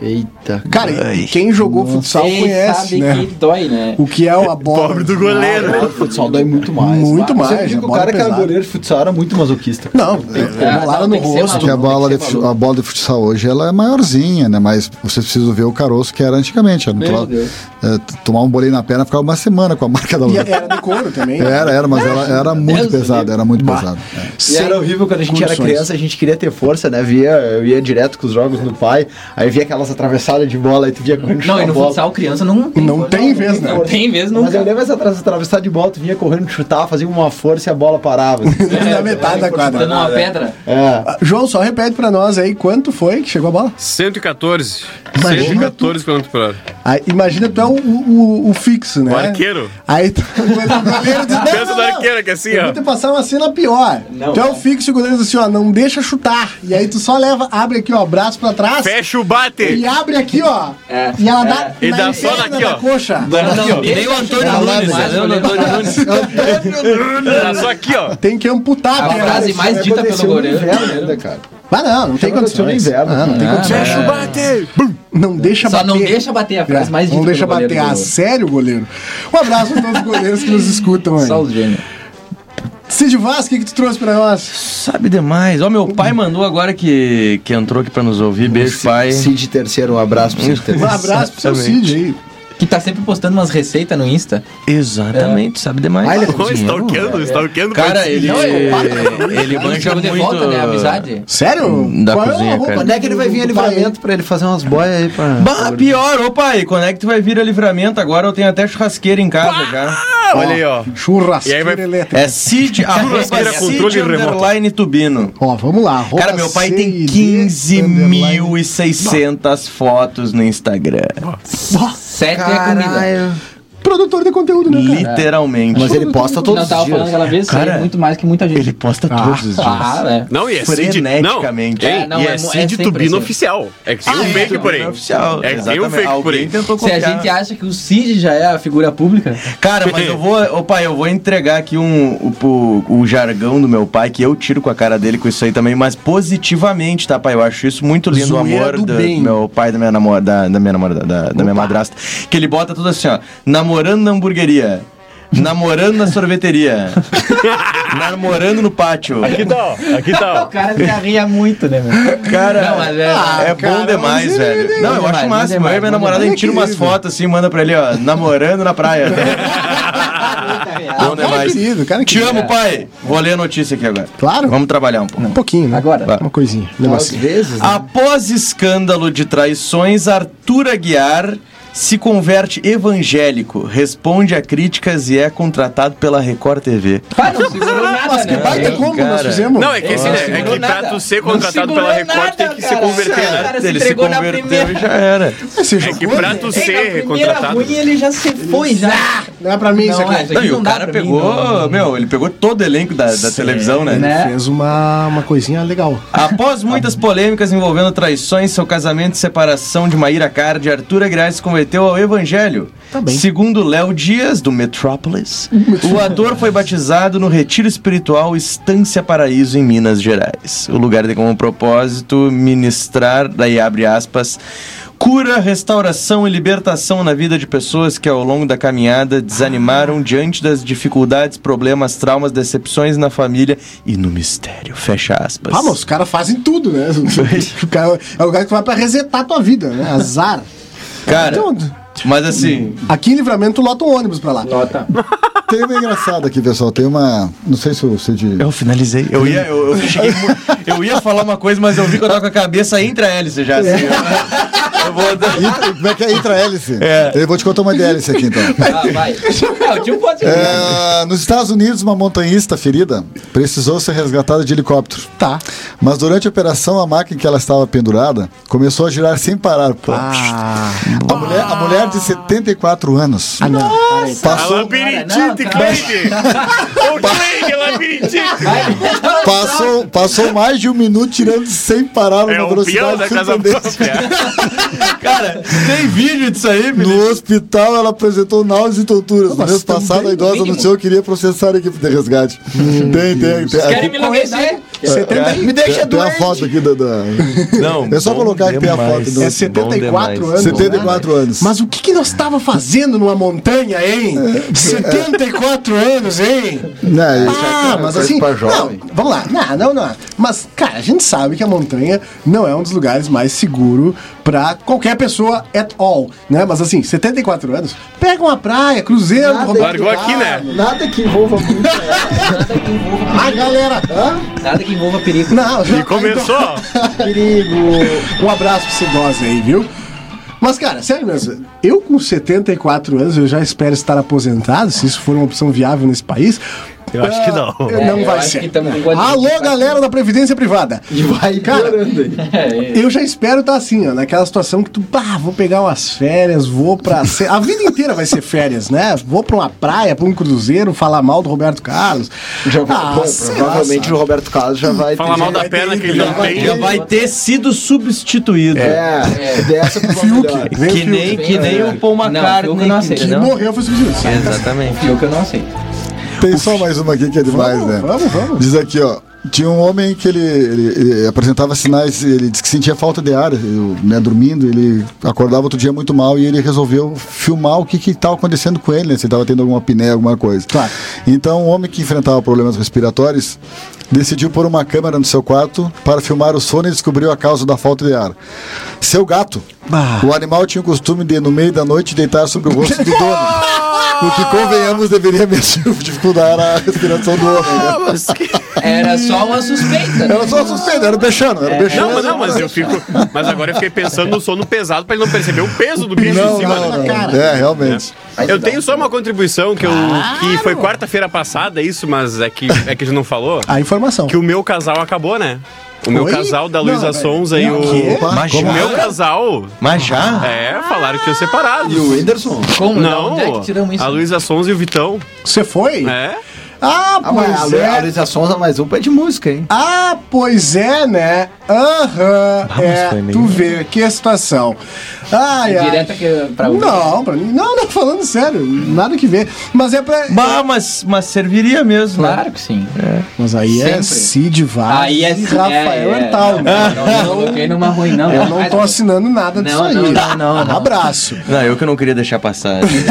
[SPEAKER 6] Eita.
[SPEAKER 1] Cara, e quem jogou futsal
[SPEAKER 5] Quem
[SPEAKER 1] conhece,
[SPEAKER 5] sabe
[SPEAKER 1] né?
[SPEAKER 5] que dói, né?
[SPEAKER 1] O que é a bola.
[SPEAKER 3] Pobre do goleiro.
[SPEAKER 6] <laughs> O futsal dói muito mais. né?
[SPEAKER 1] Muito
[SPEAKER 6] Bah,
[SPEAKER 1] mais,
[SPEAKER 6] Eu digo
[SPEAKER 1] a
[SPEAKER 6] que o
[SPEAKER 1] bola
[SPEAKER 6] cara
[SPEAKER 1] é
[SPEAKER 6] que era
[SPEAKER 1] pesada.
[SPEAKER 6] goleiro de futsal era muito masoquista.
[SPEAKER 1] Não, é, bolada
[SPEAKER 5] não,
[SPEAKER 1] no
[SPEAKER 5] tem que ser
[SPEAKER 1] rosto.
[SPEAKER 7] que
[SPEAKER 5] maluco,
[SPEAKER 7] a
[SPEAKER 5] tem
[SPEAKER 7] bola,
[SPEAKER 5] que
[SPEAKER 7] de,
[SPEAKER 5] ser
[SPEAKER 7] fu-
[SPEAKER 5] maluco.
[SPEAKER 7] a bola de futsal hoje ela é maiorzinha, né? Mas vocês precisam ver o caroço que era antigamente. Era um troço-
[SPEAKER 5] Deus. é,
[SPEAKER 7] é, t- tomar um bolinho na perna ficava uma semana com a marca da
[SPEAKER 1] E
[SPEAKER 7] luva.
[SPEAKER 1] era de couro também.
[SPEAKER 7] Era, era, mas ela era muito
[SPEAKER 5] Deus
[SPEAKER 7] pesada, era muito pesada. É.
[SPEAKER 6] E
[SPEAKER 1] Sem
[SPEAKER 6] era horrível quando a gente era
[SPEAKER 1] condições.
[SPEAKER 6] criança, a gente queria ter força, né? Via, eu ia direto com os jogos no pai, aí via aquelas atravessadas de bola, aí tu via correndo
[SPEAKER 5] Não,
[SPEAKER 6] chutar
[SPEAKER 5] e no
[SPEAKER 6] a bola.
[SPEAKER 5] futsal criança não tem.
[SPEAKER 1] Não
[SPEAKER 5] força.
[SPEAKER 1] tem vez, né?
[SPEAKER 5] Não tem vez
[SPEAKER 6] Mas eu
[SPEAKER 5] nunca.
[SPEAKER 6] lembro essa atras- atravessada de bola, tu vinha correndo, chutar, fazia uma força e a bola parava. <laughs> assim.
[SPEAKER 1] Na metade da
[SPEAKER 5] Dando
[SPEAKER 1] quadra.
[SPEAKER 5] Tá uma pedra.
[SPEAKER 6] é.
[SPEAKER 1] Ah, João, só repete pra nós aí quanto foi que chegou a bola.
[SPEAKER 3] 114.
[SPEAKER 1] Imagina
[SPEAKER 3] 114 km por hora.
[SPEAKER 1] Aí, imagina, tu é o, o, o fixo, né?
[SPEAKER 3] O arqueiro.
[SPEAKER 1] Aí
[SPEAKER 5] <laughs>
[SPEAKER 1] tu, o goleiro diz, não,
[SPEAKER 3] Pensa
[SPEAKER 1] não,
[SPEAKER 3] no
[SPEAKER 1] não.
[SPEAKER 3] arqueiro que é assim,
[SPEAKER 1] Eu
[SPEAKER 3] ó.
[SPEAKER 1] vou te passar uma cena pior.
[SPEAKER 5] Não,
[SPEAKER 1] tu é o
[SPEAKER 5] não.
[SPEAKER 1] fixo e o goleiro diz assim, ó, não deixa chutar. E aí tu só leva, abre aqui, ó, braço pra trás.
[SPEAKER 3] Fecha o bate.
[SPEAKER 1] E abre aqui, ó.
[SPEAKER 5] É,
[SPEAKER 1] e ela dá
[SPEAKER 3] E
[SPEAKER 1] na
[SPEAKER 3] dá só
[SPEAKER 1] interna
[SPEAKER 3] daqui,
[SPEAKER 1] da
[SPEAKER 3] ó.
[SPEAKER 1] coxa.
[SPEAKER 5] Não, nem o Antônio Nunes. né? Não, não, Antônio Nunes.
[SPEAKER 3] Tá só aqui, ó.
[SPEAKER 1] Tem que amputar
[SPEAKER 5] A
[SPEAKER 1] perna.
[SPEAKER 5] frase mais dita pelo
[SPEAKER 6] Aconteceu no
[SPEAKER 5] goleiro.
[SPEAKER 6] inverno ainda, cara.
[SPEAKER 1] Ah, não, não tem
[SPEAKER 11] aconteceu no
[SPEAKER 1] condições.
[SPEAKER 11] inverno.
[SPEAKER 1] Ah, não tem
[SPEAKER 5] Ah,
[SPEAKER 1] condições.
[SPEAKER 13] É.
[SPEAKER 5] Deixa
[SPEAKER 1] bater! Não deixa
[SPEAKER 5] Só
[SPEAKER 1] bater.
[SPEAKER 5] não deixa bater a frase
[SPEAKER 1] É,
[SPEAKER 5] mais
[SPEAKER 1] Não
[SPEAKER 5] dita
[SPEAKER 1] deixa
[SPEAKER 5] pelo goleiro
[SPEAKER 1] bater. Ah,
[SPEAKER 5] do-
[SPEAKER 1] sério, goleiro? Um abraço a todos os goleiros que nos escutam aí.
[SPEAKER 5] Só os gênios.
[SPEAKER 1] Cid Vaz, o que, que tu trouxe pra nós?
[SPEAKER 12] Sabe demais. Ó, meu
[SPEAKER 2] Hum.
[SPEAKER 12] pai mandou agora que, que entrou aqui pra nos ouvir. Beijo, pai.
[SPEAKER 11] Cid terceiro, um abraço pro Cid
[SPEAKER 1] Um
[SPEAKER 11] terceiro.
[SPEAKER 1] abraço pro seu Cid aí.
[SPEAKER 5] Que tá sempre postando umas receitas no Insta.
[SPEAKER 2] É.
[SPEAKER 12] Exatamente, sabe demais.
[SPEAKER 3] Ô, Stalkeando, stalkeando.
[SPEAKER 12] Cara, ele, ele
[SPEAKER 5] Ele
[SPEAKER 12] manja
[SPEAKER 5] joga Ah, de
[SPEAKER 12] muito...
[SPEAKER 5] volta, né? Amizade.
[SPEAKER 1] Sério?
[SPEAKER 12] Da
[SPEAKER 1] Qual é o
[SPEAKER 12] cozinha, cara.
[SPEAKER 1] arroba do-
[SPEAKER 11] Quando é que ele vai vir em
[SPEAKER 1] do pai
[SPEAKER 11] livramento pra ele fazer umas boias aí pra.
[SPEAKER 12] Ah.
[SPEAKER 2] Bah, pior, ô pai, quando é que tu vai vir a livramento? Agora eu tenho até churrasqueira em casa já.
[SPEAKER 3] Ah, olha aí, ó.
[SPEAKER 1] aí? Churrasqueira
[SPEAKER 3] E aí vai-
[SPEAKER 1] elétrica.
[SPEAKER 2] É Cid, arroba
[SPEAKER 3] Churrasqueira, controle
[SPEAKER 2] Cid
[SPEAKER 3] remoto.
[SPEAKER 2] underline Tubino.
[SPEAKER 1] Ó, vamos lá. arroba
[SPEAKER 2] Cara, meu pai tem
[SPEAKER 1] CID
[SPEAKER 2] 15.600 fotos no Instagram.
[SPEAKER 5] Sete é comida.
[SPEAKER 1] Produtor de conteúdo, né, cara?
[SPEAKER 2] Literalmente.
[SPEAKER 11] Mas ele posta todos
[SPEAKER 5] Não,
[SPEAKER 11] os
[SPEAKER 5] tava falando
[SPEAKER 11] dias.
[SPEAKER 5] aquela vez, isso aí
[SPEAKER 2] Cara,
[SPEAKER 5] é muito mais que muita gente.
[SPEAKER 2] Ele posta todos os dias.
[SPEAKER 5] Ah, é.
[SPEAKER 3] Não, e é Cid. Não,
[SPEAKER 2] Freneticamente.
[SPEAKER 3] Ei,
[SPEAKER 5] É, não,
[SPEAKER 3] e
[SPEAKER 5] é
[SPEAKER 3] é,
[SPEAKER 5] mu- é
[SPEAKER 3] Cid
[SPEAKER 5] sempre
[SPEAKER 3] Tubino
[SPEAKER 5] assim.
[SPEAKER 3] oficial. É que tem
[SPEAKER 2] Ah,
[SPEAKER 3] um
[SPEAKER 2] é,
[SPEAKER 3] fake,
[SPEAKER 2] Tubino
[SPEAKER 3] porém.
[SPEAKER 2] Oficial.
[SPEAKER 3] É que tem um
[SPEAKER 2] Exatamente.
[SPEAKER 3] fake,
[SPEAKER 2] Alguém
[SPEAKER 3] porém.
[SPEAKER 2] tentou
[SPEAKER 5] Se a
[SPEAKER 2] copiar.
[SPEAKER 5] gente acha que o Cid já é a figura pública,
[SPEAKER 2] Cara, mas eu vou. Ô pai, eu vou entregar aqui um, o, o- o jargão do meu pai, que eu tiro com a cara dele com isso aí também, mas positivamente, tá, pai? Eu acho isso muito lindo, o
[SPEAKER 1] Zoeira
[SPEAKER 2] amor
[SPEAKER 1] do
[SPEAKER 2] do,
[SPEAKER 1] bem.
[SPEAKER 2] meu pai, da minha namorada, da, da minha namorada, da, da minha madrasta. Que ele bota tudo assim, ó. Namorando na hamburgueria. Namorando na
[SPEAKER 3] <laughs>
[SPEAKER 2] sorveteria. namorando no pátio.
[SPEAKER 3] Aqui tá, ó. Aqui
[SPEAKER 5] <laughs>
[SPEAKER 3] tá,
[SPEAKER 5] o
[SPEAKER 3] ó.
[SPEAKER 5] cara se arria muito, né, meu?
[SPEAKER 2] Cara,
[SPEAKER 5] Não, mas é-
[SPEAKER 1] Ah,
[SPEAKER 2] é bom demais, velho. não, eu
[SPEAKER 5] demais,
[SPEAKER 2] acho o
[SPEAKER 5] bom
[SPEAKER 2] máximo.
[SPEAKER 5] demais,
[SPEAKER 2] eu e minha
[SPEAKER 5] bom
[SPEAKER 2] namorada, a gente tira
[SPEAKER 1] É
[SPEAKER 2] umas fotos assim, manda pra ele, ó, namorando
[SPEAKER 1] <laughs>
[SPEAKER 2] na praia. <laughs> bom
[SPEAKER 1] Ah, Cara é
[SPEAKER 2] demais.
[SPEAKER 1] querido, cara
[SPEAKER 2] Te
[SPEAKER 1] querido. É.
[SPEAKER 2] amo, pai. Vou ler a notícia aqui agora.
[SPEAKER 1] Claro.
[SPEAKER 2] Vamos trabalhar um pouco.
[SPEAKER 1] Um pouquinho, né?
[SPEAKER 5] Agora.
[SPEAKER 1] Vai. Uma coisinha. um
[SPEAKER 11] Às
[SPEAKER 1] negocinho.
[SPEAKER 11] vezes. né?
[SPEAKER 2] Após escândalo de traições, Arthur Aguiar se converte evangélico, responde a críticas e é contratado pela Record TV.
[SPEAKER 5] Pai, não segurou nada,
[SPEAKER 1] Mas que
[SPEAKER 5] né?
[SPEAKER 1] baita
[SPEAKER 5] velho?
[SPEAKER 1] combo nós
[SPEAKER 2] cara.
[SPEAKER 1] fizemos.
[SPEAKER 3] Não, é que, esse,
[SPEAKER 5] Não
[SPEAKER 3] é
[SPEAKER 5] segurou
[SPEAKER 3] que pra
[SPEAKER 5] nada.
[SPEAKER 3] tu ser
[SPEAKER 5] Não
[SPEAKER 3] contratado
[SPEAKER 5] segurou
[SPEAKER 3] pela Record
[SPEAKER 5] nada,
[SPEAKER 3] tem que se
[SPEAKER 5] cara.
[SPEAKER 3] converter, né?
[SPEAKER 5] Cara, se
[SPEAKER 2] Ele se
[SPEAKER 5] entregou na
[SPEAKER 2] converteu e
[SPEAKER 5] primeira.
[SPEAKER 2] já era.
[SPEAKER 1] Você
[SPEAKER 3] É que
[SPEAKER 1] jogou,
[SPEAKER 3] pra
[SPEAKER 1] né?
[SPEAKER 3] tu
[SPEAKER 5] Ei, na
[SPEAKER 3] ser
[SPEAKER 5] primeira
[SPEAKER 3] contratado. <laughs>
[SPEAKER 5] ruim ele já se foi, já.
[SPEAKER 1] Não é pra mim isso
[SPEAKER 5] Não, é,
[SPEAKER 1] aqui.
[SPEAKER 5] isso
[SPEAKER 2] Não,
[SPEAKER 5] aqui
[SPEAKER 2] e
[SPEAKER 5] não
[SPEAKER 2] o
[SPEAKER 5] dá
[SPEAKER 2] cara
[SPEAKER 5] pra mim,
[SPEAKER 2] pegou,
[SPEAKER 5] não.
[SPEAKER 2] meu, ele pegou todo o elenco da, da televisão, né?
[SPEAKER 3] é.
[SPEAKER 5] né?
[SPEAKER 1] Fez uma, uma coisinha legal.
[SPEAKER 2] Após muitas polêmicas envolvendo traições, seu casamento e separação de Maíra Card, Arthur Aguiar se converteu ao Evangelho.
[SPEAKER 1] Tá bem.
[SPEAKER 2] Segundo Léo Dias, do Metrópolis, o ator foi batizado no Retiro Espiritual Estância Paraíso, em Minas Gerais. O lugar tem como propósito ministrar, daí abre aspas, cura, restauração e libertação na vida de pessoas que ao longo da caminhada desanimaram diante das dificuldades, problemas, traumas, decepções na família e no mistério. Fecha aspas.
[SPEAKER 1] Ah, mas os caras fazem tudo, né? O cara, é o cara que vai pra resetar tua vida, né? Azar.
[SPEAKER 2] Cara,
[SPEAKER 1] Então,
[SPEAKER 2] mas assim,
[SPEAKER 1] aqui em Livramento lota um ônibus pra lá.
[SPEAKER 7] Tem uma engraçada aqui, pessoal. Tem uma. Não sei se o Cid.
[SPEAKER 2] eu finalizei. Eu ia, eu, eu cheguei mu- eu ia falar uma coisa, mas eu vi que eu tava com a cabeça entre a hélice já. Assim, eu, eu vou dar.
[SPEAKER 7] Intra- Como é que é intra-hélice? Eu vou te contar uma hélice aqui, então.
[SPEAKER 5] Ah, vai. Não, o tio pode
[SPEAKER 7] É, nos Estados Unidos, uma montanhista ferida precisou ser resgatada de helicóptero.
[SPEAKER 1] Tá.
[SPEAKER 7] Mas durante a operação, a máquina em que ela estava pendurada começou a girar sem parar. Pô. A, mulher, a mulher de 74 anos
[SPEAKER 3] Alô,
[SPEAKER 7] passou,
[SPEAKER 3] Labirintite, Cleide! Ô, Cleide, labirintite!
[SPEAKER 7] passou, passou mais de um minuto tirando sem parar numa
[SPEAKER 3] É o peão
[SPEAKER 7] velocidade
[SPEAKER 3] da casa
[SPEAKER 7] surpreendente.
[SPEAKER 3] própria.
[SPEAKER 2] Cara, tem vídeo disso aí, Felipe?
[SPEAKER 7] No hospital, ela apresentou náuseas e tonturas. No mês passado, a idosa anunciou que queria processar a equipe de resgate. tem, tem. tem.
[SPEAKER 5] Querem me enlouquecer?
[SPEAKER 7] me deixa tem, a foto aqui da... da-
[SPEAKER 2] Não.
[SPEAKER 7] É só
[SPEAKER 2] bom
[SPEAKER 7] colocar aqui a foto do-
[SPEAKER 1] É
[SPEAKER 7] Bom
[SPEAKER 1] 74
[SPEAKER 2] demais.
[SPEAKER 1] anos. né?
[SPEAKER 7] 74 anos.
[SPEAKER 1] Mas o que, que nós estava fazendo numa montanha, hein? 74 anos, hein?
[SPEAKER 7] Né,
[SPEAKER 1] Ah, mas
[SPEAKER 11] coisa
[SPEAKER 1] assim.
[SPEAKER 11] pra jovem.
[SPEAKER 1] Não, vamos lá. Não, não, não. Mas, cara, a gente sabe que a montanha não é um dos lugares mais seguro pra qualquer pessoa at all, né? Mas assim, 74 anos, pega uma praia, cruzeiro, Roberto
[SPEAKER 3] Largou aqui,
[SPEAKER 1] Carlos.
[SPEAKER 3] né?
[SPEAKER 11] Nada que envolva muito.
[SPEAKER 5] Nada que envolva
[SPEAKER 1] Ah, galera.
[SPEAKER 5] perigo. Nada que envolva perigo.
[SPEAKER 1] Não, já
[SPEAKER 3] E começou, ó.
[SPEAKER 1] Perigo. Um abraço pra essa idosa aí, viu? Mas, cara, sério mesmo, eu com 74 anos, eu já espero estar aposentado, se isso for uma opção viável nesse país.
[SPEAKER 3] Eu acho que não.
[SPEAKER 1] Eu não
[SPEAKER 5] eu
[SPEAKER 1] vai
[SPEAKER 5] acho
[SPEAKER 1] ser.
[SPEAKER 5] que tamo com-
[SPEAKER 1] Alô, galera da Previdência Privada.
[SPEAKER 11] E vai
[SPEAKER 1] Cara,
[SPEAKER 11] piorando aí.
[SPEAKER 1] Eu já espero estar assim, ó, naquela situação que tu, pá, vou pegar umas férias, vou pra. se- A vida inteira vai ser férias, né? Vou pra uma praia, pra um cruzeiro, falar mal do Roberto Carlos.
[SPEAKER 11] Já vai,
[SPEAKER 1] Ah,
[SPEAKER 11] pô,
[SPEAKER 1] sei lá,
[SPEAKER 11] provavelmente
[SPEAKER 1] sabe?
[SPEAKER 11] o Roberto Carlos já vai.
[SPEAKER 3] Falar mal
[SPEAKER 11] já
[SPEAKER 3] da
[SPEAKER 11] vai
[SPEAKER 3] perna
[SPEAKER 11] ter
[SPEAKER 3] que ele não
[SPEAKER 11] ido, já
[SPEAKER 3] tem.
[SPEAKER 2] Já vai ter sido substituído.
[SPEAKER 11] É, dessa pro melhor.
[SPEAKER 1] Vem o
[SPEAKER 2] Que
[SPEAKER 1] Fiuk.
[SPEAKER 2] nem, que nem o Paul
[SPEAKER 5] Não,
[SPEAKER 2] McCartney.
[SPEAKER 5] Fiuk não aceita,
[SPEAKER 2] que-
[SPEAKER 1] Que morreu foi substituído.
[SPEAKER 2] Exatamente.
[SPEAKER 5] Fio que eu não aceito.
[SPEAKER 7] Tem só mais uma aqui que é demais, né?
[SPEAKER 1] vamos, vamos.
[SPEAKER 7] Diz aqui, ó. Tinha um homem que ele, ele- ele apresentava sinais, ele disse que sentia falta de ar, eu, né, dormindo, ele acordava outro dia muito mal e ele resolveu filmar o que estava acontecendo com ele, né, se estava tendo alguma apneia, alguma coisa.
[SPEAKER 1] Claro.
[SPEAKER 7] Então, um homem que enfrentava problemas respiratórios decidiu pôr uma câmera no seu quarto para filmar o sono e descobriu a causa da falta de ar. Seu gato, o animal tinha o costume de, no meio da noite, deitar sobre o rosto
[SPEAKER 3] <laughs>
[SPEAKER 7] do dono. O que convenhamos deveria mesmo <laughs> dificultar a respiração do homem. Né?
[SPEAKER 5] Era só uma suspeita. né?
[SPEAKER 7] Era só suspeito, era o Bechano, era o Bechano.
[SPEAKER 3] É. Não, mas não, mas eu fico. Mas agora eu fiquei pensando no sono pesado pra ele não perceber o peso do bicho em
[SPEAKER 7] Não,
[SPEAKER 3] cima.
[SPEAKER 7] não,
[SPEAKER 3] né?
[SPEAKER 7] não. É, realmente.
[SPEAKER 3] Eu tenho só uma contribuição que, eu, que foi quarta-feira passada, isso, mas é que, é que a gente não falou.
[SPEAKER 1] A informação.
[SPEAKER 3] Que o meu casal acabou, né? O meu
[SPEAKER 1] Oi?
[SPEAKER 3] casal da Luísa
[SPEAKER 1] Não,
[SPEAKER 3] Sonza e
[SPEAKER 1] não,
[SPEAKER 3] o.
[SPEAKER 1] quê?
[SPEAKER 7] Opa,
[SPEAKER 2] Mas
[SPEAKER 3] O
[SPEAKER 2] já?
[SPEAKER 3] meu casal.
[SPEAKER 2] é Mas já?
[SPEAKER 3] É, falaram que tinham separado.
[SPEAKER 11] E o Whindersson?
[SPEAKER 5] Como? Da
[SPEAKER 3] Não,
[SPEAKER 5] Onde é que tiramos isso?
[SPEAKER 3] a Luísa Sonza e o Vitão.
[SPEAKER 1] Você foi?
[SPEAKER 3] É.
[SPEAKER 1] Ah,
[SPEAKER 11] Ah, mas a
[SPEAKER 1] pois
[SPEAKER 11] Lu- a
[SPEAKER 1] é.
[SPEAKER 11] Luísa Sonza mais um pé de música, hein?
[SPEAKER 1] Ah, pois é, né? Aham.
[SPEAKER 2] Ah, foi
[SPEAKER 1] É,
[SPEAKER 2] meio-
[SPEAKER 1] tu vê, que situação. Ai, ai.
[SPEAKER 5] Direta que pra outra.
[SPEAKER 1] Não, pra mim. Não, não, falando sério. Nada que ver. Mas é pra.
[SPEAKER 2] Bah, Ah, mas, mas serviria mesmo. né?
[SPEAKER 5] Claro que sim.
[SPEAKER 1] Mas aí é
[SPEAKER 5] Sempre.
[SPEAKER 1] Cid Vaz
[SPEAKER 5] Aí é
[SPEAKER 1] e Rafael
[SPEAKER 5] é, é,
[SPEAKER 1] Hertal, né?
[SPEAKER 5] Não, não, não coloquei numa ruim, não. <laughs>
[SPEAKER 1] Eu não tô
[SPEAKER 5] Mas-
[SPEAKER 1] assinando nada disso
[SPEAKER 5] Não,
[SPEAKER 1] aí.
[SPEAKER 5] não, não, não, não.
[SPEAKER 1] Abraço.
[SPEAKER 2] Não, eu que não queria deixar passar. assim,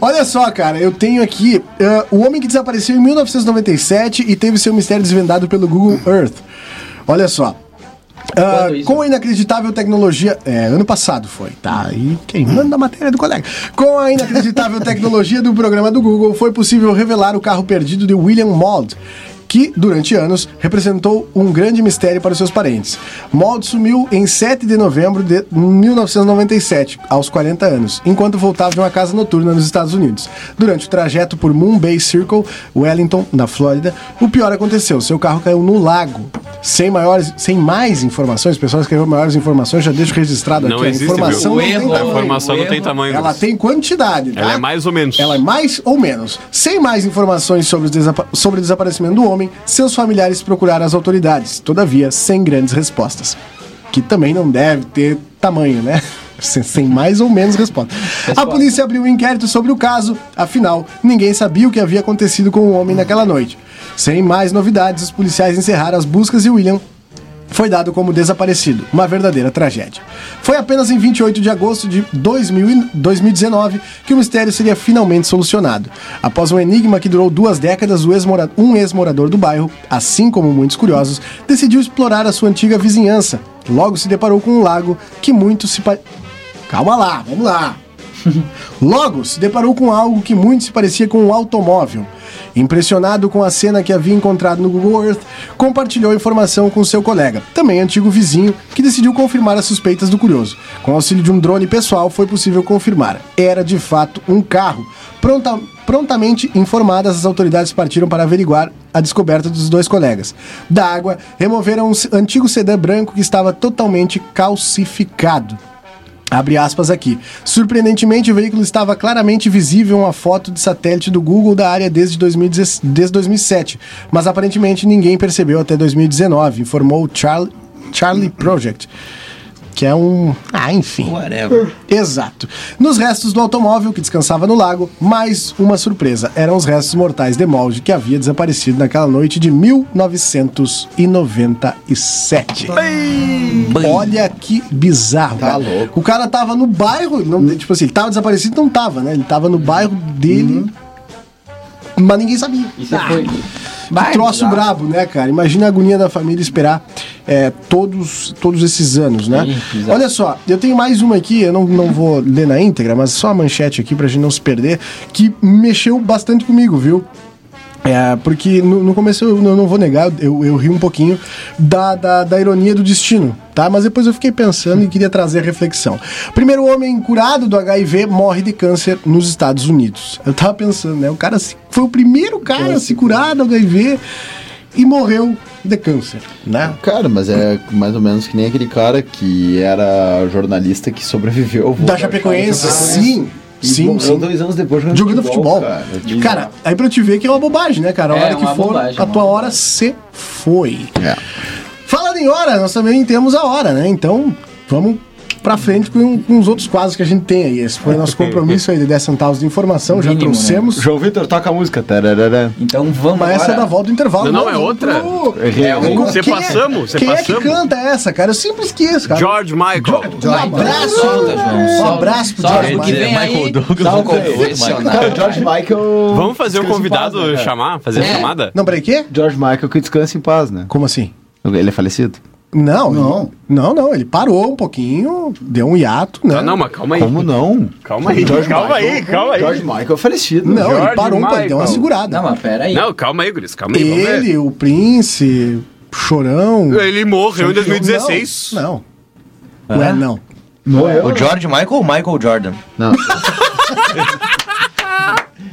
[SPEAKER 1] Olha só, cara, eu tenho aqui ah, o homem que desapareceu em 1997 e teve seu mistério desvendado pelo Google Earth. Olha só. Ah,
[SPEAKER 5] Quando isso?
[SPEAKER 1] com a inacreditável tecnologia. É, ano passado foi, tá? E quem manda a matéria é do colega. Com a inacreditável tecnologia do programa do Google, foi possível revelar o carro perdido de William Maud, que, durante anos, representou um grande mistério para os seus parentes. Maud sumiu em 7 de novembro de 1997, aos 40 anos, enquanto voltava de uma casa noturna nos Estados Unidos. Durante o trajeto por Moon Bay Circle, Wellington, na Flórida, o pior aconteceu: seu carro caiu no lago. Sem maiores, sem mais informações, o pessoal escreveu maiores informações, já deixo registrado
[SPEAKER 3] Não
[SPEAKER 1] aqui.
[SPEAKER 3] existe,
[SPEAKER 1] a informação não
[SPEAKER 5] viu? O
[SPEAKER 1] tem
[SPEAKER 3] A
[SPEAKER 5] erro, Oi,
[SPEAKER 1] tamanho.
[SPEAKER 3] é informação não
[SPEAKER 5] erro.
[SPEAKER 3] tem tamanho.
[SPEAKER 1] Ela tem quantidade, tá?
[SPEAKER 3] Ela é mais ou menos.
[SPEAKER 1] Ela é mais ou menos. Sem mais informações sobre, os desapa- sobre o desaparecimento do homem, seus familiares procuraram as autoridades, todavia sem grandes respostas. Que também não deve ter tamanho, né? <laughs> Sem sem mais ou menos resposta. A polícia abriu um inquérito sobre o caso, afinal, ninguém sabia o que havia acontecido com o homem naquela noite. Sem mais novidades, os policiais encerraram as buscas e William foi dado como desaparecido. Uma verdadeira tragédia. Foi apenas em 28 de agosto de 2000 e- 2019 que o mistério seria finalmente solucionado. Após um enigma que durou duas décadas, o ex-mora- um ex-morador do bairro, assim como muitos curiosos, decidiu explorar a sua antiga vizinhança. Logo se deparou com um lago que muito se... pa- Calma lá, vamos lá. Logo, se deparou com algo que muito se parecia com um automóvel. Impressionado com a cena que havia encontrado no Google Earth, compartilhou a informação com seu colega, também antigo vizinho, que decidiu confirmar as suspeitas do curioso. Com o auxílio de um drone pessoal, foi possível confirmar. Era de fato um carro. Pronta- prontamente informadas, as autoridades partiram para averiguar a descoberta dos dois colegas. Da água, removeram um se- antigo sedã branco que estava totalmente calcificado. Abre aspas aqui. Surpreendentemente, o veículo estava claramente visível em uma foto de satélite do Google da área desde, 2010 desde 2007, mas aparentemente ninguém percebeu até 2019, informou o Charlie, Charlie Project, que é um. Ah, enfim. Exato. Nos restos do automóvel que descansava no lago, mais uma surpresa: eram os restos mortais de molde que havia desaparecido naquela noite de 1997. Olha que bizarro. Tá louco. O cara tava no bairro, ele não, tipo assim, ele tava desaparecido, não tava, né? Ele tava no bairro dele, mas ninguém sabia. Ah,
[SPEAKER 5] Isso foi.
[SPEAKER 1] Que troço brabo, né, cara? Imagina a agonia da família esperar é, todos, todos esses anos, né?
[SPEAKER 5] Ih, exato.
[SPEAKER 1] Olha só, eu tenho mais uma aqui, eu não, não vou ler na íntegra, mas só a manchete aqui pra gente não se perder, que mexeu bastante comigo, viu? É, porque no, no começo eu não, não vou negar, eu, eu ri um pouquinho da, da, da ironia do destino, tá? Mas depois eu fiquei pensando e queria trazer a reflexão. Primeiro homem curado do HIV morre de câncer nos Estados Unidos. Eu tava pensando, né? O cara se- foi o primeiro cara a se curar do HIV e morreu de câncer, né?
[SPEAKER 11] Cara, mas é mais ou menos que nem aquele cara que era jornalista que sobreviveu. ao voo
[SPEAKER 1] Da Chapecoense, sim.
[SPEAKER 11] E
[SPEAKER 1] Sim,
[SPEAKER 11] morreu
[SPEAKER 1] sim.
[SPEAKER 11] dois anos depois
[SPEAKER 1] Jogando futebol.
[SPEAKER 11] Cara,
[SPEAKER 6] é
[SPEAKER 11] Tipo,
[SPEAKER 1] Cara, aí pra te ver que é uma bobagem, né, cara? A
[SPEAKER 5] É,
[SPEAKER 1] hora que
[SPEAKER 5] uma
[SPEAKER 1] for,
[SPEAKER 5] bobagem,
[SPEAKER 1] a
[SPEAKER 5] uma
[SPEAKER 1] tua
[SPEAKER 5] bobagem.
[SPEAKER 1] hora se foi.
[SPEAKER 11] É.
[SPEAKER 1] Falando em hora, nós também temos a hora, né? Então, vamos pra frente com, com os outros quadros que a gente tem aí. Esse foi o nosso compromisso aí de 10 centavos de informação, já
[SPEAKER 5] Mínimo, né?
[SPEAKER 1] trouxemos.
[SPEAKER 6] João Vitor, toca a música. Tararara.
[SPEAKER 5] Então vamos
[SPEAKER 1] Mas essa é
[SPEAKER 5] agora.
[SPEAKER 1] da volta do intervalo.
[SPEAKER 3] Não, não, é outra.
[SPEAKER 1] Pro-
[SPEAKER 5] É um-
[SPEAKER 3] Você
[SPEAKER 1] Quem é-
[SPEAKER 3] passamos, você
[SPEAKER 1] Quem é
[SPEAKER 3] passamos.
[SPEAKER 1] que canta essa, cara? Eu sempre esqueço, cara.
[SPEAKER 3] George Michael.
[SPEAKER 1] Um abraço,
[SPEAKER 5] Solta, João.
[SPEAKER 1] um
[SPEAKER 5] solta.
[SPEAKER 1] abraço pro
[SPEAKER 5] Solta,
[SPEAKER 1] George
[SPEAKER 5] que
[SPEAKER 1] Michael.
[SPEAKER 5] vem aí. Tá um confessionário.
[SPEAKER 6] Cara, George Michael.
[SPEAKER 3] Vamos fazer o convidado
[SPEAKER 6] né,
[SPEAKER 1] né?
[SPEAKER 3] chamar, fazer a
[SPEAKER 5] É.
[SPEAKER 3] chamada?
[SPEAKER 1] Não, peraí, quê?
[SPEAKER 6] George Michael que descansa em paz, né?
[SPEAKER 1] Como assim?
[SPEAKER 6] Ele é falecido?
[SPEAKER 1] Não, não. Não, não, ele parou um pouquinho, deu um hiato, né?
[SPEAKER 3] Ah, não, mas calma aí.
[SPEAKER 6] Como não?
[SPEAKER 3] Calma aí, calma aí, calma aí.
[SPEAKER 6] George Michael é falecido.
[SPEAKER 1] Não, ele
[SPEAKER 3] George
[SPEAKER 1] parou um pouquinho, deu uma
[SPEAKER 3] Michael.
[SPEAKER 1] segurada.
[SPEAKER 5] Não, mas pera aí.
[SPEAKER 3] Não, calma aí, Guris, calma aí. vamos ver.
[SPEAKER 1] ele, o Prince, Chorão. Então,
[SPEAKER 3] Ele morreu em 2016.
[SPEAKER 1] Não. Não, não é não.
[SPEAKER 2] O George Michael ou Michael Jordan?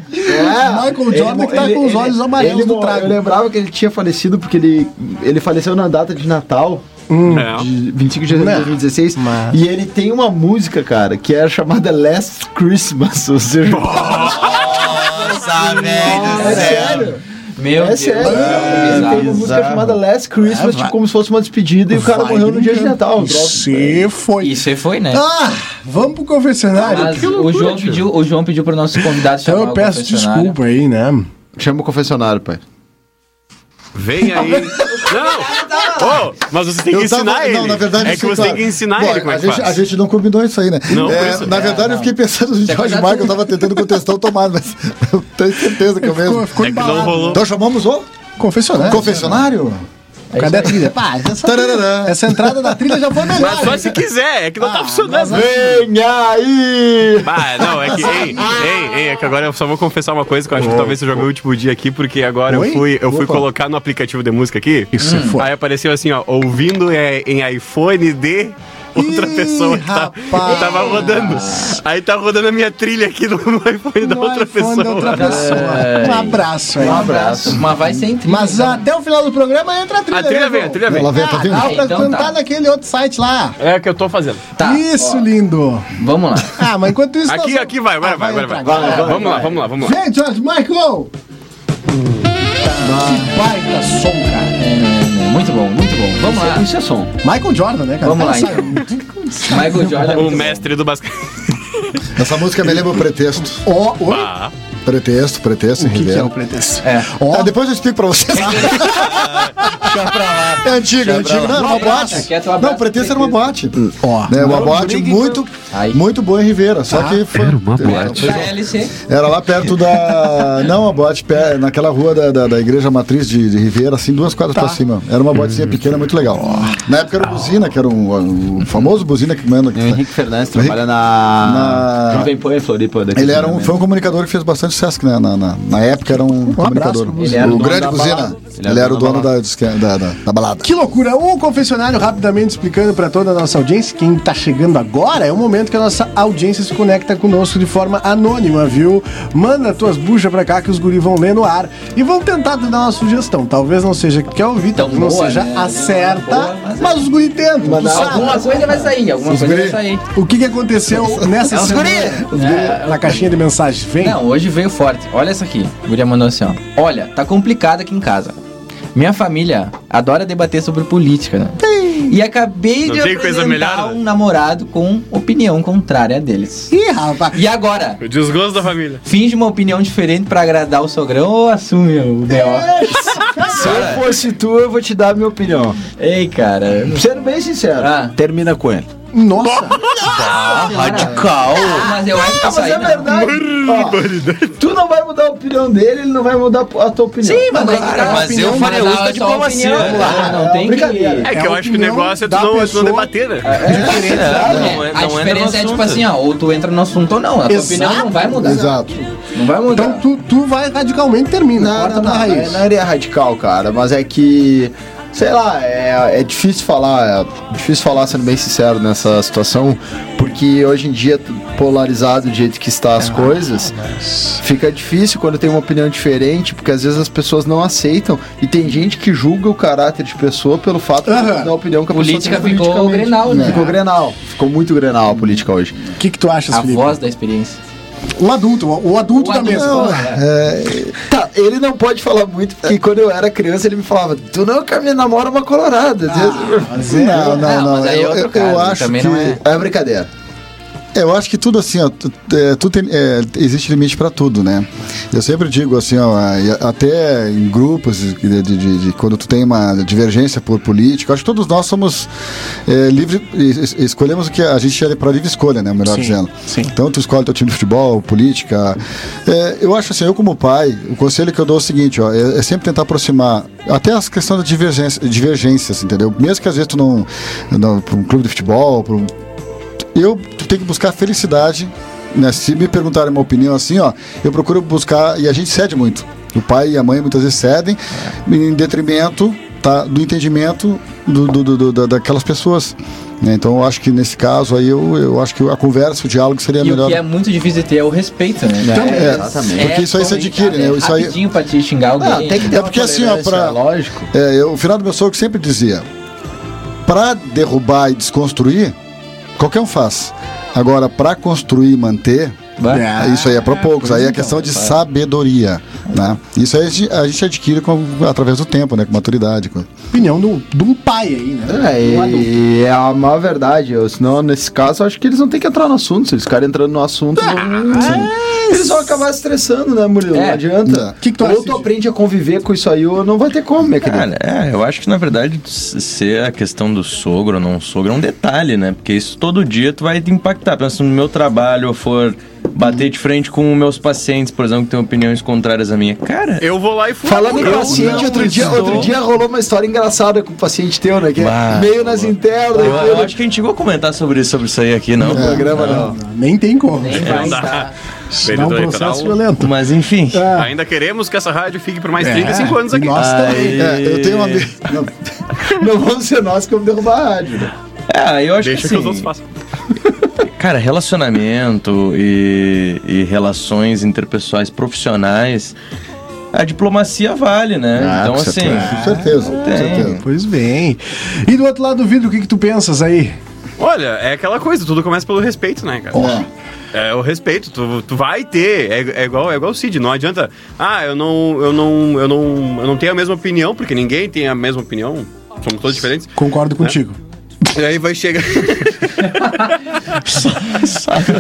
[SPEAKER 1] Michael Jordan que tá com os olhos amarelos
[SPEAKER 6] É, ele
[SPEAKER 1] do
[SPEAKER 6] mo- Eu
[SPEAKER 1] trago.
[SPEAKER 6] lembrava que ele tinha falecido porque ele, ele faleceu na data de Natal,
[SPEAKER 3] É.
[SPEAKER 6] de 25 de janeiro de 2016.
[SPEAKER 1] mas-
[SPEAKER 6] E ele tem uma música, cara, que é chamada Last Christmas. Ou seja,
[SPEAKER 2] Nossa, velho.
[SPEAKER 6] é sério.
[SPEAKER 5] Meu
[SPEAKER 6] É
[SPEAKER 5] Deus.
[SPEAKER 6] sério. ele tem uma música chamada Last Christmas, tipo, como se fosse uma despedida, e o cara
[SPEAKER 1] Vai
[SPEAKER 6] morreu no dia de
[SPEAKER 1] brincando.
[SPEAKER 6] Natal. Um troço.
[SPEAKER 1] Você foi.
[SPEAKER 5] Isso aí Ah, tá foi, né?
[SPEAKER 1] Ah, vamos pro confessionário.
[SPEAKER 5] Mas o, João pediu, o João pediu pro nosso convidado chamar
[SPEAKER 1] então eu
[SPEAKER 5] o
[SPEAKER 1] peço
[SPEAKER 5] confessionário.
[SPEAKER 1] desculpa aí, né?
[SPEAKER 6] Chama o confessionário, pai.
[SPEAKER 3] Vem aí. não! Ô, mas você tem que
[SPEAKER 7] Eu tava-
[SPEAKER 3] ensinar ele.
[SPEAKER 7] Não, na verdade,
[SPEAKER 3] é
[SPEAKER 7] isso
[SPEAKER 1] assim, tá.
[SPEAKER 3] que você
[SPEAKER 7] claro.
[SPEAKER 3] tem que ensinar
[SPEAKER 7] Bom,
[SPEAKER 3] ele como é
[SPEAKER 7] a
[SPEAKER 3] que
[SPEAKER 7] gente, A
[SPEAKER 3] faz.
[SPEAKER 7] gente não combinou isso aí, né?
[SPEAKER 3] Não,
[SPEAKER 7] É,
[SPEAKER 3] por isso-
[SPEAKER 7] na verdade, eu fiquei pensando no George
[SPEAKER 5] cuidado.
[SPEAKER 7] Michael, eu tava tentando contestar o Tomás, mas <laughs> eu tenho certeza que eu mesmo.
[SPEAKER 1] ficou
[SPEAKER 3] É que não rolou.
[SPEAKER 7] Então chamamos o
[SPEAKER 1] Confessionário.
[SPEAKER 7] confessionário?
[SPEAKER 1] Cadê a trilha? Pá, essa,
[SPEAKER 3] Tá
[SPEAKER 7] Tarará.
[SPEAKER 1] essa entrada da trilha já foi melhor.
[SPEAKER 3] Mas só se quiser, é que não
[SPEAKER 1] Ah,
[SPEAKER 3] tá funcionando.
[SPEAKER 6] Vem aí!
[SPEAKER 3] Ah, não, é que. Ei, ei, ei, é que agora eu só vou confessar uma coisa que eu acho que talvez seja o meu último dia aqui, porque agora
[SPEAKER 1] Oi?
[SPEAKER 3] eu fui, eu fui
[SPEAKER 1] Opa.
[SPEAKER 3] colocar no aplicativo de música aqui.
[SPEAKER 1] Isso foi.
[SPEAKER 3] Aí apareceu assim, ó, ouvindo é, em iPhone de outra
[SPEAKER 1] Ih,
[SPEAKER 3] pessoa que, tá- que
[SPEAKER 1] rapaz.
[SPEAKER 3] tava rodando. Aí tá rodando a minha trilha aqui no iPhone <laughs> da
[SPEAKER 1] No
[SPEAKER 3] outra
[SPEAKER 1] iPhone
[SPEAKER 3] pessoa.
[SPEAKER 1] da
[SPEAKER 5] É.
[SPEAKER 1] outra pessoa. Um abraço aí.
[SPEAKER 5] Um abraço. Mas vai sem trilha.
[SPEAKER 1] Mas ah,
[SPEAKER 5] então.
[SPEAKER 1] até o final do programa entra a trilha.
[SPEAKER 3] A trilha
[SPEAKER 1] né,
[SPEAKER 3] vem,
[SPEAKER 1] João?
[SPEAKER 3] a trilha vem.
[SPEAKER 7] Ela vem, tá
[SPEAKER 1] Ah,
[SPEAKER 7] vindo?
[SPEAKER 1] dá pra
[SPEAKER 5] Então
[SPEAKER 1] cantar
[SPEAKER 5] tá.
[SPEAKER 1] naquele outro site lá.
[SPEAKER 3] É o que eu tô fazendo.
[SPEAKER 5] Tá,
[SPEAKER 1] Isso,
[SPEAKER 5] ó,
[SPEAKER 1] lindo.
[SPEAKER 5] Então, Vamos lá.
[SPEAKER 1] Ah, mas enquanto isso. nós
[SPEAKER 3] Aqui,
[SPEAKER 1] vamos-
[SPEAKER 3] aqui vai, vai,
[SPEAKER 1] Ah,
[SPEAKER 3] vai, vai,
[SPEAKER 1] entrar
[SPEAKER 3] vai.
[SPEAKER 1] agora.
[SPEAKER 3] Vamos lá, vamos lá, vamos lá.
[SPEAKER 1] Vem, George Michael! Que baita som, cara.
[SPEAKER 5] É, Muito bom, muito bom. Vamos lá.
[SPEAKER 6] Isso é som.
[SPEAKER 1] Michael Jordan, né, cara?
[SPEAKER 5] Vamos lá, então.
[SPEAKER 1] Essa-
[SPEAKER 5] Michael Jordan. é
[SPEAKER 3] O
[SPEAKER 5] muito bom.
[SPEAKER 3] Um mestre do basquete.
[SPEAKER 7] Essa música me lembra o pretexto.
[SPEAKER 1] Ó, oi?
[SPEAKER 7] Pretexto, pretexto,
[SPEAKER 1] O que, que é
[SPEAKER 7] Ribeiro.
[SPEAKER 1] o pretexto?
[SPEAKER 5] É.
[SPEAKER 7] Ah, depois eu explico pra vocês. É antiga, é antiga. Não, era uma
[SPEAKER 5] abraço,
[SPEAKER 7] boate.
[SPEAKER 5] quieto, um abraço.
[SPEAKER 7] Não, pretexto era uma boate.
[SPEAKER 1] Ó.
[SPEAKER 7] Né, uma boate muito,
[SPEAKER 5] Aí.
[SPEAKER 7] muito boa em Ribeira. Só que foi. Era uma boate.
[SPEAKER 5] Da LC.
[SPEAKER 7] Era lá perto da. Não, uma boate, pé- naquela rua da, da, da Igreja Matriz de, de Ribeira, assim, duas quadras pra cima. Era uma boatezinha pequena, muito legal. Na época era o Buzina, que era um, um famoso Buzina que manda.
[SPEAKER 6] É O Henrique Fernandes trabalha na.
[SPEAKER 7] Na-
[SPEAKER 6] Jovem Pan em Floripa.
[SPEAKER 2] né?
[SPEAKER 6] daqui
[SPEAKER 7] Ele
[SPEAKER 6] do
[SPEAKER 7] era um,
[SPEAKER 6] Rio
[SPEAKER 7] foi um comunicador que fez bastante sucesso né, na, na, na época, era um, comunicador.
[SPEAKER 5] Ele era o
[SPEAKER 7] o
[SPEAKER 5] dono
[SPEAKER 7] grande
[SPEAKER 5] da
[SPEAKER 7] Buzina.
[SPEAKER 5] balada.
[SPEAKER 7] Ele, era o dono da, da, da- da balada.
[SPEAKER 1] Que loucura! Um confessionário rapidamente explicando para toda a nossa audiência. Quem tá chegando agora é o momento que a nossa audiência se conecta conosco de forma anônima, viu? Manda tuas buchas pra cá que os guris vão ler no ar e vão tentar te dar uma sugestão. Talvez não seja que quer ouvir,
[SPEAKER 5] Tão
[SPEAKER 1] talvez não
[SPEAKER 5] boa,
[SPEAKER 1] seja
[SPEAKER 5] né?
[SPEAKER 1] a certa,
[SPEAKER 5] Boa,
[SPEAKER 1] mas,
[SPEAKER 5] mas-
[SPEAKER 1] os guris tentam, tu sabe.
[SPEAKER 5] Alguma coisa vai sair, alguma coisa vai
[SPEAKER 7] guri-
[SPEAKER 5] sair.
[SPEAKER 1] O que, que aconteceu nessa
[SPEAKER 5] Os guri!
[SPEAKER 1] semana? Os guri
[SPEAKER 5] É,
[SPEAKER 1] Na caixinha de mensagens, vem.
[SPEAKER 5] Não, hoje veio forte. Olha essa aqui. A guria mandou assim, ó. Olha, tá complicado aqui em casa. Minha família adora debater sobre política, né? E acabei
[SPEAKER 3] Não
[SPEAKER 5] de
[SPEAKER 3] tem coisa
[SPEAKER 5] apresentar
[SPEAKER 3] melhor, né?
[SPEAKER 5] um namorado com opinião contrária deles.
[SPEAKER 1] Ih, rapaz.
[SPEAKER 5] E agora?
[SPEAKER 3] <laughs> O desgosto da família.
[SPEAKER 5] Finge uma opinião diferente pra agradar o sogrão ou assume o
[SPEAKER 6] É.
[SPEAKER 5] B.O.?
[SPEAKER 6] Se eu fosse tu, eu vou te dar a minha opinião.
[SPEAKER 5] Ei, cara.
[SPEAKER 6] Sendo bem sincero,
[SPEAKER 5] Ah.
[SPEAKER 6] termina com ele.
[SPEAKER 1] Nossa.
[SPEAKER 5] Radical. Ah, Mas eu acho que isso
[SPEAKER 6] Mas
[SPEAKER 5] aí
[SPEAKER 6] é
[SPEAKER 5] não.
[SPEAKER 6] verdade. Ó, tu não vai mudar a opinião dele, ele não vai mudar a tua opinião.
[SPEAKER 5] Sim, mas, aí que tá a
[SPEAKER 2] mas eu
[SPEAKER 5] opinião,
[SPEAKER 2] faria
[SPEAKER 5] mas
[SPEAKER 2] uso
[SPEAKER 5] a
[SPEAKER 2] da
[SPEAKER 5] sua
[SPEAKER 2] diplomacia,
[SPEAKER 5] opinião,
[SPEAKER 2] né?
[SPEAKER 5] Não, não tem
[SPEAKER 6] Ah, brincadeira.
[SPEAKER 5] que...
[SPEAKER 3] É que eu
[SPEAKER 1] a
[SPEAKER 3] acho que o
[SPEAKER 1] opinião
[SPEAKER 3] negócio é tu
[SPEAKER 1] da
[SPEAKER 3] não, tu
[SPEAKER 1] pessoa-
[SPEAKER 3] não debater, né?
[SPEAKER 2] Não, é-
[SPEAKER 5] a
[SPEAKER 2] não entra no
[SPEAKER 5] diferença é tipo
[SPEAKER 2] assunto.
[SPEAKER 5] assim, ó, ou tu entra no assunto ou não. A tua
[SPEAKER 1] Exato.
[SPEAKER 5] opinião não vai mudar.
[SPEAKER 7] Exato.
[SPEAKER 5] Não vai mudar.
[SPEAKER 1] Então tu, tu vai radicalmente termina.
[SPEAKER 6] Não,
[SPEAKER 1] corta
[SPEAKER 6] não,
[SPEAKER 1] na
[SPEAKER 6] não, não, é-
[SPEAKER 1] raiz.
[SPEAKER 6] não era radical, cara, mas é que. Sei lá, é, é difícil falar, é difícil falar sendo bem sincero nessa situação, porque hoje em dia, tu- polarizado do jeito que está
[SPEAKER 1] Ah,
[SPEAKER 6] as coisas, fica difícil quando tem uma opinião diferente, porque às vezes as pessoas não aceitam e tem gente que julga o caráter de pessoa pelo fato
[SPEAKER 1] Aham.
[SPEAKER 6] da opinião que a
[SPEAKER 5] Política
[SPEAKER 6] pessoa tem
[SPEAKER 5] ficou
[SPEAKER 6] politicamente.
[SPEAKER 5] Grenal, né?
[SPEAKER 6] Ficou Grenal, ficou muito Grenal a política hoje.
[SPEAKER 1] O que, que tu achas,
[SPEAKER 5] a
[SPEAKER 1] Felipe?
[SPEAKER 5] voz da experiência.
[SPEAKER 1] O adulto, o adulto
[SPEAKER 5] O
[SPEAKER 1] da É,
[SPEAKER 5] adulto,
[SPEAKER 1] mesa.
[SPEAKER 5] não,
[SPEAKER 1] vamos lá.
[SPEAKER 5] é.
[SPEAKER 6] Tá, ele não pode falar muito, porque quando eu era criança ele me falava, tu nunca me namora é uma colorada. Às vezes- <laughs>
[SPEAKER 7] Não, não,
[SPEAKER 5] Ah,
[SPEAKER 7] não.
[SPEAKER 5] mas aí é
[SPEAKER 7] Eu,
[SPEAKER 5] outro
[SPEAKER 7] eu- eu
[SPEAKER 5] caso,
[SPEAKER 7] acho
[SPEAKER 5] também
[SPEAKER 7] que.
[SPEAKER 5] não é-
[SPEAKER 6] É brincadeira.
[SPEAKER 7] Eu acho que tudo assim, ó, tu- é, tudo tem- é, existe limite para tudo, né? Eu sempre digo assim, ó, a- e a- até em grupos, de, de- de- de- quando tu tem uma divergência por política, acho que todos nós somos é, livres, es- es- escolhemos o que a gente é para livre escolha, né? Melhor dizendo.
[SPEAKER 1] sim.
[SPEAKER 7] Então tu escolhe teu time de futebol, política. É, eu acho assim, eu como pai, o conselho que eu dou é o seguinte, ó, é, é sempre tentar aproximar até as questões de divergência, divergências, entendeu? Mesmo que às vezes tu não, não para um clube de futebol, para um eu tenho que buscar felicidade. Né? Se me perguntarem uma opinião assim, ó, eu procuro buscar, e a gente cede muito. O pai e a mãe muitas vezes cedem, em detrimento tá, do entendimento do, do- do- do- da- daquelas pessoas. né? Então eu acho que nesse caso aí eu, eu acho que a conversa, o diálogo seria
[SPEAKER 5] E o
[SPEAKER 7] melhor.
[SPEAKER 5] que é muito difícil de ter é o respeito, né?
[SPEAKER 7] É,
[SPEAKER 6] Exatamente.
[SPEAKER 7] porque isso aí se adquire, né? Isso aí-
[SPEAKER 5] rapidinho pra te xingar alguém. né?
[SPEAKER 6] tem que ter
[SPEAKER 7] É porque
[SPEAKER 6] uma
[SPEAKER 7] assim, ó,
[SPEAKER 6] tolerância,
[SPEAKER 7] pra-
[SPEAKER 6] é Lógico.
[SPEAKER 7] É, eu, o final do meu sogro sempre dizia: para derrubar e desconstruir, qualquer um faz. Agora, para construir e manter,
[SPEAKER 5] Vai.
[SPEAKER 7] Ah, Isso aí é para poucos.
[SPEAKER 12] Então,
[SPEAKER 7] Aí é questão de sabedoria, né? Isso aí a gente- a gente adquire com- através do tempo, né? Com maturidade. com-
[SPEAKER 1] Opinião do- de um pai aí, né?
[SPEAKER 6] É,
[SPEAKER 1] Um adulto.
[SPEAKER 6] e é a maior verdade. Eu, senão, nesse caso, eu acho que eles não têm que entrar no assunto. Se eles ficarem entrando no assunto, não- eles vão acabar estressando, né, Murilo?
[SPEAKER 5] É.
[SPEAKER 6] Não adianta.
[SPEAKER 1] Que que tu acha,
[SPEAKER 6] ou tu
[SPEAKER 1] Cid?
[SPEAKER 6] aprende a conviver com isso aí, ou não vai ter como, minha querida.
[SPEAKER 12] Cara, é, eu acho que na verdade s- ser a questão do sogro ou não sogro é um detalhe, né? Porque isso todo dia tu vai te impactar. Pensa se no meu trabalho eu for bater de frente com meus pacientes, por exemplo, que têm opiniões contrárias à minha. Cara,
[SPEAKER 3] Eu vou lá e fui.
[SPEAKER 6] Falando em
[SPEAKER 3] Eu
[SPEAKER 6] paciente,
[SPEAKER 3] não
[SPEAKER 6] outro dia,
[SPEAKER 3] estou-
[SPEAKER 6] outro dia rolou uma história engraçada com o paciente teu, né? Que é
[SPEAKER 12] Bah,
[SPEAKER 6] meio nas internas.
[SPEAKER 12] eu,
[SPEAKER 6] meio
[SPEAKER 12] eu acho que a gente chegou a comentar sobre isso, sobre isso aí aqui, não?
[SPEAKER 6] no programa, né? não.
[SPEAKER 1] Nem tem como.
[SPEAKER 5] Nem
[SPEAKER 3] É,
[SPEAKER 5] vai
[SPEAKER 3] não dá.
[SPEAKER 5] dar.
[SPEAKER 1] Dá um
[SPEAKER 3] Período eleitoral.
[SPEAKER 1] processo violento.
[SPEAKER 12] Mas enfim.
[SPEAKER 3] Ainda queremos que essa rádio fique por mais 35 anos aqui. Ah,
[SPEAKER 1] Nossa, também.
[SPEAKER 7] É, eu tenho
[SPEAKER 6] <laughs>
[SPEAKER 7] uma. ami- Não,
[SPEAKER 6] Não vamos ser nós que vamos derrubar a rádio. né?
[SPEAKER 12] É, eu acho que
[SPEAKER 3] Deixa que os
[SPEAKER 12] assim,
[SPEAKER 3] outros façam.
[SPEAKER 12] Cara, relacionamento e, e relações interpessoais profissionais, a diplomacia vale, né? então,
[SPEAKER 6] com
[SPEAKER 12] assim,
[SPEAKER 7] Ah, com certeza, com
[SPEAKER 12] tem.
[SPEAKER 7] certeza.
[SPEAKER 1] Pois bem. E do outro lado do vidro, o que, que tu pensas aí?
[SPEAKER 3] Olha, é aquela coisa, tudo começa pelo respeito, né, cara? É, o respeito, tu, tu vai ter. É, é igual, é igual o Cid, não adianta. Ah, eu não, eu não, eu não, eu não tenho a mesma opinião, porque ninguém tem a mesma opinião. Somos todos diferentes.
[SPEAKER 1] Concordo contigo.
[SPEAKER 3] E aí vai chegar. <laughs>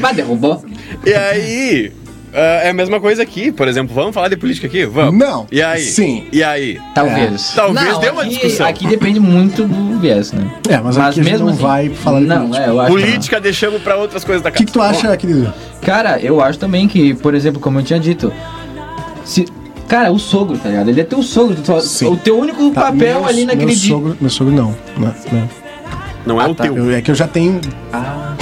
[SPEAKER 5] Mas derrubou.
[SPEAKER 3] E aí. ah, é a mesma coisa aqui, por exemplo, vamos falar de política aqui? Vamos.
[SPEAKER 1] Não.
[SPEAKER 3] E aí?
[SPEAKER 1] Sim.
[SPEAKER 3] E aí?
[SPEAKER 5] Talvez.
[SPEAKER 3] Talvez
[SPEAKER 5] Não,
[SPEAKER 3] dê uma
[SPEAKER 5] aqui-
[SPEAKER 3] discussão.
[SPEAKER 5] Aqui depende muito do viés, né?
[SPEAKER 1] É, mas aqui a gente não vai falar de
[SPEAKER 5] Não,
[SPEAKER 1] política.
[SPEAKER 5] é, eu acho que não.
[SPEAKER 3] Política deixamos pra outras coisas da
[SPEAKER 1] O que,
[SPEAKER 3] casa.
[SPEAKER 1] que tu acha, querido?
[SPEAKER 5] Cara, eu acho também que, por exemplo, como eu tinha dito, se. Cara, o sogro, tá ligado? Ele é teu sogro. tu só-
[SPEAKER 1] Sim.
[SPEAKER 5] o teu único
[SPEAKER 1] Tá,
[SPEAKER 5] papel
[SPEAKER 1] meu-
[SPEAKER 5] ali naquele
[SPEAKER 1] meu
[SPEAKER 5] dia.
[SPEAKER 1] sogro, meu sogro não. né? não, não.
[SPEAKER 3] Não é o teu.
[SPEAKER 1] Eu- é que eu já tenho.
[SPEAKER 5] Ah.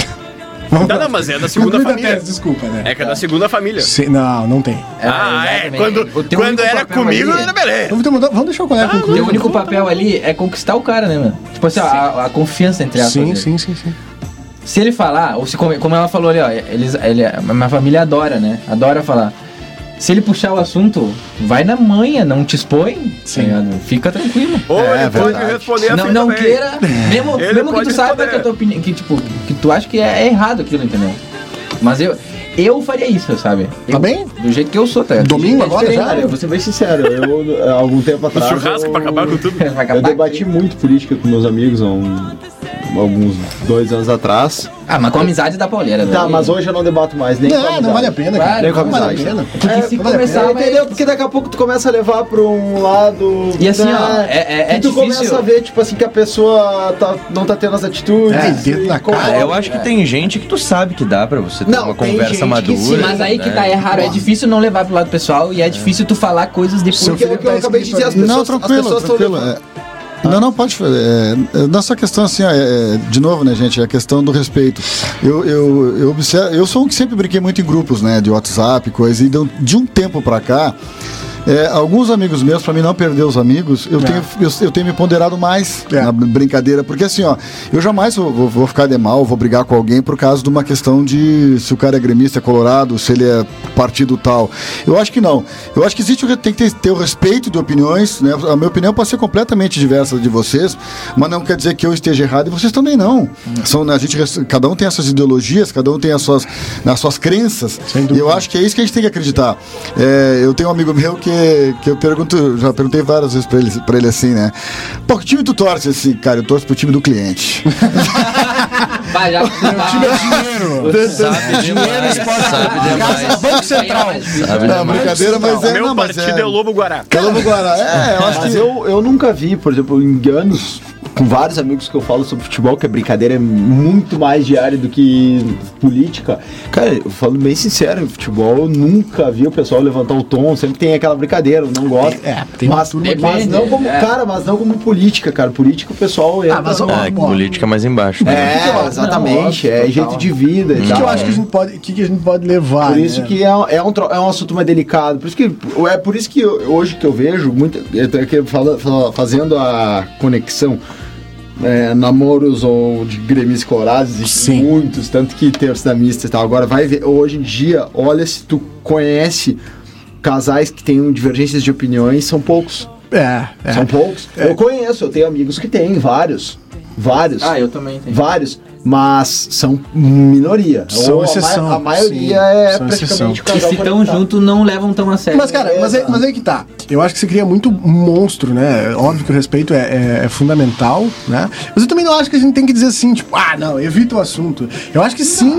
[SPEAKER 5] Tá
[SPEAKER 3] Não, não, mas é da segunda
[SPEAKER 1] Conclui da
[SPEAKER 3] família.
[SPEAKER 1] tese, desculpa, né?
[SPEAKER 3] É que é da segunda família.
[SPEAKER 1] Se- não, não tem.
[SPEAKER 3] Ah, é.
[SPEAKER 5] exatamente.
[SPEAKER 3] Quando,
[SPEAKER 5] O teu
[SPEAKER 3] quando
[SPEAKER 5] único
[SPEAKER 3] era
[SPEAKER 5] papel
[SPEAKER 3] comigo,
[SPEAKER 5] um ali-
[SPEAKER 3] era beleza.
[SPEAKER 1] Vamos, ter- vamos deixar o colega
[SPEAKER 5] o
[SPEAKER 1] concluir.
[SPEAKER 5] teu único papel ali é conquistar o cara, né, mano? Tipo assim, ó, a, a confiança entre aspas.
[SPEAKER 1] Sim,
[SPEAKER 5] dele.
[SPEAKER 1] sim, sim, sim.
[SPEAKER 5] Se ele falar, ou se como, como ela falou ali, ó, eles, ele, a minha família adora, né? Adora falar. Se ele puxar o assunto, vai na manha, não te expõe, tá ligado? Fica tranquilo.
[SPEAKER 3] Ou
[SPEAKER 6] É,
[SPEAKER 3] ele pode
[SPEAKER 6] verdade.
[SPEAKER 3] responder
[SPEAKER 5] não,
[SPEAKER 3] assim
[SPEAKER 5] não
[SPEAKER 3] também.
[SPEAKER 5] queira,
[SPEAKER 3] <laughs>
[SPEAKER 5] mesmo,
[SPEAKER 3] Ele
[SPEAKER 5] mesmo que
[SPEAKER 3] pode
[SPEAKER 5] tu saiba
[SPEAKER 3] responder.
[SPEAKER 5] que a tua opinião, que tipo, que tu acha que é, é errado aquilo, entendeu? Mas eu, eu faria isso, sabe? Eu,
[SPEAKER 1] bem?
[SPEAKER 5] Do jeito que eu sou, tá ligado?
[SPEAKER 1] Domingo
[SPEAKER 5] É
[SPEAKER 1] agora
[SPEAKER 5] diferente, <laughs>
[SPEAKER 1] já?
[SPEAKER 5] né?
[SPEAKER 6] Cara, eu vou ser bem sincero, eu, há algum tempo
[SPEAKER 3] Um
[SPEAKER 6] atrás.
[SPEAKER 3] churrasco
[SPEAKER 6] eu-
[SPEAKER 3] pra acabar com tudo.
[SPEAKER 5] Vai acabar
[SPEAKER 6] Eu
[SPEAKER 5] aqui.
[SPEAKER 6] debati muito política com meus amigos há um- alguns dois anos atrás.
[SPEAKER 5] Ah, mas com a amizade da pauleira, né?
[SPEAKER 6] Tá, mas hoje eu não debato mais, nem
[SPEAKER 1] Não, não vale a pena, cara.
[SPEAKER 5] Claro,
[SPEAKER 1] não
[SPEAKER 6] com
[SPEAKER 1] vale a
[SPEAKER 6] amizade.
[SPEAKER 1] pena.
[SPEAKER 5] Porque
[SPEAKER 6] É,
[SPEAKER 5] se
[SPEAKER 1] vale a
[SPEAKER 5] começar,
[SPEAKER 6] Você
[SPEAKER 5] vai-
[SPEAKER 6] entendeu? Porque daqui a pouco tu começa a levar pra um lado.
[SPEAKER 5] E assim,
[SPEAKER 6] né?
[SPEAKER 5] ó, é- é- é
[SPEAKER 6] E tu
[SPEAKER 5] difícil.
[SPEAKER 6] começa a ver, tipo assim, que a pessoa tá- não tá tendo as atitudes.
[SPEAKER 1] É, dedo na cara.
[SPEAKER 12] Ah, eu acho que tem gente que tu sabe que dá pra você ter
[SPEAKER 6] Não,
[SPEAKER 12] uma
[SPEAKER 6] tem gente
[SPEAKER 12] conversa
[SPEAKER 6] que
[SPEAKER 12] madura.
[SPEAKER 6] sim,
[SPEAKER 5] Mas aí que
[SPEAKER 12] né?
[SPEAKER 5] tá, é raro, é difícil não levar pro lado pessoal e é difícil tu falar coisas depois.
[SPEAKER 6] Porque é o que eu acabei de dizer, as pessoas,
[SPEAKER 7] não,
[SPEAKER 6] as
[SPEAKER 7] tranquilo,
[SPEAKER 6] pessoas tão
[SPEAKER 7] tranquilo.
[SPEAKER 6] levando-
[SPEAKER 7] é. Não, não, pode. É, é, na sua questão, assim, ó, é, é, de novo, né, gente? É a questão do respeito. Eu, eu, eu, observo, eu sou um que sempre brinquei muito em grupos, né? De WhatsApp, coisa. E de um, de um tempo pra cá, É, alguns amigos meus, pra mim não perder os amigos, eu, tenho, eu, eu tenho me ponderado mais
[SPEAKER 1] É.
[SPEAKER 7] na br- brincadeira. Porque assim, ó, eu jamais vou, vou- vou ficar de mal, vou brigar com alguém por causa de uma questão de se o cara é gremista, é colorado, se ele é partido tal. Eu acho que não. Eu acho que existe, o re- tem que ter, ter o respeito de opiniões, né? A minha opinião pode ser completamente diversa de vocês, mas não quer dizer que eu esteja errado e vocês também não. São, né, a gente, res- cada um tem as suas ideologias, cada um tem as suas, as suas crenças. E eu acho que é isso que a gente tem que acreditar. É, eu tenho um amigo meu que, que eu pergunto, já perguntei várias vezes pra ele, pra ele assim, né? Pô, que time tu torce assim, cara? Eu torço pro time do cliente.
[SPEAKER 5] Vai, já. Dinheiro.
[SPEAKER 2] Sabe demais, sabe demais.
[SPEAKER 5] Banco Central.
[SPEAKER 7] É, brincadeira, mas é.
[SPEAKER 3] Meu
[SPEAKER 7] não, mas
[SPEAKER 3] partido é,
[SPEAKER 7] é,
[SPEAKER 3] o Lobo Guará.
[SPEAKER 7] Calamos Guará. É, eu acho
[SPEAKER 6] Mas
[SPEAKER 7] que.
[SPEAKER 6] eu, eu nunca vi, por exemplo, em anos, com vários amigos que eu falo sobre futebol, que a brincadeira é muito mais diária do que política. Cara, eu falo bem sincero, em futebol eu nunca vi o pessoal levantar o tom, sempre tem aquela brincadeira, eu não gosto. É, tem mas, mas
[SPEAKER 5] Depende,
[SPEAKER 6] não como,
[SPEAKER 5] é.
[SPEAKER 6] cara, mas não como política, cara. Política o pessoal entra
[SPEAKER 1] mas,
[SPEAKER 2] <laughs>
[SPEAKER 6] no-
[SPEAKER 1] ó,
[SPEAKER 2] É, que política é mais embaixo. né?
[SPEAKER 6] É, exatamente, é jeito de vida e
[SPEAKER 1] O que,
[SPEAKER 6] tal.
[SPEAKER 1] eu acho que a gente pode, o que, que a gente pode levar?
[SPEAKER 6] Por isso
[SPEAKER 1] né?
[SPEAKER 6] que é, é um, tro- é um assunto mais delicado. Por isso que, é por isso que eu- hoje que eu vejo, muito, eu tô aqui fala- fala- fazendo a conexão, é, namoros ou de gremis colorados, existem
[SPEAKER 1] Sim.
[SPEAKER 6] muitos, tanto que terço da mista e tal. Agora, vai ver, hoje em dia, olha se tu conhece casais que tenham divergências de opiniões, são poucos.
[SPEAKER 1] É, é.
[SPEAKER 6] São poucos. Eu conheço, eu tenho amigos que têm, vários. Vários.
[SPEAKER 5] Ah, eu também tenho.
[SPEAKER 6] Vários, mas são minoria.
[SPEAKER 1] São
[SPEAKER 6] Ou a ma-
[SPEAKER 1] exceção,
[SPEAKER 6] A maioria
[SPEAKER 1] sim,
[SPEAKER 6] é
[SPEAKER 1] são
[SPEAKER 6] praticamente
[SPEAKER 1] exceção.
[SPEAKER 6] o
[SPEAKER 5] Tá, Que
[SPEAKER 6] casal
[SPEAKER 5] se tão
[SPEAKER 6] conectado.
[SPEAKER 5] junto, não levam tão a sério.
[SPEAKER 1] Mas, cara, mas é, mas é que tá. Eu acho que você cria muito monstro, né? Óbvio que o respeito é, é- é fundamental, né? Mas eu também não acho que a gente tem que dizer assim, tipo, ah, não, evita o assunto. Eu acho que sim,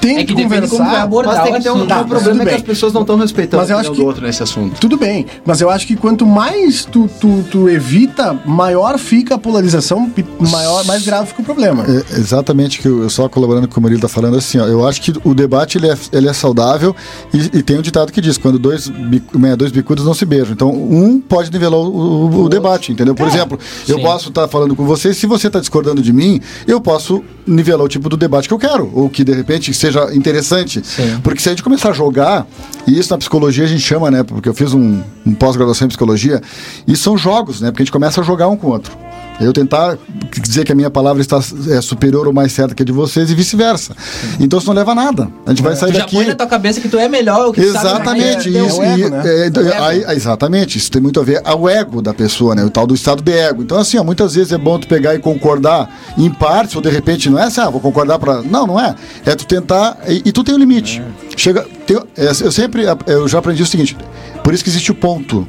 [SPEAKER 1] tem
[SPEAKER 5] É que
[SPEAKER 1] que,
[SPEAKER 5] depende como vai
[SPEAKER 1] conversar.
[SPEAKER 5] abordar
[SPEAKER 6] Mas tem
[SPEAKER 5] o
[SPEAKER 6] que ter um,
[SPEAKER 5] assunto.
[SPEAKER 1] Tá,
[SPEAKER 6] o
[SPEAKER 1] mas
[SPEAKER 6] problema
[SPEAKER 1] tudo
[SPEAKER 6] é que
[SPEAKER 1] bem.
[SPEAKER 6] as pessoas não estão respeitando
[SPEAKER 1] Mas eu
[SPEAKER 6] a
[SPEAKER 1] acho
[SPEAKER 6] opinião
[SPEAKER 1] que-
[SPEAKER 6] do outro nesse assunto.
[SPEAKER 1] Tudo bem, mas eu acho que quanto mais tu, tu, tu evita, maior fica a polarização, e maior, mais grave fica o problema.
[SPEAKER 7] É, exatamente que eu eu só colaborando com o que o Murilo tá falando assim, ó, eu acho que o debate ele é, ele é saudável e, e tem um ditado que diz quando dois, bicu- né, dois bicudos não se beijam. Então um pode nivelar o, o- o debate, entendeu? Por exemplo, eu posso estar falando com você, se você está discordando de mim, eu posso nivelar o tipo do debate que eu quero ou que de repente seja interessante. Porque se a gente começar a jogar, e isso na psicologia a gente chama, né, porque eu fiz um, um pós-graduação em psicologia, e são jogos, né, porque a gente começa a jogar um com o outro. Eu tentar dizer que a minha palavra está é, superior ou mais certa que a de vocês e vice-versa. Então isso não leva a nada. A gente vai
[SPEAKER 5] Tu
[SPEAKER 7] sair
[SPEAKER 5] já
[SPEAKER 7] daqui.
[SPEAKER 5] põe na tua cabeça que tu é melhor, o que tu sabe
[SPEAKER 7] Exatamente,
[SPEAKER 5] mais,
[SPEAKER 7] isso.
[SPEAKER 1] é o
[SPEAKER 7] e-
[SPEAKER 1] ego, né?
[SPEAKER 7] é, então, aí- aí, exatamente, isso tem muito a ver ao ego da pessoa, né? O tal do estado de ego. Então, assim, ó, muitas vezes é bom tu pegar e concordar em partes, ou de repente não é assim, ah, vou concordar pra. Não, não é. É tu tentar. E, e tu tem um limite. Chega. tem- é, eu sempre. Eu já aprendi o seguinte: por isso que existe o ponto.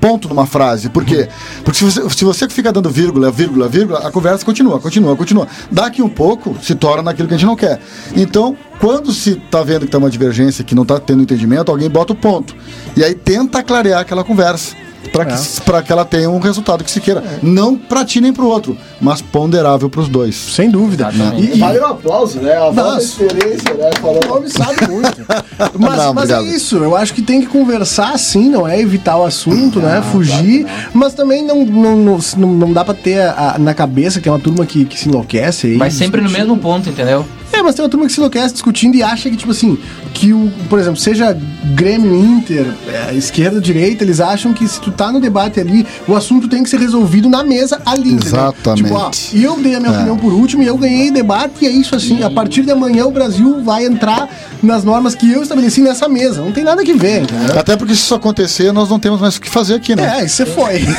[SPEAKER 7] Ponto numa frase. Por quê? Porque se você, se você fica dando vírgula, vírgula, vírgula, a conversa continua, continua, continua. Daqui um pouco se torna naquilo que a gente não quer. Então, quando se tá vendo que tá uma divergência, que não tá tendo entendimento, alguém bota o ponto. E aí tenta clarear aquela conversa. Para que, pra que ela tenha um resultado que se queira. Não para ti nem para o outro, mas ponderável para os dois.
[SPEAKER 1] Sem dúvida.
[SPEAKER 5] Exatamente.
[SPEAKER 1] E- e-
[SPEAKER 6] Vale um aplauso, né? A volta da
[SPEAKER 7] Nossa.
[SPEAKER 6] experiência, né?
[SPEAKER 1] O
[SPEAKER 6] Falando.
[SPEAKER 1] homem sabe
[SPEAKER 7] <laughs>
[SPEAKER 1] muito. Mas,
[SPEAKER 7] Não,
[SPEAKER 1] mas é
[SPEAKER 7] obrigado.
[SPEAKER 1] isso, eu acho que tem que conversar sim, não é evitar o assunto,
[SPEAKER 5] Ah,
[SPEAKER 1] né? Fugir, mas também não, não, não, não dá pra ter a- na cabeça que tem uma turma que, que se enlouquece aí.
[SPEAKER 5] Mas sempre no
[SPEAKER 1] discutindo.
[SPEAKER 5] mesmo ponto, entendeu?
[SPEAKER 1] É, mas tem uma turma que se enlouquece discutindo e acha que, tipo assim, que o, por exemplo, seja Grêmio Inter, é, esquerda, direita, eles acham que se tu tá no debate ali, o assunto tem que ser resolvido na mesa ali, entendeu?
[SPEAKER 7] Exatamente. É.
[SPEAKER 1] Tipo, ó, eu dei a minha opinião por último e eu ganhei debate e é isso assim. A partir de amanhã o Brasil vai entrar nas normas que eu estabeleci nessa mesa. Não tem nada que ver, entendeu?
[SPEAKER 7] Até porque se isso acontecer, nós não temos mais o que fazer aqui, né?
[SPEAKER 1] É, isso foi. <laughs>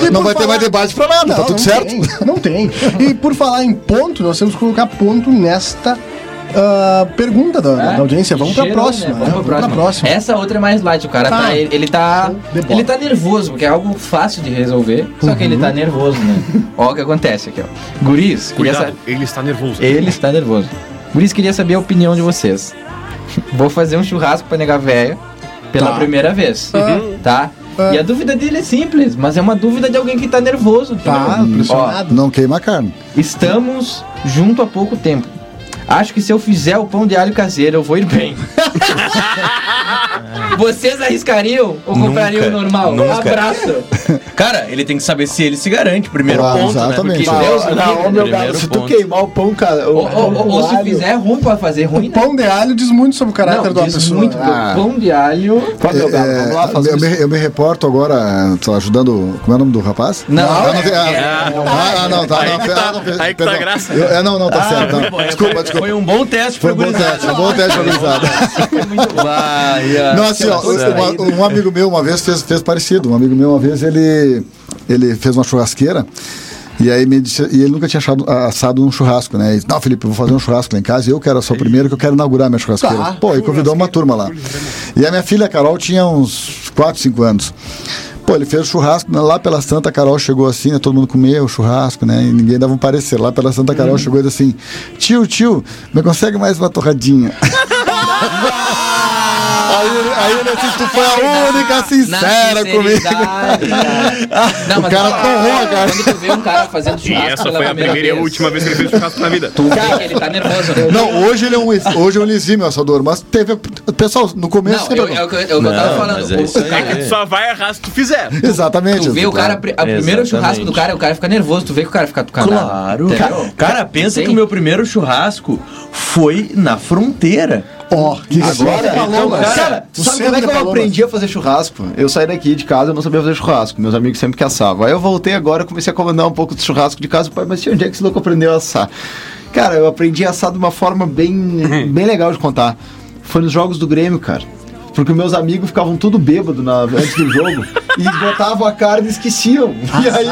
[SPEAKER 1] E
[SPEAKER 7] não
[SPEAKER 1] por
[SPEAKER 7] vai ter
[SPEAKER 1] falar-
[SPEAKER 7] mais debate para nada, tá
[SPEAKER 1] Ah, não,
[SPEAKER 7] tudo
[SPEAKER 1] não
[SPEAKER 7] certo?
[SPEAKER 1] tem, não tem. E por falar em ponto, nós temos que colocar ponto nesta ah, pergunta da, da audiência. Vamos pra
[SPEAKER 5] Gerou,
[SPEAKER 1] próxima.
[SPEAKER 5] É? né?
[SPEAKER 1] né?
[SPEAKER 5] Vamos pra próxima. Essa outra é mais light. O cara
[SPEAKER 1] Tá.
[SPEAKER 5] tá. Ele, ele tá.
[SPEAKER 1] De bola.
[SPEAKER 5] Ele tá nervoso, porque é algo fácil de resolver. Só que ele
[SPEAKER 1] Uhum.
[SPEAKER 5] tá nervoso, né?
[SPEAKER 1] <laughs>
[SPEAKER 5] Ó, o que acontece aqui, ó. Guris, queria
[SPEAKER 3] Cuidado,
[SPEAKER 5] sa-
[SPEAKER 3] ele está nervoso.
[SPEAKER 5] ele está nervoso. Guris, queria saber a opinião de vocês. <laughs> Vou fazer um churrasco pra negar velha pela primeira vez.
[SPEAKER 1] Uhum.
[SPEAKER 5] Tá? E a dúvida dele é simples, mas é uma dúvida de alguém que tá nervoso.
[SPEAKER 1] Tá,
[SPEAKER 5] entendeu? Ó,
[SPEAKER 1] pressionado.
[SPEAKER 7] Não queima a carne.
[SPEAKER 5] <laughs> Estamos junto há pouco tempo. Acho que se eu fizer o pão de alho caseiro, eu vou ir bem. Vocês arriscariam ou comprariam o
[SPEAKER 12] Nunca,
[SPEAKER 5] normal?
[SPEAKER 12] nunca.
[SPEAKER 5] Abraço.
[SPEAKER 2] Cara, ele tem que saber se ele se garante, primeiro
[SPEAKER 7] Claro,
[SPEAKER 2] ponto,
[SPEAKER 7] exatamente.
[SPEAKER 2] né?
[SPEAKER 5] Bah, Deus
[SPEAKER 6] não,
[SPEAKER 5] me livre,
[SPEAKER 6] ô, meu
[SPEAKER 12] primeiro
[SPEAKER 6] galo, se tu
[SPEAKER 12] ponto.
[SPEAKER 6] queimar o pão, cara. o-
[SPEAKER 5] Ou, ou- ou- ou se fizer é ruim, pode fazer ruim,
[SPEAKER 1] O
[SPEAKER 5] né?
[SPEAKER 1] pão de alho diz muito sobre o caráter
[SPEAKER 5] Não,
[SPEAKER 1] da
[SPEAKER 5] diz
[SPEAKER 1] pessoa.
[SPEAKER 5] muito.
[SPEAKER 1] né?
[SPEAKER 6] Ah.
[SPEAKER 5] Pão de alho... É,
[SPEAKER 6] Fala, meu galo, vamos lá fazer
[SPEAKER 7] É, eu,
[SPEAKER 6] isso.
[SPEAKER 7] me, eu me reporto agora, tô ajudando. Como é o nome do rapaz?
[SPEAKER 5] Não,
[SPEAKER 7] ah, não,
[SPEAKER 5] é-
[SPEAKER 7] tem- ah, ah, ah, não, tá.
[SPEAKER 3] Aí
[SPEAKER 7] não,
[SPEAKER 3] que
[SPEAKER 7] ah,
[SPEAKER 3] tá-
[SPEAKER 7] não, per-
[SPEAKER 3] aí que tá
[SPEAKER 7] perdão.
[SPEAKER 3] graça.
[SPEAKER 7] Eu- é, não, não, tá certo. não. Desculpa, desculpa.
[SPEAKER 2] Foi um bom teste
[SPEAKER 7] Foi
[SPEAKER 2] pro
[SPEAKER 7] um bom
[SPEAKER 2] gurizada.
[SPEAKER 7] teste, foi um bom teste organizado.
[SPEAKER 2] Vai, ah,
[SPEAKER 7] Não, assim, ó, um- um, um amigo meu uma vez fez, fez parecido. Um amigo meu uma vez ele, ele fez uma churrasqueira. E aí me disse, e ele nunca tinha achado- assado um churrasco, né? E, disse, não, Felipe, eu vou fazer um churrasco lá em casa, e eu quero ser o primeiro que eu quero inaugurar minha churrasqueira. Pô, e convidou uma turma lá. E a minha filha, a Carol, tinha uns 4, 5 anos. Pô, ele fez o churrasco, né? lá pela Santa Carol chegou assim, né? todo mundo comeu o churrasco, né? E ninguém dava um parecer. Lá pela Santa Carol chegou e disse assim: tio, tio, me consegue mais uma torradinha? Aí, ele- aí ele disse, tu foi a única
[SPEAKER 5] é
[SPEAKER 7] sincera comigo.
[SPEAKER 5] Não, mas
[SPEAKER 7] O cara
[SPEAKER 5] ó,
[SPEAKER 7] torrou, cara.
[SPEAKER 5] Quando tu vê um cara fazendo
[SPEAKER 3] E
[SPEAKER 5] churrasco
[SPEAKER 3] essa
[SPEAKER 5] pela
[SPEAKER 3] foi a primeira e a
[SPEAKER 5] vez,
[SPEAKER 3] última vez que ele fez churrasco na vida.
[SPEAKER 5] Tu vê que ele tá nervoso, né?
[SPEAKER 7] Não, hoje ele é um, hoje é um lisinho, meu assador, mas teve. Pessoal, no começo
[SPEAKER 5] Não,
[SPEAKER 7] sempre. é
[SPEAKER 5] eu, eu, eu, eu, eu tava
[SPEAKER 12] Não,
[SPEAKER 5] falando.
[SPEAKER 12] mas é
[SPEAKER 5] o-
[SPEAKER 12] isso aí.
[SPEAKER 5] cara,
[SPEAKER 3] Tu só vai errar se tu fizer.
[SPEAKER 7] Exatamente. Tipo,
[SPEAKER 5] Tu vê o cara, a primeiro
[SPEAKER 12] Exatamente.
[SPEAKER 5] churrasco do cara, o cara fica nervoso, tu vê que o cara fica tucanado.
[SPEAKER 2] Claro.
[SPEAKER 5] Entendeu?
[SPEAKER 2] Cara, cara, pensa
[SPEAKER 5] Tem.
[SPEAKER 2] que o meu primeiro churrasco foi na fronteira.
[SPEAKER 1] Ó, que
[SPEAKER 6] Agora, então, cara,
[SPEAKER 1] o
[SPEAKER 6] sabe
[SPEAKER 1] centro
[SPEAKER 6] como é que
[SPEAKER 1] da
[SPEAKER 6] eu
[SPEAKER 1] Paloma.
[SPEAKER 6] aprendi a fazer churrasco? Eu saí daqui de casa, eu não sabia fazer churrasco. Meus amigos sempre que assavam. Aí eu voltei agora, comecei a comandar um pouco de churrasco de casa. Pai, mas tio, onde é que esse louco aprendeu a assar? Cara, eu aprendi a assar de uma forma bem, bem legal de contar. Foi nos jogos do Grêmio, cara. Porque meus amigos ficavam tudo bêbado na, antes do jogo e botavam a carne e esqueciam. E aí,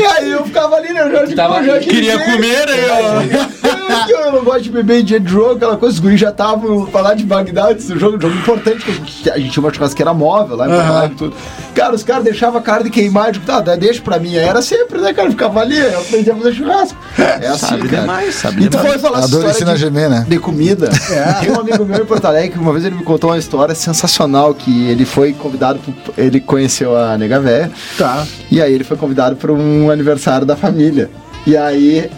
[SPEAKER 6] e aí eu ficava ali, né? Eu já,
[SPEAKER 5] Tava-
[SPEAKER 6] eu já
[SPEAKER 2] Queria
[SPEAKER 6] ninguém-
[SPEAKER 2] comer, aí, ó.
[SPEAKER 6] eu, É, que eu não gosto de beber em dia de jogo, aquela coisa, os guris já estavam pra lá de Bagdá antes do jogo, jogo importante, que a gente, a gente tinha uma churrasqueira móvel lá em Porto Alegre e tudo. Cara, os caras deixavam a carne queimar, eu digo, tá, dá- deixa pra mim. Aí Era sempre, né, cara? Eu Ficava ali, eu aprendi a fazer churrasco. É assim, cara. e tu foi falar
[SPEAKER 7] A
[SPEAKER 6] essa
[SPEAKER 7] dor
[SPEAKER 6] história
[SPEAKER 7] ensina a
[SPEAKER 6] de-
[SPEAKER 7] gemer, né?
[SPEAKER 6] de comida. Tem um amigo meu em Porto Alegre que uma vez ele me contou uma história sensacional que ele foi convidado, pro- ele conheceu a nega véia.
[SPEAKER 1] Tá.
[SPEAKER 6] E aí ele foi convidado para um aniversário da família. E aí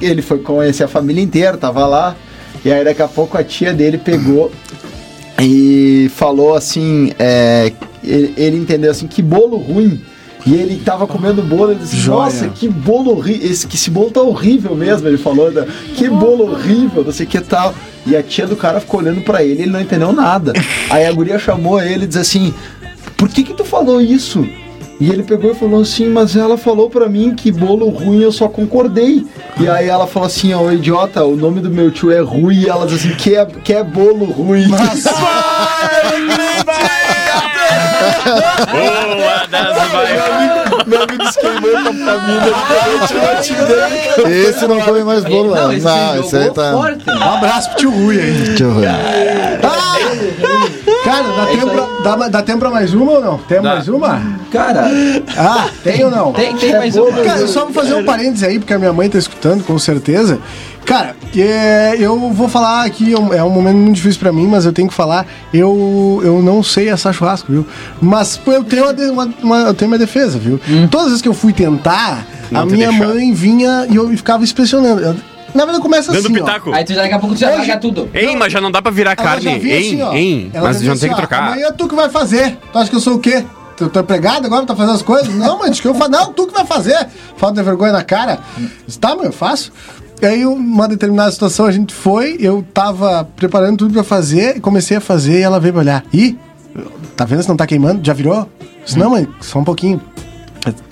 [SPEAKER 6] ele foi conhecer a família inteira, tava lá. E aí daqui a pouco a tia dele pegou e falou assim, é, ele, ele entendeu assim, que bolo ruim. E ele tava comendo bolo, ele disse, nossa, que bolo horrível, esse, que esse bolo tá horrível mesmo, ele falou, né? que bolo horrível, não sei o que tal. E a tia do cara ficou olhando pra ele, ele não entendeu nada. Aí a guria chamou ele e disse assim, por que que tu falou isso? E ele pegou e falou assim, mas ela falou pra mim que bolo ruim, eu só concordei. E aí ela falou assim, ô idiota, o nome do meu tio é Rui, e ela disse assim, que é, que é bolo ruim.
[SPEAKER 3] Boa das vai.
[SPEAKER 6] Meu amigo se queimou com a família, ele tirou a tia dele.
[SPEAKER 7] Esse não come mais bolo,
[SPEAKER 5] Não,
[SPEAKER 7] não.
[SPEAKER 5] esse
[SPEAKER 7] Não, esse aí
[SPEAKER 5] jogou
[SPEAKER 7] tá.
[SPEAKER 5] forte.
[SPEAKER 1] Um abraço pro tio Rui aí. Ah!
[SPEAKER 7] Deixa eu ver.
[SPEAKER 1] Cara,
[SPEAKER 5] É
[SPEAKER 1] dá, tempo pra, dá, dá tempo pra mais uma ou não? Tem mais uma?
[SPEAKER 5] Cara,
[SPEAKER 1] Ah, tem ou não?
[SPEAKER 5] tem, tem mais uma.
[SPEAKER 1] Cara, só vou fazer um parênteses aí, porque a minha mãe tá escutando, com certeza. Cara, é, eu vou falar aqui, é um- é um momento muito difícil pra mim, mas eu tenho que falar. Eu, eu não sei assar churrasco, viu? Mas pô, eu tenho uma, de- uma- uma- eu tenho minha defesa, viu?
[SPEAKER 3] Hum.
[SPEAKER 1] Todas as vezes que eu fui tentar, a
[SPEAKER 3] te
[SPEAKER 1] minha
[SPEAKER 3] deixaram.
[SPEAKER 1] mãe vinha e eu ficava inspecionando. Eu- na verdade, começa
[SPEAKER 3] Dando
[SPEAKER 1] assim. ó.
[SPEAKER 3] pitaco.
[SPEAKER 5] Aí tu já daqui a pouco tu já larga tudo.
[SPEAKER 3] Ei, mas já não dá pra virar
[SPEAKER 1] Ela
[SPEAKER 3] carne.
[SPEAKER 1] já vinha
[SPEAKER 3] Ei,
[SPEAKER 1] assim, ó.
[SPEAKER 3] ei.
[SPEAKER 1] Ela
[SPEAKER 3] Mas
[SPEAKER 1] vinha
[SPEAKER 3] já não
[SPEAKER 1] assim,
[SPEAKER 3] tem que
[SPEAKER 1] ó,
[SPEAKER 3] trocar.
[SPEAKER 1] Amanhã tu que vai fazer. Tu acha que eu sou o quê? Tu tá empregado agora, tá fazendo as coisas? Não, mas diz que eu faço. Não, tu que vai fazer. Falta de vergonha na cara. Diz, Tá, mãe, eu faço. E aí, uma determinada situação, a gente foi, eu tava preparando tudo pra fazer, comecei a fazer e ela veio me olhar. Ih, tá vendo se não tá queimando? Já virou? Eu Disse, não, mãe, só um pouquinho.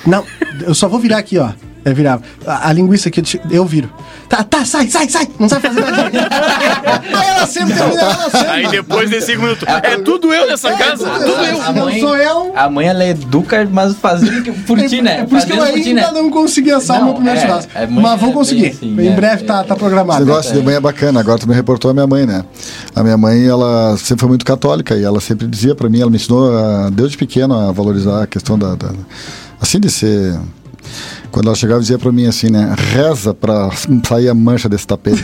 [SPEAKER 1] Não, eu só vou virar aqui, ó. É virar. A, a linguiça aqui eu te- eu viro. Tá, tá, sai, sai, sai! Não sai fazer nada. <laughs> Aí ela sempre termina, ela sempre.
[SPEAKER 3] Aí depois desses cinco minutos. É tudo eu nessa casa.
[SPEAKER 1] tudo
[SPEAKER 3] Tudo eu.
[SPEAKER 1] eu. não sou eu.
[SPEAKER 5] A mãe ela educa, mas fazendo que- por ti, né?
[SPEAKER 1] um É por isso que eu
[SPEAKER 5] Fazendo por ti,
[SPEAKER 1] ainda
[SPEAKER 5] né?
[SPEAKER 1] não consegui assar o meu
[SPEAKER 5] Não,
[SPEAKER 1] primeiro
[SPEAKER 5] é,
[SPEAKER 1] churrasco.
[SPEAKER 5] é muito-
[SPEAKER 1] Mas vou
[SPEAKER 5] é bem
[SPEAKER 1] conseguir.
[SPEAKER 5] assim,
[SPEAKER 1] em
[SPEAKER 5] é,
[SPEAKER 1] breve tá,
[SPEAKER 5] é,
[SPEAKER 1] tá
[SPEAKER 7] Esse
[SPEAKER 1] programado.
[SPEAKER 7] negócio de mãe é bacana, agora tu me reportou a minha mãe, né? A minha mãe, ela sempre foi muito católica e ela sempre dizia pra mim, ela me ensinou a, desde pequeno a valorizar a questão da. da- assim de ser. Quando ela chegava, dizia pra mim assim, né? Reza pra sair a mancha desse tapete.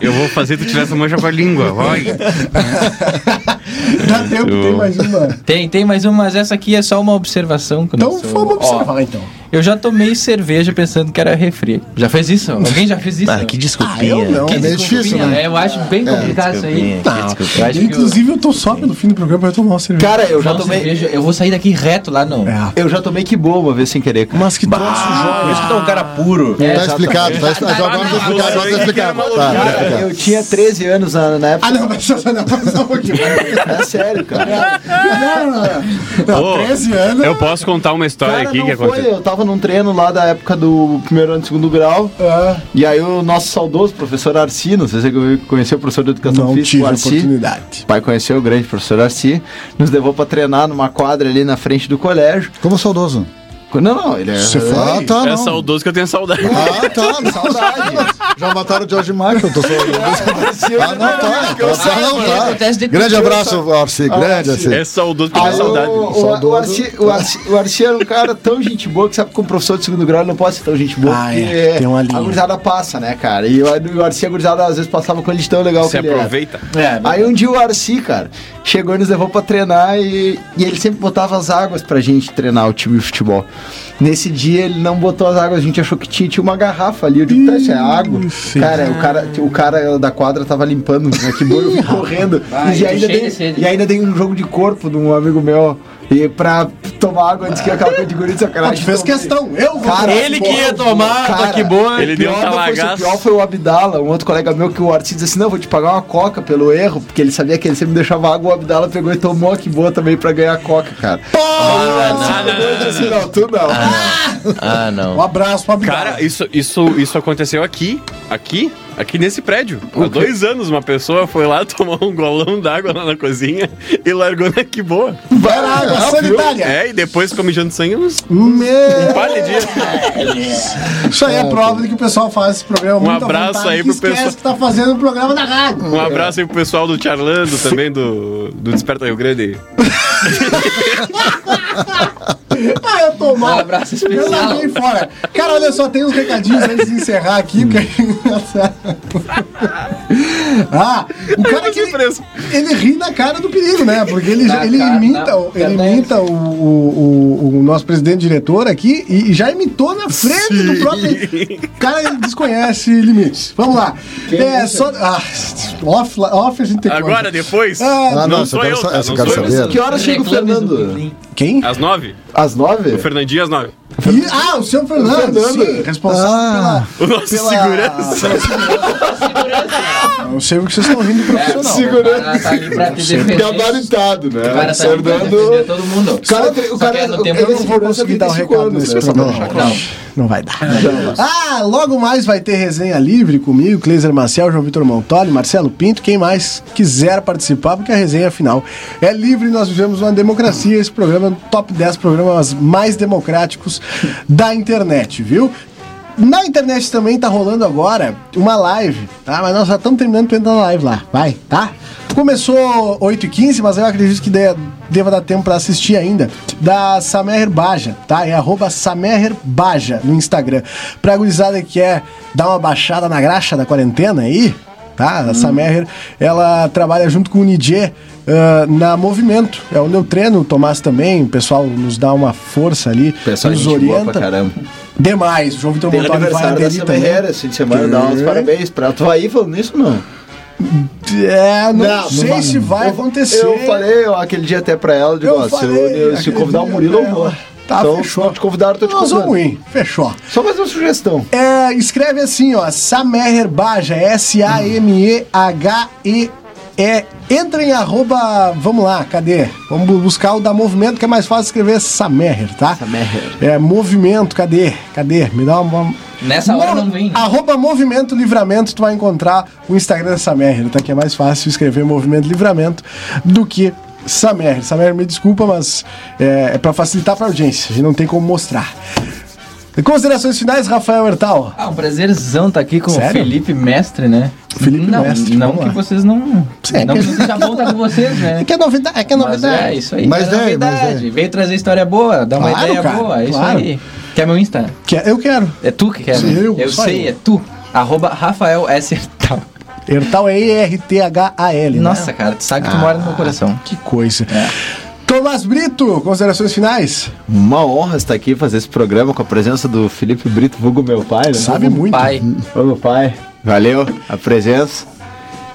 [SPEAKER 3] Eu vou fazer tu tirar essa mancha com a língua. Vai.
[SPEAKER 1] Dá tempo, tem mais uma.
[SPEAKER 5] um, Tem, tem mais uma, mas essa aqui é só uma observação. que eu não
[SPEAKER 1] Então
[SPEAKER 5] sou-
[SPEAKER 1] vamos
[SPEAKER 5] Ó,
[SPEAKER 1] observar, então.
[SPEAKER 5] Eu já tomei cerveja pensando que era refri. Uhum. Já fez isso? Alguém já fez isso?
[SPEAKER 2] Ah, que desculpinha.
[SPEAKER 1] Ah, eu não.
[SPEAKER 2] Que
[SPEAKER 1] É
[SPEAKER 7] meio
[SPEAKER 2] desculpinha.
[SPEAKER 7] difícil, né?
[SPEAKER 5] É, eu acho bem complicado isso aí.
[SPEAKER 2] desculpinha, que desculpinha.
[SPEAKER 5] Eu acho que eu-
[SPEAKER 1] Inclusive, eu tô sóbrio no fim do programa pra eu tomar uma cerveja.
[SPEAKER 6] Cara, eu já
[SPEAKER 5] Não,
[SPEAKER 6] tomei.
[SPEAKER 5] cerveja, eu vou sair daqui reto lá não.
[SPEAKER 1] É.
[SPEAKER 6] Eu já tomei que boa uma vez sem querer, cara.
[SPEAKER 1] Mas que troço
[SPEAKER 2] Por isso que tu é um cara puro.
[SPEAKER 5] É,
[SPEAKER 7] Tá explicado, tá explicado. Agora tá explicado, agora tá
[SPEAKER 3] é
[SPEAKER 7] explicado. Tá, tá explicado.
[SPEAKER 6] Eu tinha 13 anos na, na época.
[SPEAKER 1] Ah, não, mas não, não, mas não, porque-
[SPEAKER 6] <laughs> É sério, cara.
[SPEAKER 1] não, não, não.
[SPEAKER 3] Ô,
[SPEAKER 1] não 13 Ah, anos.
[SPEAKER 3] Eu posso contar uma história
[SPEAKER 6] Cara,
[SPEAKER 3] aqui
[SPEAKER 6] não
[SPEAKER 3] que
[SPEAKER 6] foi.
[SPEAKER 3] aconteceu.
[SPEAKER 6] Eu tava num treino lá da época do primeiro ano e segundo grau.
[SPEAKER 1] Ah,
[SPEAKER 6] E aí o nosso saudoso professor Arci, não sei se você conheceu o professor de educação
[SPEAKER 1] não
[SPEAKER 6] física,
[SPEAKER 1] tive
[SPEAKER 6] o Arci.
[SPEAKER 1] oportunidade.
[SPEAKER 6] O pai conheceu o grande professor Arci, nos levou pra treinar numa quadra ali na frente do colégio.
[SPEAKER 7] Como saudoso.
[SPEAKER 6] Não, não, ele é.
[SPEAKER 7] Você foi? Ah, tá,
[SPEAKER 3] É
[SPEAKER 7] não.
[SPEAKER 3] saudoso que eu tenho saudade.
[SPEAKER 7] Ah, tá. Saudade. Já mataram o George Michael, tô saudoso. Ah, não tá. Ah, não
[SPEAKER 5] Acontece
[SPEAKER 7] tá.
[SPEAKER 5] de-
[SPEAKER 7] Grande abraço, Arce. Grande, Arce.
[SPEAKER 3] É saudoso que eu
[SPEAKER 6] Aí
[SPEAKER 3] tenho
[SPEAKER 6] o-
[SPEAKER 3] saudade.
[SPEAKER 6] o, o, Arci, o, Arci, o Arci era um cara tão gente boa que sabe que como professor de segundo grau ele não pode ser tão gente boa.
[SPEAKER 1] Ah,
[SPEAKER 6] porque
[SPEAKER 1] é, tem uma linha.
[SPEAKER 6] A gurizada passa, né, cara? E o, o Arci, a gurizada às vezes passava com ele de tão legal
[SPEAKER 3] Se
[SPEAKER 6] que ele era.
[SPEAKER 3] aproveita.
[SPEAKER 5] É,
[SPEAKER 6] Aí um dia o Arci, cara, chegou e nos levou pra treinar e, e ele sempre botava as águas pra gente treinar o time de futebol. Nesse dia ele não botou as águas, a gente achou que tinha, tinha uma garrafa ali. Eu digo, tá, isso é água. Cara, o cara, o cara da quadra tava limpando, né, que boi, eu
[SPEAKER 1] <laughs>
[SPEAKER 6] fui correndo.
[SPEAKER 5] Vai,
[SPEAKER 6] e, ainda
[SPEAKER 5] cheio
[SPEAKER 6] dei,
[SPEAKER 5] de sede.
[SPEAKER 6] e ainda dei um jogo de corpo de um amigo meu e pra tomar água antes que aquela coisa de guri de
[SPEAKER 1] Ah,
[SPEAKER 6] sacanagem.
[SPEAKER 1] tu fez
[SPEAKER 6] Tomei.
[SPEAKER 1] questão. Eu vou.
[SPEAKER 6] então, Cara,
[SPEAKER 2] Ele que ia
[SPEAKER 6] bom,
[SPEAKER 2] tomar,
[SPEAKER 6] cara.
[SPEAKER 2] tá que boa.
[SPEAKER 3] Ele deu um
[SPEAKER 6] Pior não foi isso, o
[SPEAKER 3] talagaço.
[SPEAKER 6] pior foi o Abdala, um outro colega meu que o Ortiz disse assim: não, vou te pagar uma coca pelo erro, porque ele sabia que ele sempre deixava água, o Abdala pegou e tomou a que boa também pra ganhar a coca, cara.
[SPEAKER 2] Ah, não.
[SPEAKER 6] Eu disse, não, tu não.
[SPEAKER 2] Ah,
[SPEAKER 1] Um
[SPEAKER 2] não.
[SPEAKER 1] abraço pra
[SPEAKER 3] Cara, isso, isso, isso aconteceu aqui, aqui, aqui nesse prédio. Há dois anos, uma pessoa foi lá, <laughs> tomou um golão d'água lá na cozinha e largou na que boa.
[SPEAKER 1] vai na água
[SPEAKER 7] Tá,
[SPEAKER 1] sanitária.
[SPEAKER 3] É, e depois ficou mijando sangue uns
[SPEAKER 1] Meu.
[SPEAKER 3] palha de
[SPEAKER 1] Isso aí é prova de que o pessoal faz esse programa.
[SPEAKER 3] Um abraço aí
[SPEAKER 1] que
[SPEAKER 3] pro
[SPEAKER 1] esquece
[SPEAKER 3] pessoal.
[SPEAKER 1] que tá fazendo o programa da rádio.
[SPEAKER 7] É.
[SPEAKER 3] Um abraço aí pro pessoal do Charlando também, do, do Desperta Rio Grande.
[SPEAKER 1] Ah, eu tô mal.
[SPEAKER 5] Um abraço
[SPEAKER 1] Eu
[SPEAKER 5] especial.
[SPEAKER 1] larguei fora. Cara, olha só, tem uns recadinhos antes de encerrar aqui.
[SPEAKER 5] Hum.
[SPEAKER 1] porque- ah, o cara que ele,
[SPEAKER 3] Surpresa.
[SPEAKER 1] ele ri na cara do perigo, né? Porque ele,
[SPEAKER 5] Na
[SPEAKER 1] ele
[SPEAKER 5] cara-
[SPEAKER 1] imita,
[SPEAKER 5] na-
[SPEAKER 1] o- ele
[SPEAKER 5] na-
[SPEAKER 1] imita o, o, o- o nosso presidente diretor aqui e, e já imitou na frente do próprio. O cara ele desconhece limites. Vamos lá. É, só. Ah, off, off a gente tem
[SPEAKER 3] Agora,
[SPEAKER 1] conta.
[SPEAKER 3] depois,
[SPEAKER 1] Ah,
[SPEAKER 7] Ah,
[SPEAKER 3] Não
[SPEAKER 7] não, essa
[SPEAKER 3] sou
[SPEAKER 7] eu quero
[SPEAKER 3] eu,
[SPEAKER 7] sa-
[SPEAKER 3] tá?
[SPEAKER 7] essa eu
[SPEAKER 3] Não
[SPEAKER 7] quero
[SPEAKER 3] sou eu.
[SPEAKER 7] saber.
[SPEAKER 6] Que horas chega o
[SPEAKER 5] Reclames do
[SPEAKER 6] Fernando?
[SPEAKER 5] Plim-Plim.
[SPEAKER 1] Quem?
[SPEAKER 3] às nove,
[SPEAKER 6] Às nove?
[SPEAKER 3] o Fernandinho às nove.
[SPEAKER 1] Ih, ah, o seu Fernando.
[SPEAKER 6] Fernando.
[SPEAKER 1] Sim, responsável
[SPEAKER 7] Ah.
[SPEAKER 3] O nosso
[SPEAKER 1] pela.
[SPEAKER 3] segurança.
[SPEAKER 1] pela <laughs> Não sei o que vocês estão rindo do
[SPEAKER 5] É,
[SPEAKER 1] profissional.
[SPEAKER 5] o cara tá ali pra te defender. O
[SPEAKER 6] Gabaritado, né?
[SPEAKER 5] cara tá ali pra defender todo mundo.
[SPEAKER 6] Cara, o
[SPEAKER 5] Só que
[SPEAKER 6] cara-
[SPEAKER 5] é no tempo
[SPEAKER 6] ele-
[SPEAKER 1] Eu Então, não vou conseguir dar o recado nesse programa.
[SPEAKER 5] Não.
[SPEAKER 1] Não vai dar. Ah, logo mais vai ter resenha livre comigo, Cleiser Marcel, João Vitor Montoli, Marcelo Pinto, quem mais quiser participar, porque a resenha final é livre. Nós vivemos uma democracia. Esse programa é um top 10 programas mais democráticos da internet, viu? Na internet também tá rolando agora uma live, tá? Mas nós já estamos terminando pra entrar na live lá. Vai, tá? Começou 8h15, mas eu acredito que de- deva dar tempo pra assistir ainda. Da Samer Baja, tá? É arroba Samer Baja no Instagram. Pra gurizada que quer dar uma baixada na graxa da quarentena aí, tá?
[SPEAKER 6] Hum.
[SPEAKER 1] A Samer, ela trabalha junto com o Nidje ah, na Movimento. É onde eu treino, o Tomás também. O pessoal nos dá uma força ali,
[SPEAKER 6] Pessoal, é
[SPEAKER 1] nos
[SPEAKER 6] gente boa pra
[SPEAKER 1] orienta.
[SPEAKER 6] caramba.
[SPEAKER 1] Demais, o João Vitor
[SPEAKER 6] Tem
[SPEAKER 1] Montoli vai
[SPEAKER 6] aniversário da
[SPEAKER 1] aderir
[SPEAKER 6] Santa
[SPEAKER 1] também. né?
[SPEAKER 6] Herrera, esse fim de semana, dá uns parabéns pra tu aí falando nisso, não.
[SPEAKER 1] É, não,
[SPEAKER 6] Não,
[SPEAKER 1] sei
[SPEAKER 6] não vai,
[SPEAKER 1] se vai acontecer.
[SPEAKER 6] Eu falei ó, aquele dia até pra ela, eu digo,
[SPEAKER 1] Eu
[SPEAKER 6] ó, se, eu-
[SPEAKER 1] falei
[SPEAKER 6] eu- se
[SPEAKER 1] aquele
[SPEAKER 6] convidar o
[SPEAKER 1] dia
[SPEAKER 6] Murilo,
[SPEAKER 1] pra
[SPEAKER 6] eu vou.
[SPEAKER 1] ela. Tá,
[SPEAKER 6] então,
[SPEAKER 1] fechou.
[SPEAKER 6] se não te convidar, eu tô te
[SPEAKER 1] Nós
[SPEAKER 6] convidando.
[SPEAKER 1] vamos ir, fechou.
[SPEAKER 6] Só mais uma sugestão.
[SPEAKER 1] É, escreve assim, ó, Samer Herbaja, S-A-M-E-H-E. É, entra em arroba, vamos lá, cadê? Vamos bu- buscar o da Movimento, que é mais fácil escrever Samer, tá?
[SPEAKER 6] Samer.
[SPEAKER 1] É, Movimento, cadê? Cadê? Me dá uma...
[SPEAKER 5] Nessa hora
[SPEAKER 1] Mo-
[SPEAKER 5] não vem. né?
[SPEAKER 1] Arroba Movimento Livramento, tu vai encontrar o Instagram da Samer, tá? Que é mais fácil escrever Movimento Livramento do que Samer. Samer, me desculpa, mas é, é pra facilitar pra audiência, a gente não tem como mostrar. Considerações finais, Rafael Hertal.
[SPEAKER 5] Ah, um prazerzão tá aqui com o
[SPEAKER 1] Sério?
[SPEAKER 5] Felipe Mestre, né?
[SPEAKER 1] Felipe
[SPEAKER 5] não,
[SPEAKER 1] Mestre,
[SPEAKER 5] Não
[SPEAKER 1] vamos
[SPEAKER 5] que
[SPEAKER 1] lá.
[SPEAKER 5] vocês não.
[SPEAKER 1] Sim, é
[SPEAKER 5] não
[SPEAKER 1] que-
[SPEAKER 5] que seja bom tá com vocês,
[SPEAKER 1] <laughs>
[SPEAKER 5] né?
[SPEAKER 1] que é novidade, que é
[SPEAKER 5] Mas é isso aí.
[SPEAKER 7] Mas
[SPEAKER 5] é
[SPEAKER 7] é, mas
[SPEAKER 5] novidade. Veio trazer história boa, dar uma
[SPEAKER 1] Claro,
[SPEAKER 5] ideia
[SPEAKER 1] cara,
[SPEAKER 5] boa, é isso
[SPEAKER 1] claro.
[SPEAKER 5] aí. Quer meu Insta?
[SPEAKER 1] eu quero.
[SPEAKER 5] É tu que quer,
[SPEAKER 1] Sim,
[SPEAKER 5] né?
[SPEAKER 1] eu,
[SPEAKER 5] eu
[SPEAKER 1] só
[SPEAKER 5] sei,
[SPEAKER 1] eu.
[SPEAKER 5] é tu. Arroba Rafael S. Hertal.
[SPEAKER 1] Hertal é E-R-T-H-A-L. né?
[SPEAKER 5] Nossa, cara, tu sabe que tu mora no meu coração. É.
[SPEAKER 1] Que coisa. Tomás Brito, considerações finais.
[SPEAKER 6] Uma honra estar aqui fazer esse programa com a presença do Felipe Brito, vulgo meu pai, né?
[SPEAKER 1] Sabe muito.
[SPEAKER 5] Pai.
[SPEAKER 6] Vulgo pai. Valeu a presença.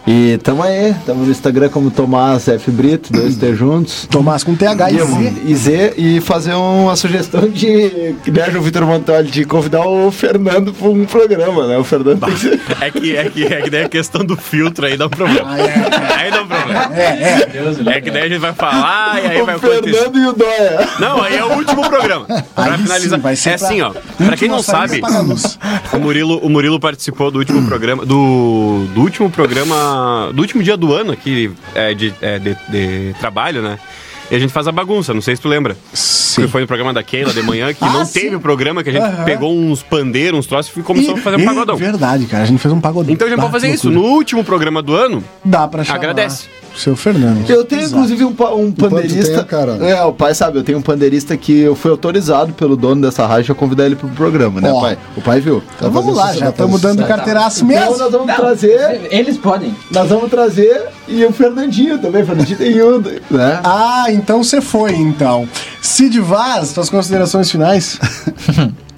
[SPEAKER 6] E tamo aí, tamo no Instagram como Tomás F. Brito, dois T juntos.
[SPEAKER 1] Tomás com TH e
[SPEAKER 6] E, eu-
[SPEAKER 1] Z.
[SPEAKER 6] e Z, e fazer uma sugestão de que né, o Vitor Montoli de convidar o Fernando para um programa, né? O Fernando tem que ser-
[SPEAKER 3] É que, é, que, é que daí a questão do filtro aí dá um problema. Aí dá um problema. É que daí a gente vai falar e aí vai
[SPEAKER 6] o
[SPEAKER 3] acontecer.
[SPEAKER 6] Fernando e o Dóia.
[SPEAKER 3] Não, aí é o último programa. Pra
[SPEAKER 1] <laughs> Aí sim,
[SPEAKER 3] finalizar.
[SPEAKER 1] vai ser
[SPEAKER 3] é
[SPEAKER 1] pra-
[SPEAKER 3] assim, ó. Pra quem
[SPEAKER 1] Última
[SPEAKER 3] não
[SPEAKER 1] saída
[SPEAKER 3] sabe,
[SPEAKER 1] apaga a luz.
[SPEAKER 3] <laughs> o Murilo, o Murilo participou do último programa. Do, do último programa. Do último dia do ano aqui é, de, é, de- de trabalho, né? E a gente faz a bagunça, não sei se tu lembra. Que foi no programa da Keila de manhã, que
[SPEAKER 1] Ah,
[SPEAKER 3] não
[SPEAKER 1] sim.
[SPEAKER 3] teve o programa, que a gente
[SPEAKER 1] Aham.
[SPEAKER 3] pegou uns pandeiros, uns troços e começou a fazer um
[SPEAKER 1] Ih,
[SPEAKER 3] pagodão.
[SPEAKER 1] Verdade, cara. A gente fez um pagodão.
[SPEAKER 3] Então a gente
[SPEAKER 1] Bah,
[SPEAKER 3] pode fazer
[SPEAKER 1] que
[SPEAKER 3] isso. No
[SPEAKER 1] loucura.
[SPEAKER 3] último programa do ano,
[SPEAKER 1] Dá pra chamar.
[SPEAKER 3] Agradece.
[SPEAKER 1] o Seu Fernando.
[SPEAKER 6] Eu tenho, inclusive, um, pa- um pandeirista.
[SPEAKER 7] tem, cara?
[SPEAKER 6] É, o pai sabe, eu tenho um pandeirista que eu fui autorizado pelo dono dessa rádio a convidar ele pro programa, né,
[SPEAKER 1] Ó.
[SPEAKER 6] pai? O pai viu.
[SPEAKER 1] Então vamos lá, já estamos dando carteiraço
[SPEAKER 6] Então
[SPEAKER 1] mesmo.
[SPEAKER 6] nós vamos trazer.
[SPEAKER 5] Eles podem.
[SPEAKER 6] Nós vamos trazer e o Fernandinho também, o Fernandinho tem um, né?
[SPEAKER 1] Ah, então você foi, então. Cid Vaz, suas considerações finais.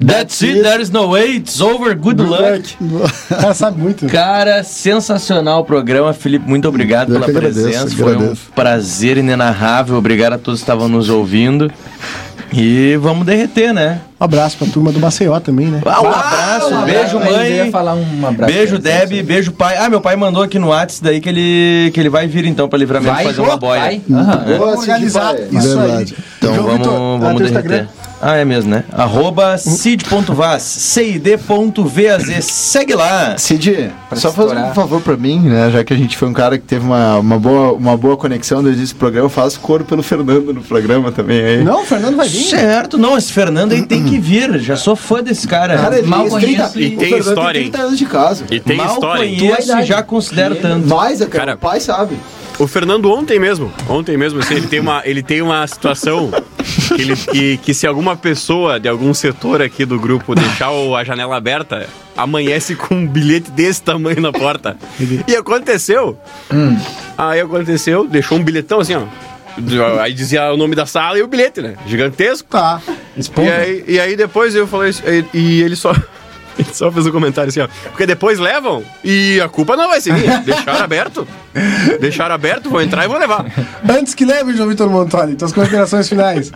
[SPEAKER 2] That's it, there is no way, it's over, good luck.
[SPEAKER 1] O cara sabe muito.
[SPEAKER 2] Cara, sensacional o programa, Felipe. Muito obrigado
[SPEAKER 7] Eu
[SPEAKER 2] pela
[SPEAKER 7] que agradeço,
[SPEAKER 2] presença.
[SPEAKER 7] eu
[SPEAKER 2] Foi um
[SPEAKER 7] agradeço.
[SPEAKER 2] prazer inenarrável. Obrigado a todos que estavam nos ouvindo. E vamos derreter, né?
[SPEAKER 1] Um abraço pra turma do Maceió também, né?
[SPEAKER 2] Ah, Um abraço, beijo,
[SPEAKER 5] Eu
[SPEAKER 2] mãe.
[SPEAKER 5] ia falar um abraço.
[SPEAKER 2] Beijo,
[SPEAKER 5] pra eles,
[SPEAKER 2] Deb, beijo, pai. Ah, meu pai mandou aqui no WhatsApp daí que ele, que ele vai vir então pra livramento
[SPEAKER 5] Vai,
[SPEAKER 2] fazer uma
[SPEAKER 5] ô,
[SPEAKER 2] boia.
[SPEAKER 5] vai. Aham.
[SPEAKER 6] É.
[SPEAKER 1] Vamos organizar isso
[SPEAKER 7] Verdade.
[SPEAKER 1] aí.
[SPEAKER 2] Então
[SPEAKER 1] João
[SPEAKER 2] vamos,
[SPEAKER 1] Vitor, ah,
[SPEAKER 2] vamos
[SPEAKER 1] teu
[SPEAKER 2] derreter. Ah, é mesmo, né? Arroba cid.vaz, cid.vaz, segue lá.
[SPEAKER 6] Cid,
[SPEAKER 5] Pra
[SPEAKER 6] só faz
[SPEAKER 5] estourar.
[SPEAKER 6] um favor pra mim, né? Já que a gente foi um cara que teve uma, uma, boa, uma boa conexão desde esse programa, faz coro pelo Fernando no programa também aí.
[SPEAKER 1] Não, o Fernando
[SPEAKER 2] tá
[SPEAKER 1] vai vir.
[SPEAKER 2] Certo, não, esse Fernando aí tem que vir. Já sou fã desse cara.
[SPEAKER 6] Cara, ele é
[SPEAKER 5] Mal
[SPEAKER 6] tem
[SPEAKER 5] conheço.
[SPEAKER 6] 30
[SPEAKER 3] E
[SPEAKER 6] o
[SPEAKER 3] tem
[SPEAKER 6] Fernando
[SPEAKER 3] história, hein?
[SPEAKER 6] 30 anos de casa.
[SPEAKER 3] e tem
[SPEAKER 2] Mal
[SPEAKER 3] história. hein?
[SPEAKER 2] conheço e já considero tanto.
[SPEAKER 6] Mas, cara,
[SPEAKER 3] Cara-
[SPEAKER 6] o pai sabe.
[SPEAKER 3] O Fernando ontem mesmo, ontem mesmo, assim, ele tem uma, ele tem uma situação que, ele- que- que se alguma pessoa de algum setor aqui do grupo deixar o- a janela aberta, amanhece com um bilhete desse tamanho na porta. E aconteceu. Aí aconteceu, deixou um bilhetão assim, ó. Aí dizia o nome da sala e o bilhete, né? Gigantesco.
[SPEAKER 1] Tá.
[SPEAKER 3] E aí, e aí depois eu falei isso, e, e ele só. <laughs> Ele só fez um comentário assim, ó. Porque depois levam e a culpa não vai ser minha. Deixaram aberto. Deixaram aberto, vou entrar e vou levar.
[SPEAKER 1] Antes que leve, João Vitor Montoli, suas considerações finais.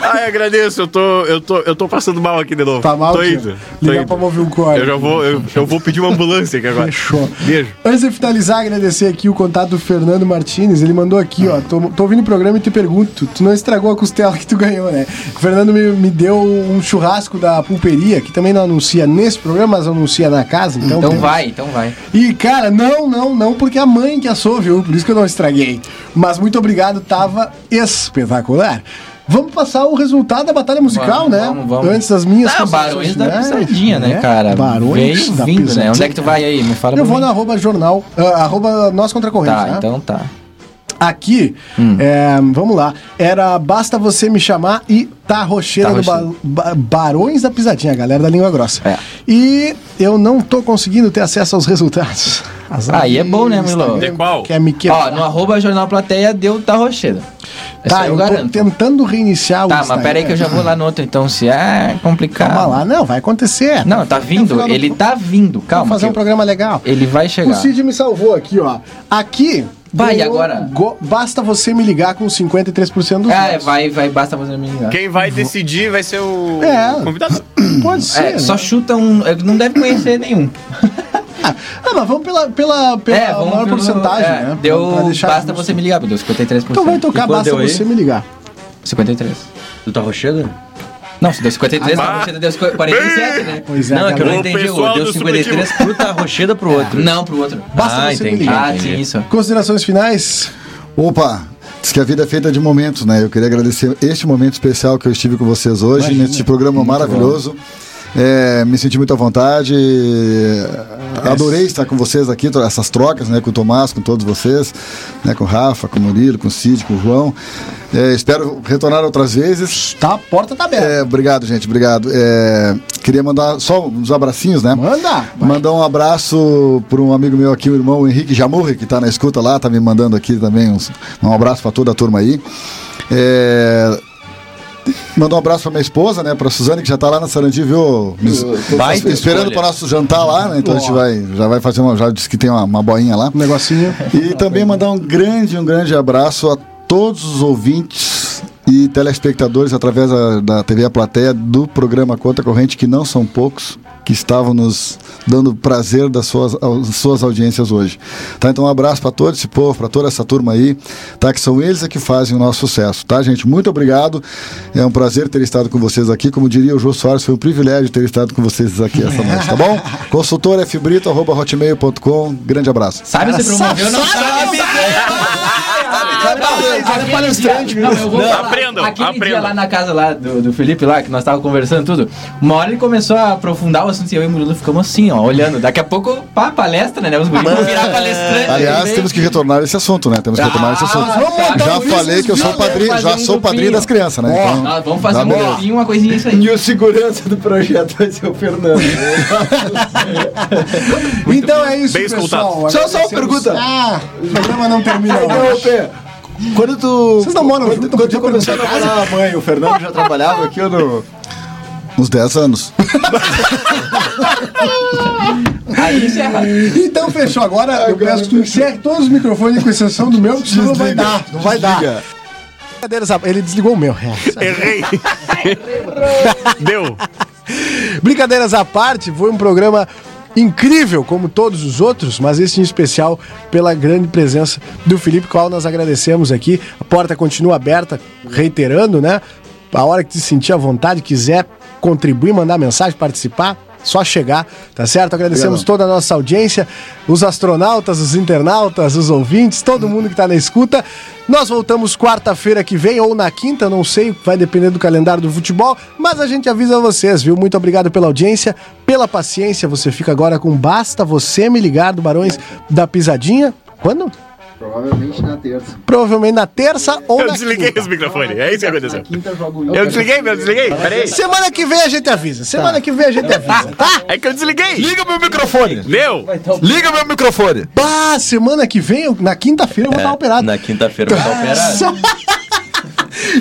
[SPEAKER 3] Ai, agradeço, eu tô, eu tô, eu tô passando mal aqui de novo.
[SPEAKER 1] Tá mal?
[SPEAKER 3] Tô
[SPEAKER 1] tio?
[SPEAKER 3] indo. Tô
[SPEAKER 1] Ligar pra
[SPEAKER 3] indo.
[SPEAKER 1] mover o corte.
[SPEAKER 3] Eu já vou, eu, eu vou pedir uma ambulância aqui agora.
[SPEAKER 1] Fechou.
[SPEAKER 3] Beijo.
[SPEAKER 1] Antes de finalizar, agradecer aqui o contato do Fernando Martins. Ele mandou aqui, ó. Tô, tô ouvindo o programa e te pergunto, tu não estragou a costela que tu ganhou, né? O Fernando me, me deu um churrasco da pulperia, que também não anuncia nesse programa, mas anuncia na casa. Então,
[SPEAKER 5] Então
[SPEAKER 1] tem-
[SPEAKER 5] vai, então vai.
[SPEAKER 1] E, cara, não, não, não, porque a mãe que assou, viu? Por isso que eu não estraguei. Mas muito obrigado, tava espetacular. Vamos passar o resultado da batalha musical,
[SPEAKER 5] Vamos,
[SPEAKER 1] né?
[SPEAKER 5] vamos, vamos.
[SPEAKER 1] Antes das minhas
[SPEAKER 5] Ah, barões da
[SPEAKER 1] finais,
[SPEAKER 5] pisadinha, né, cara?
[SPEAKER 1] Barões
[SPEAKER 5] Vem
[SPEAKER 1] da
[SPEAKER 5] vindo,
[SPEAKER 1] pisadinha.
[SPEAKER 5] né? Onde é que tu vai aí? Me fala
[SPEAKER 1] Eu
[SPEAKER 5] pra
[SPEAKER 1] vou
[SPEAKER 5] mim.
[SPEAKER 1] na arroba jornal, ah, arroba nós contra a corrente,
[SPEAKER 5] Tá,
[SPEAKER 1] né?
[SPEAKER 5] então Hum. tá.
[SPEAKER 1] Aqui, é, vamos lá, era Basta Você Me Chamar e Tá Rocheira
[SPEAKER 5] Tá
[SPEAKER 1] do Ba-
[SPEAKER 5] Rocheira.
[SPEAKER 1] Ba- Barões da Pisadinha, galera da língua grossa.
[SPEAKER 5] É.
[SPEAKER 1] E eu não tô conseguindo ter acesso aos resultados. Azar
[SPEAKER 5] Aí é bom, né,
[SPEAKER 1] do
[SPEAKER 5] Milo?
[SPEAKER 1] Instagram,
[SPEAKER 3] De qual?
[SPEAKER 1] Quer me quebrar.
[SPEAKER 5] Ó, no arroba Jornal Plateia deu tá rochedo. Essa
[SPEAKER 1] é- Tá,
[SPEAKER 5] aí
[SPEAKER 1] eu,
[SPEAKER 5] eu
[SPEAKER 1] tô
[SPEAKER 5] garanto.
[SPEAKER 1] tentando reiniciar o
[SPEAKER 5] Tá, mas pera aí que eu já vou lá no outro, então, se é complicado.
[SPEAKER 1] né? Calma lá, não, vai acontecer.
[SPEAKER 5] Não, tá
[SPEAKER 1] No
[SPEAKER 5] vindo,
[SPEAKER 1] final do-
[SPEAKER 5] ele tá vindo, calma.
[SPEAKER 1] Vamos fazer
[SPEAKER 5] que
[SPEAKER 1] um programa legal.
[SPEAKER 5] Ele vai
[SPEAKER 1] O
[SPEAKER 5] chegar.
[SPEAKER 1] Cid me salvou aqui, ó. Aqui.
[SPEAKER 5] Vai,
[SPEAKER 1] ganhou
[SPEAKER 5] agora?
[SPEAKER 1] go- Basta você me ligar com 53% dos
[SPEAKER 5] Ah,
[SPEAKER 1] votos.
[SPEAKER 5] vai, vai, basta você me ligar.
[SPEAKER 3] Quem vai decidir vai ser o
[SPEAKER 1] É.
[SPEAKER 3] convidado.
[SPEAKER 1] Pode ser.
[SPEAKER 5] É,
[SPEAKER 1] né?
[SPEAKER 5] só chuta um. é, Não deve conhecer nenhum.
[SPEAKER 1] Ah, mas vamos pela, pela, pela
[SPEAKER 5] é, vamos
[SPEAKER 1] maior
[SPEAKER 5] pelo-
[SPEAKER 1] porcentagem,
[SPEAKER 5] é,
[SPEAKER 1] né?
[SPEAKER 5] Deu.
[SPEAKER 1] Pra deixar
[SPEAKER 5] basta
[SPEAKER 1] justo.
[SPEAKER 5] você me ligar, meu Deus, 53%.
[SPEAKER 1] Então vai tocar,
[SPEAKER 2] E quanto
[SPEAKER 1] basta
[SPEAKER 2] deu aí?
[SPEAKER 1] você me ligar.
[SPEAKER 5] 53.
[SPEAKER 2] Tu tá rocheda?
[SPEAKER 5] Não, se deu 53, tá rochedo, deu 47, né?
[SPEAKER 1] Pois é,
[SPEAKER 2] Não, é que eu não
[SPEAKER 1] galera.
[SPEAKER 3] O
[SPEAKER 2] entendi.
[SPEAKER 3] Ah, pessoal
[SPEAKER 2] Deu
[SPEAKER 3] do Ah,
[SPEAKER 2] 53 pro tá rocheda pro outro.
[SPEAKER 5] Não, pro outro.
[SPEAKER 1] Basta
[SPEAKER 2] Ah,
[SPEAKER 1] você me
[SPEAKER 2] entendi.
[SPEAKER 1] ligar.
[SPEAKER 5] Ah, sim, isso.
[SPEAKER 1] Considerações finais?
[SPEAKER 7] Opa! Diz que a vida é feita de momentos, né? Eu queria agradecer este momento especial que eu estive com vocês hoje, neste programa maravilhoso. É, me senti muito à vontade. Adorei estar com vocês aqui, tro- essas trocas, né? Com o Tomás, com todos vocês, né? Com o Rafa, com o Murilo, com o Cid, com o João. É, espero retornar outras vezes.
[SPEAKER 1] Tá, a porta tá aberta.
[SPEAKER 7] É, obrigado, gente. Obrigado. É, queria mandar só uns abracinhos, né?
[SPEAKER 1] Manda!
[SPEAKER 7] Mandar um abraço para um amigo meu aqui, o irmão Henrique Jamurri, que está na escuta lá, tá me mandando aqui também uns- um abraço para toda a turma aí. É, Mandar um abraço pra minha esposa, né? Pra Suzane, que já tá lá na Sarandi, viu? Nos-
[SPEAKER 12] Baita
[SPEAKER 7] esperando
[SPEAKER 12] escolha.
[SPEAKER 7] pro nosso jantar lá, né? Então a gente vai, já vai fazer uma. Já disse que tem uma, uma boinha lá.
[SPEAKER 1] Um negocinho.
[SPEAKER 7] E também mandar um grande, um grande abraço a todos os ouvintes e telespectadores através da, da TV A Plateia do programa Conta Corrente, que não são poucos, que estavam nos dando prazer das suas, au- suas audiências hoje. Tá, então um abraço para todo esse povo, para toda essa turma aí, tá? Que são eles é que fazem o nosso sucesso, tá, gente? Muito obrigado. É um prazer ter estado com vocês aqui. Como diria o Jô Soares, foi um privilégio ter estado com vocês aqui essa noite,
[SPEAKER 1] <laughs>
[SPEAKER 7] tá bom? Consultor fbrito.hotmail.com. Grande abraço.
[SPEAKER 5] Sabe se promover ou não sabe?
[SPEAKER 3] Aprendam,
[SPEAKER 5] Aquele dia
[SPEAKER 3] aprendam.
[SPEAKER 5] lá na casa lá do, do Felipe lá, que nós tava conversando tudo, uma hora ele começou a aprofundar o assunto e eu e o Murilo ficamos assim, ó, olhando. Daqui a pouco, pá, palestra, né? Os guris vão
[SPEAKER 1] <laughs> É,
[SPEAKER 5] virar palestrante. né?
[SPEAKER 7] Aliás, temos que retornar a esse assunto, né? Temos que retornar a esse assunto.
[SPEAKER 1] Ah, então
[SPEAKER 7] já falei que eu sou padrinho, já
[SPEAKER 1] um
[SPEAKER 7] sou padrinho das crianças, né? Então,
[SPEAKER 5] Nós vamos fazer
[SPEAKER 7] tá
[SPEAKER 5] um
[SPEAKER 7] beleza.
[SPEAKER 5] grupinho, uma coisinha isso aí.
[SPEAKER 6] <laughs> E o segurança do projeto vai ser o Fernando.
[SPEAKER 1] <laughs> então é isso,
[SPEAKER 3] Bem
[SPEAKER 1] pessoal.
[SPEAKER 6] Só- só uma pergunta.
[SPEAKER 1] Ah, o programa não
[SPEAKER 5] <laughs>
[SPEAKER 1] termina
[SPEAKER 6] Ô,
[SPEAKER 1] hoje.
[SPEAKER 6] Pê, Quando tu.
[SPEAKER 1] Vocês não moram
[SPEAKER 6] quando,
[SPEAKER 1] junto,
[SPEAKER 6] quando tu
[SPEAKER 1] podia
[SPEAKER 6] começou a namorar a mãe, o Fernando já trabalhava aqui ou não?
[SPEAKER 7] Uns 10 anos.
[SPEAKER 5] Aí encerra.
[SPEAKER 1] Então fechou. Agora eu peço que tu encerre todos os microfones, com exceção do meu, que senão não vai dar. Não vai dar. Brincadeiras à- Ele desligou o meu. é. <laughs>
[SPEAKER 3] Errei. Deu.
[SPEAKER 1] Brincadeiras à parte, foi um programa incrível, como todos os outros, mas esse em especial pela grande presença do Felipe, qual nós agradecemos aqui. A porta continua aberta, reiterando, né? A hora que te sentir à vontade, quiser contribuir, mandar mensagem, participar, só chegar, tá certo? Agradecemos toda a nossa audiência, os astronautas, os internautas, os ouvintes, todo mundo que tá na escuta. Nós voltamos quarta-feira que vem ou na quinta, não sei, vai depender do calendário do futebol, mas a gente avisa vocês, viu? Muito obrigado pela audiência, pela paciência. Você fica agora com Basta Você Me Ligar do Barões da Pisadinha. Quando?
[SPEAKER 6] Provavelmente na terça.
[SPEAKER 1] Provavelmente na terça ou
[SPEAKER 3] Eu
[SPEAKER 1] na
[SPEAKER 3] desliguei
[SPEAKER 1] quinta.
[SPEAKER 3] os microfones. É isso que aconteceu.
[SPEAKER 6] Quinta joga o
[SPEAKER 3] Eu desliguei, meu, desliguei. Peraí.
[SPEAKER 1] Semana que vem a gente avisa.
[SPEAKER 3] Tá.
[SPEAKER 1] Semana que vem a gente avisa, tá?
[SPEAKER 3] É que eu desliguei.
[SPEAKER 6] Liga meu microfone!
[SPEAKER 3] Deu.
[SPEAKER 6] Liga meu microfone!
[SPEAKER 1] Bah, semana que vem, eu- na quinta-feira, eu vou estar operado.
[SPEAKER 12] Na
[SPEAKER 2] <laughs>
[SPEAKER 12] quinta-feira vai operar.
[SPEAKER 1] <laughs>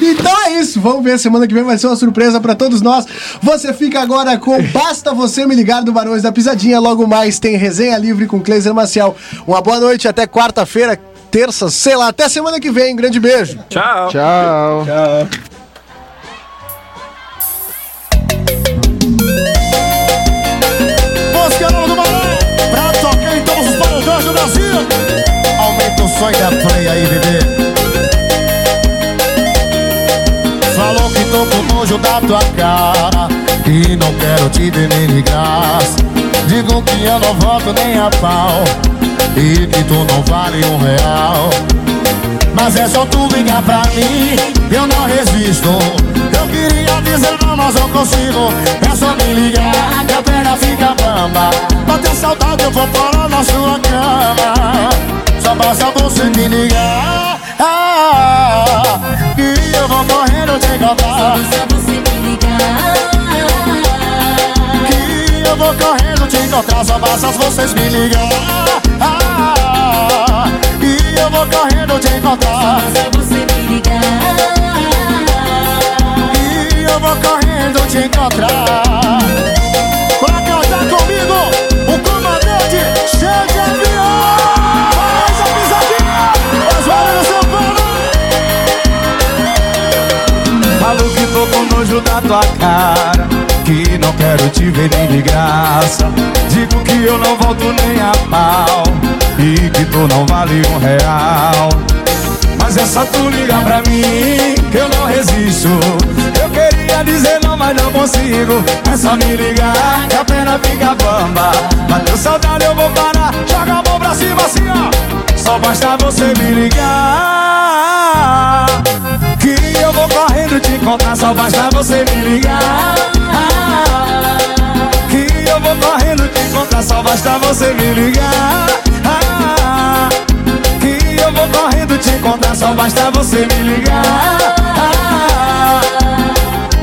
[SPEAKER 1] Então é isso, vamos ver. Semana que vem vai ser uma surpresa pra todos nós. Você fica agora com Basta Você Me Ligar do Barões da Pisadinha. Logo mais tem resenha livre com Cleiser Maciel. Uma boa noite, até quarta-feira, terça, sei lá, até semana que vem. Um grande beijo.
[SPEAKER 3] Tchau.
[SPEAKER 6] Tchau!
[SPEAKER 16] Moscarão do Maranhão, pra tocar em todos os paredões do Brasil. Aumenta o som e dá play aí, bebê. Falou que tô com nojo da tua cara e não quero te ver nem de graça. Digo que eu não volto nem a pau e que tu não vale um real. Mas é só tu ligar pra mim, eu não resisto. Eu queria dizer não, mas não consigo. É só me ligar, minha perna fica bamba. Bateu saudade, eu vou parar na sua cama. Só basta você me ligar. Ah, e eu vou correndo te encontrar. Que eu vou correndo te encontrar, só basta vocês me ligar. Ah, e eu vou correndo te encontrar. E eu vou correndo te encontrar. Pra cantar comigo, o comandante cheio de avião. Faz a pisadinha, as varas do São Paulo. Falo que tô com nojo da tua cara Que não quero te ver nem de graça Digo que eu não volto nem a pau E que tu não vale um real Mas é só tu ligar pra mim Que eu não resisto Eu queria dizer não, mas não consigo É só me ligar que a perna fica bamba Bateu saudade, eu vou parar Joga a mão pra cima assim, ó Só basta você me ligar que eu vou correndo te encontrar Só basta você me ligar porta, só basta você me ligar. Ah, que eu vou correndo te encontrar, só basta você me ligar. Ah,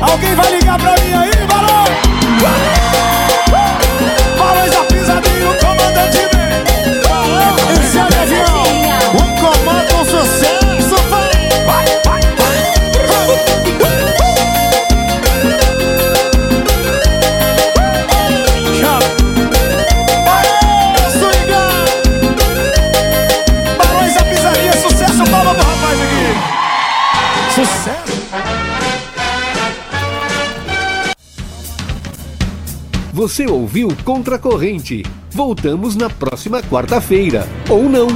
[SPEAKER 16] alguém vai ligar pra mim aí, balão? Balões da pisadinha, o um comandante vem. Esse é o avião, o comando um sucesso. Vai, vai, vai. Chama. Aê, swinga! Barões da pisadinha, sucesso, palma pro rapaz aqui. Sucesso.
[SPEAKER 13] Você ouviu Contra a Corrente. Voltamos na próxima quarta-feira. Ou não.